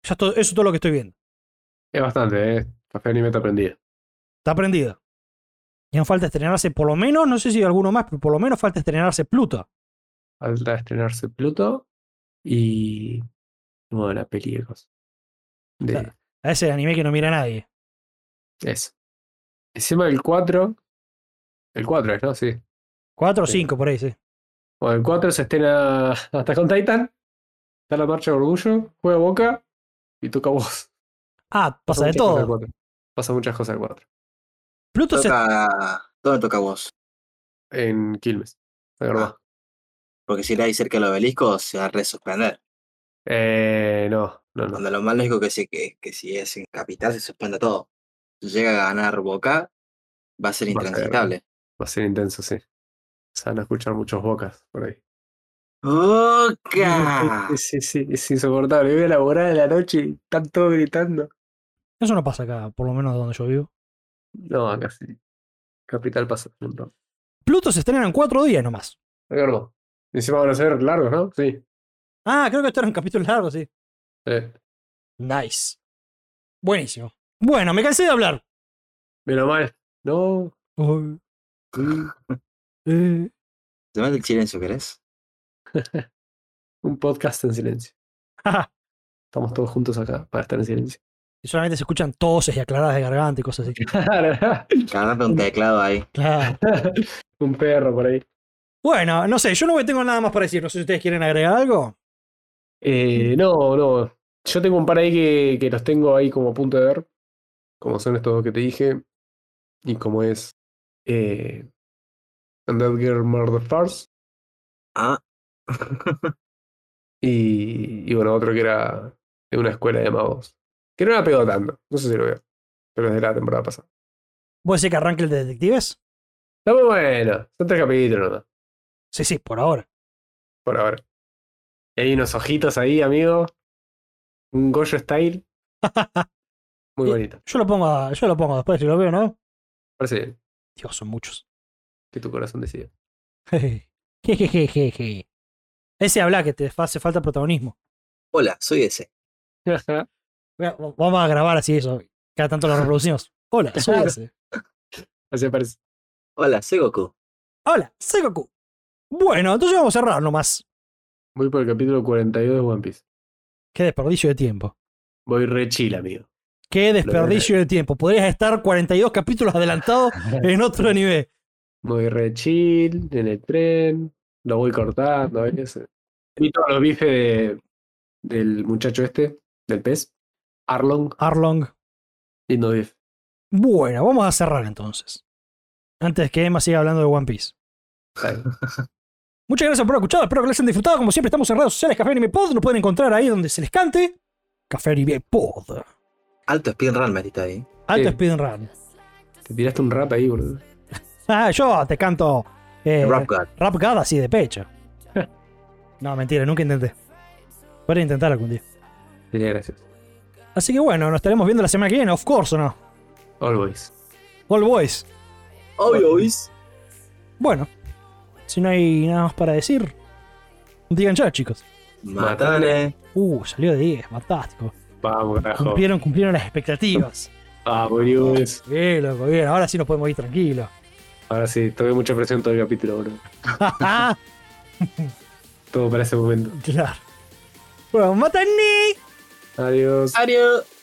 Ya es todo- eso es todo lo que estoy viendo.
Es bastante, ¿eh? Café anime te aprendí.
Está prendido. Y aún falta estrenarse, por lo menos, no sé si alguno más, pero por lo menos falta estrenarse Pluto.
Falta estrenarse Pluto y. Bueno, la peli de cosas. De
Claro. A ese anime que no mira nadie.
eso. Encima del 4. El 4 es, ¿no? Sí.
Cuatro o
Sí.
cinco por ahí, sí.
Bueno, el 4 se estrena hasta con Titan. Está la marcha de orgullo, juega boca y toca voz.
Ah, pasa de
muchas cosas al
todo.
cuatro. Pasa muchas cosas al 4.
Pluto se
Toca... ¿Dónde toca vos?
en Quilmes. De verdad.
Ah.
Porque si le hay cerca del obelisco, se va a resuspender.
Eh, no, no, no.
Cuando lo más lógico que sí, que, que si es en capital, se suspenda todo. Si llega a ganar Boca, va a ser
Va a ser.
intransitable.
Va a ser intenso, sí. Se van a escuchar muchos bocas por ahí.
¡Boca!
Sí, sí, es insoportable. Voy a elaborar en la noche y están todos gritando.
Eso no pasa acá, por lo menos donde yo vivo.
No, acá sí. Capital pasa. No.
Pluto se estrena en cuatro días nomás.
Es verdad. Encima van a ser largos, ¿no? Sí.
Ah, creo que esto era un capítulo largo, sí.
Eh,
Nice. Buenísimo. Bueno, me cansé de hablar.
menos mal. No.
Uy, eh.
¿Se mete el silencio, querés?
Un podcast en silencio.
Ajá.
Estamos todos juntos acá para estar en silencio.
Y solamente se escuchan toses y aclaradas de garganta y cosas así.
Agarrate un teclado ahí.
Claro.
Un perro por ahí.
Bueno, no sé, yo no tengo nada más para decir. No sé si ustedes quieren agregar algo.
Eh, no, no. Yo tengo un par ahí que, que los tengo ahí como a punto de ver. Como son estos dos que te dije. Y como es. Eh, Undead Girl Murder Farce.
Ah.
Y, y bueno, otro que era de una escuela de magos. Que no la pegó tanto. No sé si lo veo. Pero es de la temporada pasada.
¿Vos decís que arranque el de detectives?
Está muy bueno. Son tres capítulos nomás,
Sí, sí, por ahora.
Por ahora. Y hay unos ojitos ahí, amigo. Un Goyo style. Muy
Y-
bonito.
Yo lo pongo, a- yo lo pongo después si lo veo, ¿no?
Parece bien
Dios, son muchos.
que tu corazón decida.
Jejejejeje. Ese habla que te fa- hace falta protagonismo.
Hola, soy ese.
Mira, Vamos a grabar así eso. Cada tanto lo reproducimos. Hola, soy ese.
Así aparece.
Hola, soy Goku.
Hola, soy Goku. Bueno, entonces vamos a cerrar nomás.
Voy por el capítulo 42 de One Piece.
Qué desperdicio de tiempo.
Voy re chill, amigo.
Qué desperdicio de tiempo. Podrías estar 42 capítulos adelantados en otro nivel.
Voy re chill, en el tren. Lo voy cortando a veces. Vi todos los bifes de- del muchacho este, del pez. Arlong,
Arlong.
lindo bife.
Bueno, vamos a cerrar entonces. Antes que Emma siga hablando de One Piece. Muchas gracias por haber escuchado, espero que les hayan disfrutado. Como siempre, estamos en redes sociales Café Anime Pod, nos pueden encontrar ahí donde se les cante. Café Anime Pod.
Alto speedrun metiste ahí.
Alto
Sí.
speedrun.
Te tiraste un rap ahí, boludo.
Ah, yo te canto eh,
Rap
Rap,
God.
God así de pecho. no, mentira, nunca intenté. Podría intentar algún día.
Sería gracioso.
Así que bueno, nos estaremos viendo la semana que viene, of course, ¿o no?
Always.
All boys.
Obvio, ¿vis?
Bueno, si no hay nada más para decir, digan chao, chicos.
Matane.
Uh, salió de 10, fantástico.
Vamos, carajo.
Cumplieron, cumplieron las expectativas.
Vamos, news.
Bien, loco, bien. Ahora sí nos podemos ir tranquilos.
Ahora sí, tuve mucha presión todo el capítulo, boludo.
claro.
Todo para ese momento.
Bueno, matan Nick.
Adiós.
Adiós.